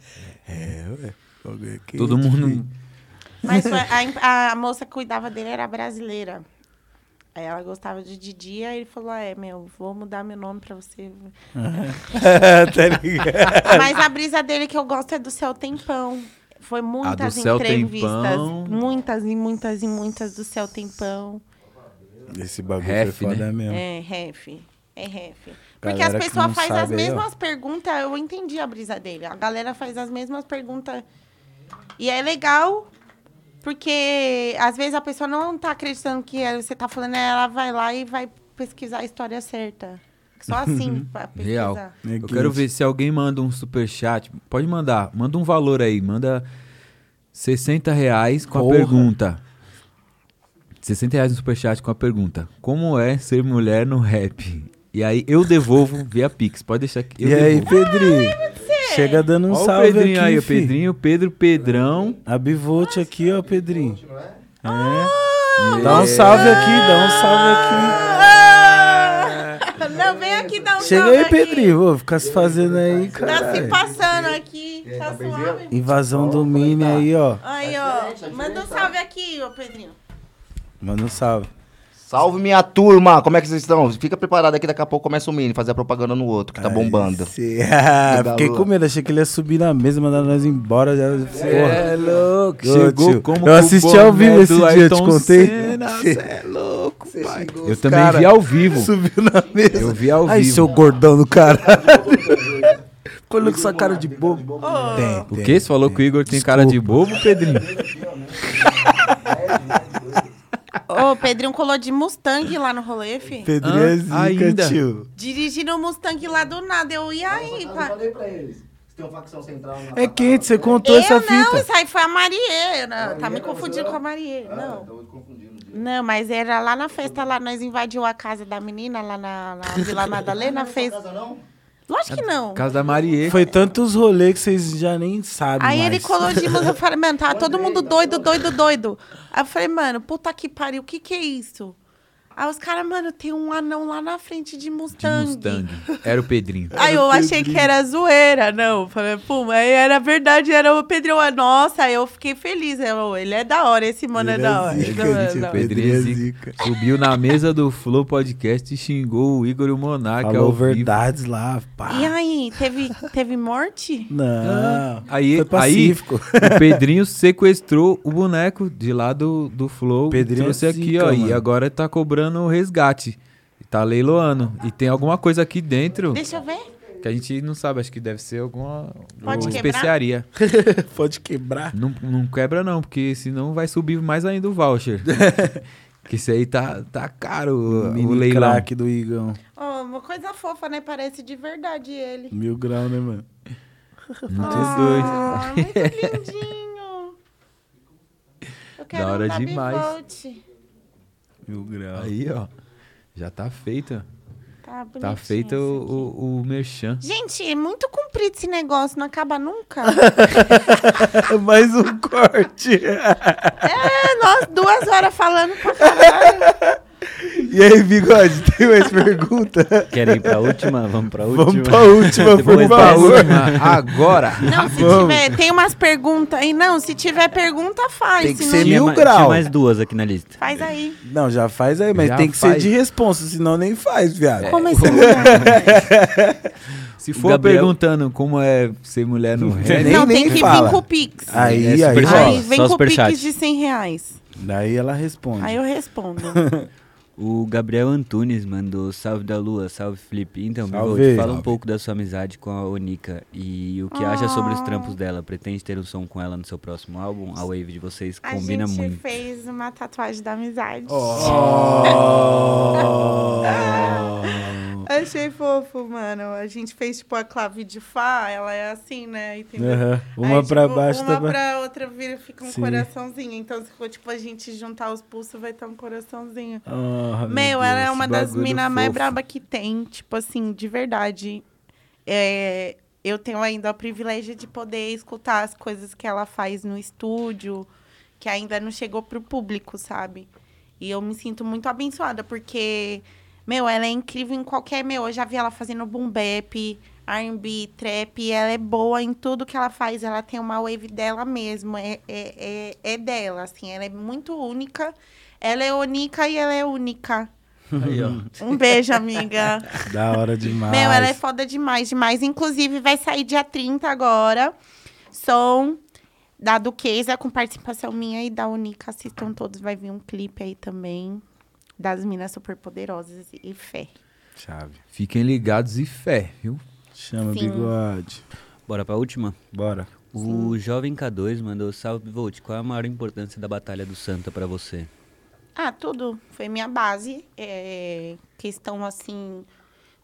Alguém aqui,
todo mundo...
Mas foi- a, em- a moça que cuidava dele era brasileira. Aí ela gostava de Didi, aí ele falou, "Ah, é, meu, vou mudar meu nome pra você.
tá ligado?
É.
Mas a brisa dele que eu gosto é do Céu Tempão. Foi muitas
Céu
entrevistas.
Tempão.
Muitas e muitas e muitas do Céu Tempão.
Esse bagulho
Ref,
foi foda
né?
mesmo.
É, ref. É ref. Porque
Galera
as
que
pessoas
não
fazem as
sabe aí, ó.
mesmas perguntas. Eu entendi a brisa dele. A galera faz as mesmas perguntas. E é legal, porque às vezes a pessoa não tá acreditando que é- você tá falando, ela vai lá e vai pesquisar a história certa. Só assim, pra pesquisar.
Real. Eu
Neguinho.
quero ver se alguém manda um superchat. Pode mandar. Manda um valor aí. Manda 60 reais com
Porra.
a pergunta. 60 reais no superchat com a pergunta. Como é ser mulher no rap? E aí eu devolvo via Pix. Pode deixar que eu
E aí,
devolvo.
Pedrinho? Chega dando um
Ó o
salve
Pedrinho
aqui,
aí, o
fi.
Pedrinho, Pedro, Pedrão.
A Bivolt aqui,
é
ó, Pedrinho. É.
Ah,
Dá um salve aqui, dá um salve aqui.
ah! Não, vem aqui dar um
Chega
salve
aí,
aqui.
Pedrinho. Ô, fica se fazendo aí,
Tá se
caralho.
passando aqui. Tá suave.
Invasão do Mini aí, ó.
Aí, ó. Manda um salve aqui, ô Pedrinho.
Manda um salve.
Salve minha turma, como é que vocês estão? Fica preparado aqui, daqui a pouco começa o mini, fazer a propaganda no outro, que tá bombando.
Cê- Ah,
Galo.
fiquei com medo, achei que ele ia subir na mesa, mandar nós embora. Já... Porra.
É louco.
Ô,
Chegou
tio,
como
eu
que o
assisti ao vivo
boné
esse
do
dia, eu te
Ayrton
contei?
Senna.
Você é louco, pai.
Eu também vi ao vivo.
Subiu na mesa.
Eu vi ao
Aí,
vivo.
seu gordão do caralho. Colou com sua cara de bobo. Tem,
O
tem.
que? Você falou que o Igor tem cara de bobo, Pedrinho?
Ô, Pedrinho colou de Mustang lá no rolê, fi.
Pedrinho
Ah,
é zica,
ainda.
tio.
Dirigindo o Mustang lá do nada. Eu, e aí? qua-
pra eles, se tem uma facção central na
É quente, você contou
Eu
essa
não,
fita.
isso aí foi a Marie. Não, Tá me confundindo com a Marie. Não. Não, mas era lá na festa, lá nós invadiu a casa da menina, lá na, na Vila Madalena. Fez... Lógico que não.
Casa da Marie.
Foi tantos rolês que vocês já nem sabem
Aí
mais.
ele colou de música, eu falei, mano, tava todo mundo doido, doido, doido. Aí eu falei, mano, puta que pariu, o que que é isso? Aí os caras, mano, tem um anão lá na frente de
De
Mustang.
Mustang. Era o Pedrinho.
Ah,
Aí eu achei que era zoeira, não. Falei, pum, aí era verdade, era o Pedrão. Aí, Nossa, aí eu fiquei feliz. Eu, ele é da hora, esse mano é
Ele
da hora.
é
Não,
zica,
não.
tio.
Pedrinho é zica. Subiu na mesa do Flow Podcast e xingou o Igor e o Monarca.
Falou
é ao vivo.
verdades lá, pá.
E aí, teve, teve morte?
Não.
Aí,
Foi
aí
pacífico.
o Pedrinho sequestrou o boneco de lá do, do Flow.
Pedrinho
Pedrinho trouxe
é
aqui,
zica,
ó. E
mano.
agora tá cobrando o resgate. Tá leiloando. E tem alguma coisa aqui dentro
Deixa eu ver.
que a gente não sabe. Acho que deve ser alguma uma
Pode quebrar?
especiaria.
Pode quebrar.
Não, não quebra, não, porque senão vai subir mais ainda o voucher. Porque isso aí tá, tá caro, o- o
Mini
leilão.
craque do Igão.
Ó, uma coisa fofa, né? Parece de verdade ele.
Mil grau, né, mano?
Não tem dois.
Ah, muito lindinho. Eu quero
hora
um Baby
demais.
Volt.
Mil grau.
Aí, ó. Já tá feita.
Tá, bonitinho
Tá feita
esse
o,
aqui.
o, o merchan.
Gente, é muito comprido esse negócio, não acaba nunca.
Mais um corte.
é, nós duas horas falando pra caralho.
E aí, bigode, tem mais pergunta?
Querem ir pra última? Vamos pra última?
Tipo,
Vamos pra última, por
Depois dessa.
favor.
Mas Agora.
Não,
Tá
se tiver, tem umas perguntas aí. Não, se tiver pergunta, faz.
Tem que
se
ser
não,
Tinha
mil
ma-
grau.
Tinha mais duas aqui na lista.
faz aí.
Não, já faz aí, mas
Já
tem que ser
faz.
assim?
de responsa, senão nem faz, viado.
Como assim? cara?
Se for
Gabriel-
perguntando como é ser mulher no rap, né?
nem-
não, tem que
fala.
vir com o Pix.
Aí,
É
aí,
super
fala.
fala,
Aí vem
só
com o
superchat.
Pix de 100 reais.
Daí ela responde.
Aí eu respondo.
O Gabriel Antunes mandou salve da lua, salve Felipe. Então,
Salve.
Bivolt, fala um
Salve.
pouco da sua amizade com a Onika e o que acha sobre
Ah.
os trampos dela. Pretende ter um som com ela no seu próximo álbum? A wave de vocês
A
combina
gente
muito.
fez uma tatuagem da amizade. Achei fofo, mano. A gente fez, tipo, a clave de Fá, ela é assim, né? Entendeu?
Aham. Uma
Aí,
pra
tipo,
baixo,
Uma
outra pra-
pra outra vira, fica um
Sim.
coraçãozinho. Então, se for, tipo, a gente juntar os pulsos, vai ter um coraçãozinho.
Ah,
Meu, ela é
Deus,
uma
que
das
bagulho
minas mais
fofo.
braba que tem. Tipo assim, de verdade. É, eu tenho ainda o privilégio de poder escutar as coisas que ela faz no estúdio, que ainda não chegou pro público, sabe? E eu me sinto muito abençoada, porque, meu, ela é incrível em qualquer. Meu, eu já vi ela fazendo boom bap, RB, trap. Ela é boa em tudo que ela faz. Ela tem uma wave dela mesmo. É, é, é, é dela, assim. Ela é muito única. Ela é onica e ela é única.
Aí, ó.
Um beijo, amiga.
Da hora demais.
Meu, ela é foda demais, demais. Inclusive, vai sair dia 30 agora. Som da Duquesa, com participação minha e da Unica. Assistam todos, vai vir um clipe aí também. Das minas superpoderosas e fé.
Chave.
fiquem ligados e fé, viu?
Chama
Sim.
bigode.
Bora pra última?
Bora.
O Jovem K2 mandou salve Volt. Qual é a maior importância da Batalha do Santa pra você?
Ah, tudo. Foi minha base. É, questão assim,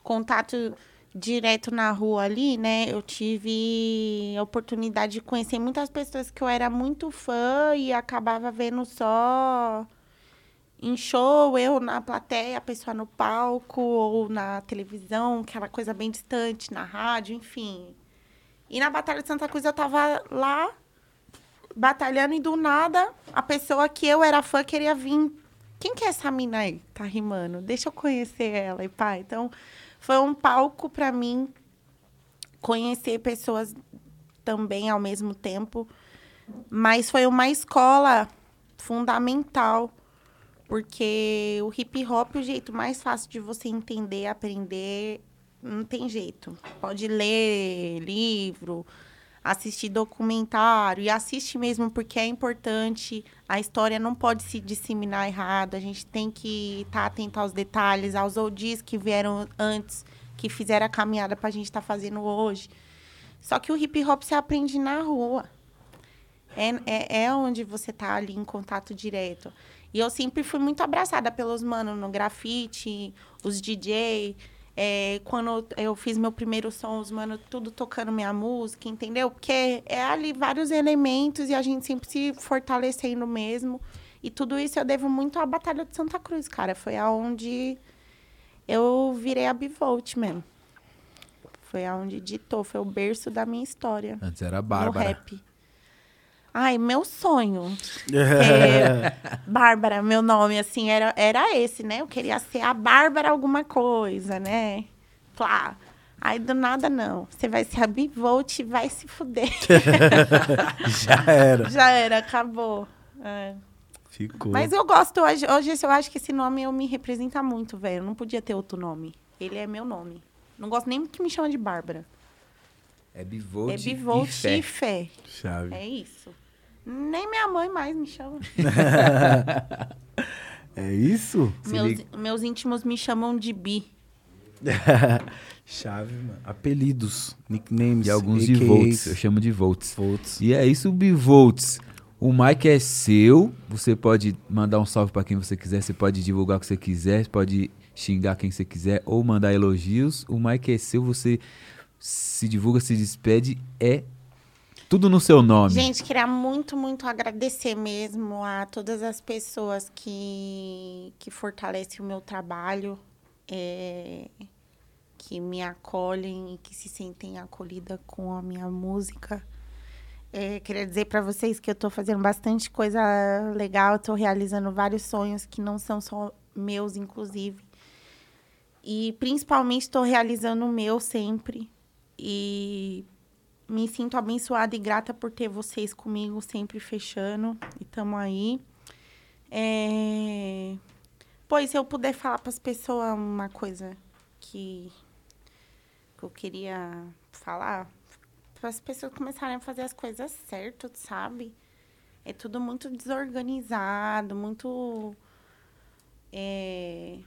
contato direto na rua ali, né? Eu tive a oportunidade de conhecer muitas pessoas que eu era muito fã e acabava vendo só em show, eu na plateia, a pessoa no palco ou na televisão, aquela coisa bem distante, na rádio, enfim. E na Batalha de Santa Cruz eu tava lá batalhando e do nada a pessoa que eu era fã queria vir. Quem que é essa mina aí? que Tá rimando. Deixa eu conhecer ela e pá. Então, foi um palco pra mim conhecer pessoas também ao mesmo tempo. Mas foi uma escola fundamental. Porque o hip hop, o jeito mais fácil de você entender, aprender, não tem jeito. Pode ler livro, assistir documentário e assiste mesmo porque é importante. A história não pode se disseminar errado. A gente tem que estar atento aos detalhes, aos oldies que vieram antes, que fizeram a caminhada para a gente estar fazendo hoje. Só que o hip hop você aprende na rua. É, é, é onde você tá ali em contato direto. E eu sempre fui muito abraçada pelos manos no grafite, os DJ. é, quando eu fiz meu primeiro som, os manos tudo tocando minha música, entendeu? Porque é ali vários elementos e a gente sempre se fortalecendo mesmo. E tudo isso eu devo muito à Batalha de Santa Cruz, cara. Foi aonde eu virei a Bivolt mesmo. Foi aonde ditou, foi o berço da minha história
Antes era
no
Bárbara.
rap. Ai, meu sonho. É, Bárbara, meu nome, assim, era, era esse, né? Eu queria ser a Bárbara alguma coisa, né? Plá. Aí do nada, não. Você vai ser a Bivolt e vai se fuder.
Já era.
Já era, acabou. É.
Ficou.
Mas eu gosto hoje. Hoje eu acho que esse nome eu me representa muito, velho. Eu Não podia ter outro nome. Ele é meu nome. Não gosto nem que me chama de Bárbara.
É bivolt,
é Bivolt
e fé.
e fé.
Chave.
É isso. Nem minha mãe mais me chama.
É isso?
Meus, meus íntimos me chamam de Bi.
Chave, mano. Apelidos, nicknames.
E alguns de
AKAs.
volts, eu chamo de volts.
Volts.
E é isso, Bivolts. O Mike é seu. Você pode mandar um salve pra quem você quiser. Você pode divulgar o que você quiser. Você pode xingar quem você quiser ou mandar elogios. O Mike é seu. Você se divulga, se despede. É tudo no seu nome.
Gente, queria muito, muito agradecer mesmo a todas as pessoas que, que fortalecem o meu trabalho, é, que me acolhem e que se sentem acolhida com a minha música. É, queria dizer para vocês que eu tô fazendo bastante coisa legal, tô realizando vários sonhos que não são só meus, inclusive. E principalmente estou realizando o meu sempre. E me sinto abençoada e grata por ter vocês comigo sempre fechando. E tamo aí. É... Pois se eu puder falar para as pessoas uma coisa que que eu queria falar, para as pessoas começarem a fazer as coisas certas, sabe? É tudo muito desorganizado, muito. é,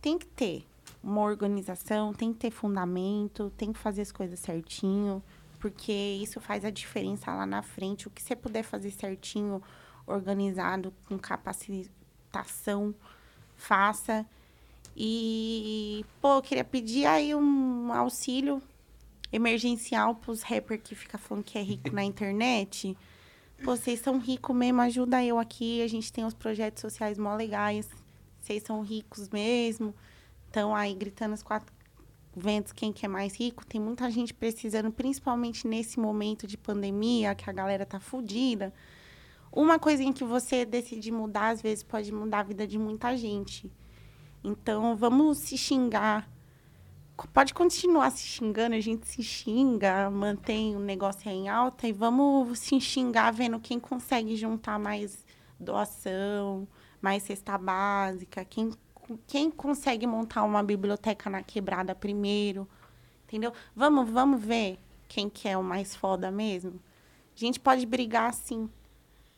Tem que ter uma organização, tem que ter fundamento, tem que fazer as coisas certinho, porque isso faz a diferença lá na frente. O que você puder fazer certinho, organizado, com capacitação, faça. E, pô, eu queria pedir aí um auxílio emergencial pros rappers que ficam falando que é rico na internet. Pô, vocês são ricos mesmo, ajuda eu aqui. A gente tem uns projetos sociais mó legais. Vocês são ricos mesmo. Estão aí gritando os quatro ventos quem que é mais rico. Tem muita gente precisando, principalmente nesse momento de pandemia, que a galera tá fudida. Uma coisinha que você decide mudar, às vezes, pode mudar a vida de muita gente. Então, vamos se xingar. Co- Pode continuar se xingando, a gente se xinga, mantém o negócio em alta e vamos se xingar vendo quem consegue juntar mais doação, mais cesta básica, quem, quem consegue montar uma biblioteca na quebrada primeiro, entendeu? Vamos, vamos ver quem que é o mais foda mesmo. A gente pode brigar assim.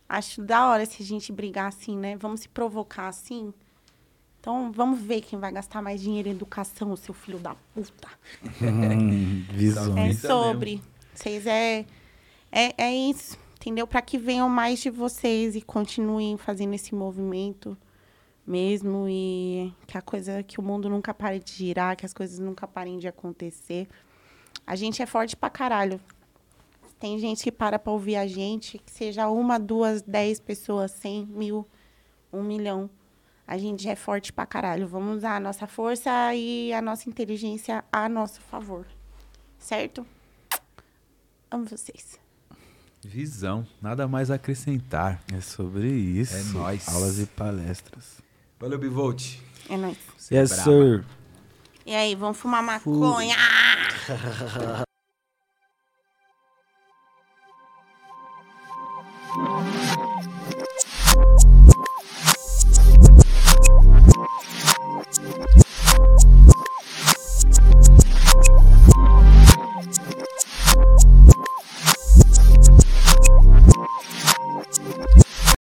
Acho da hora se a gente brigar assim, né? Vamos se provocar assim. Então, vamos ver quem vai gastar mais dinheiro em educação, seu filho da puta.
Hum,
É
Isso
sobre. Vocês é, é. É isso, entendeu? Para que venham mais de vocês e continuem fazendo esse movimento mesmo e que a coisa que o mundo nunca pare de girar, que as coisas nunca parem de acontecer. A gente é forte pra caralho. Tem gente que para pra ouvir a gente, que seja uma, duas, dez pessoas, cem, mil, um milhão. A gente é forte pra caralho. Vamos usar a nossa força e a nossa inteligência a nosso favor. Certo? Amo vocês.
Visão, nada mais a acrescentar.
É sobre isso.
É nóis.
Aulas e palestras.
Valeu, Bivolt.
É nóis.
Você é
Yes,
braba.
sir.
E aí, vamos fumar maconha?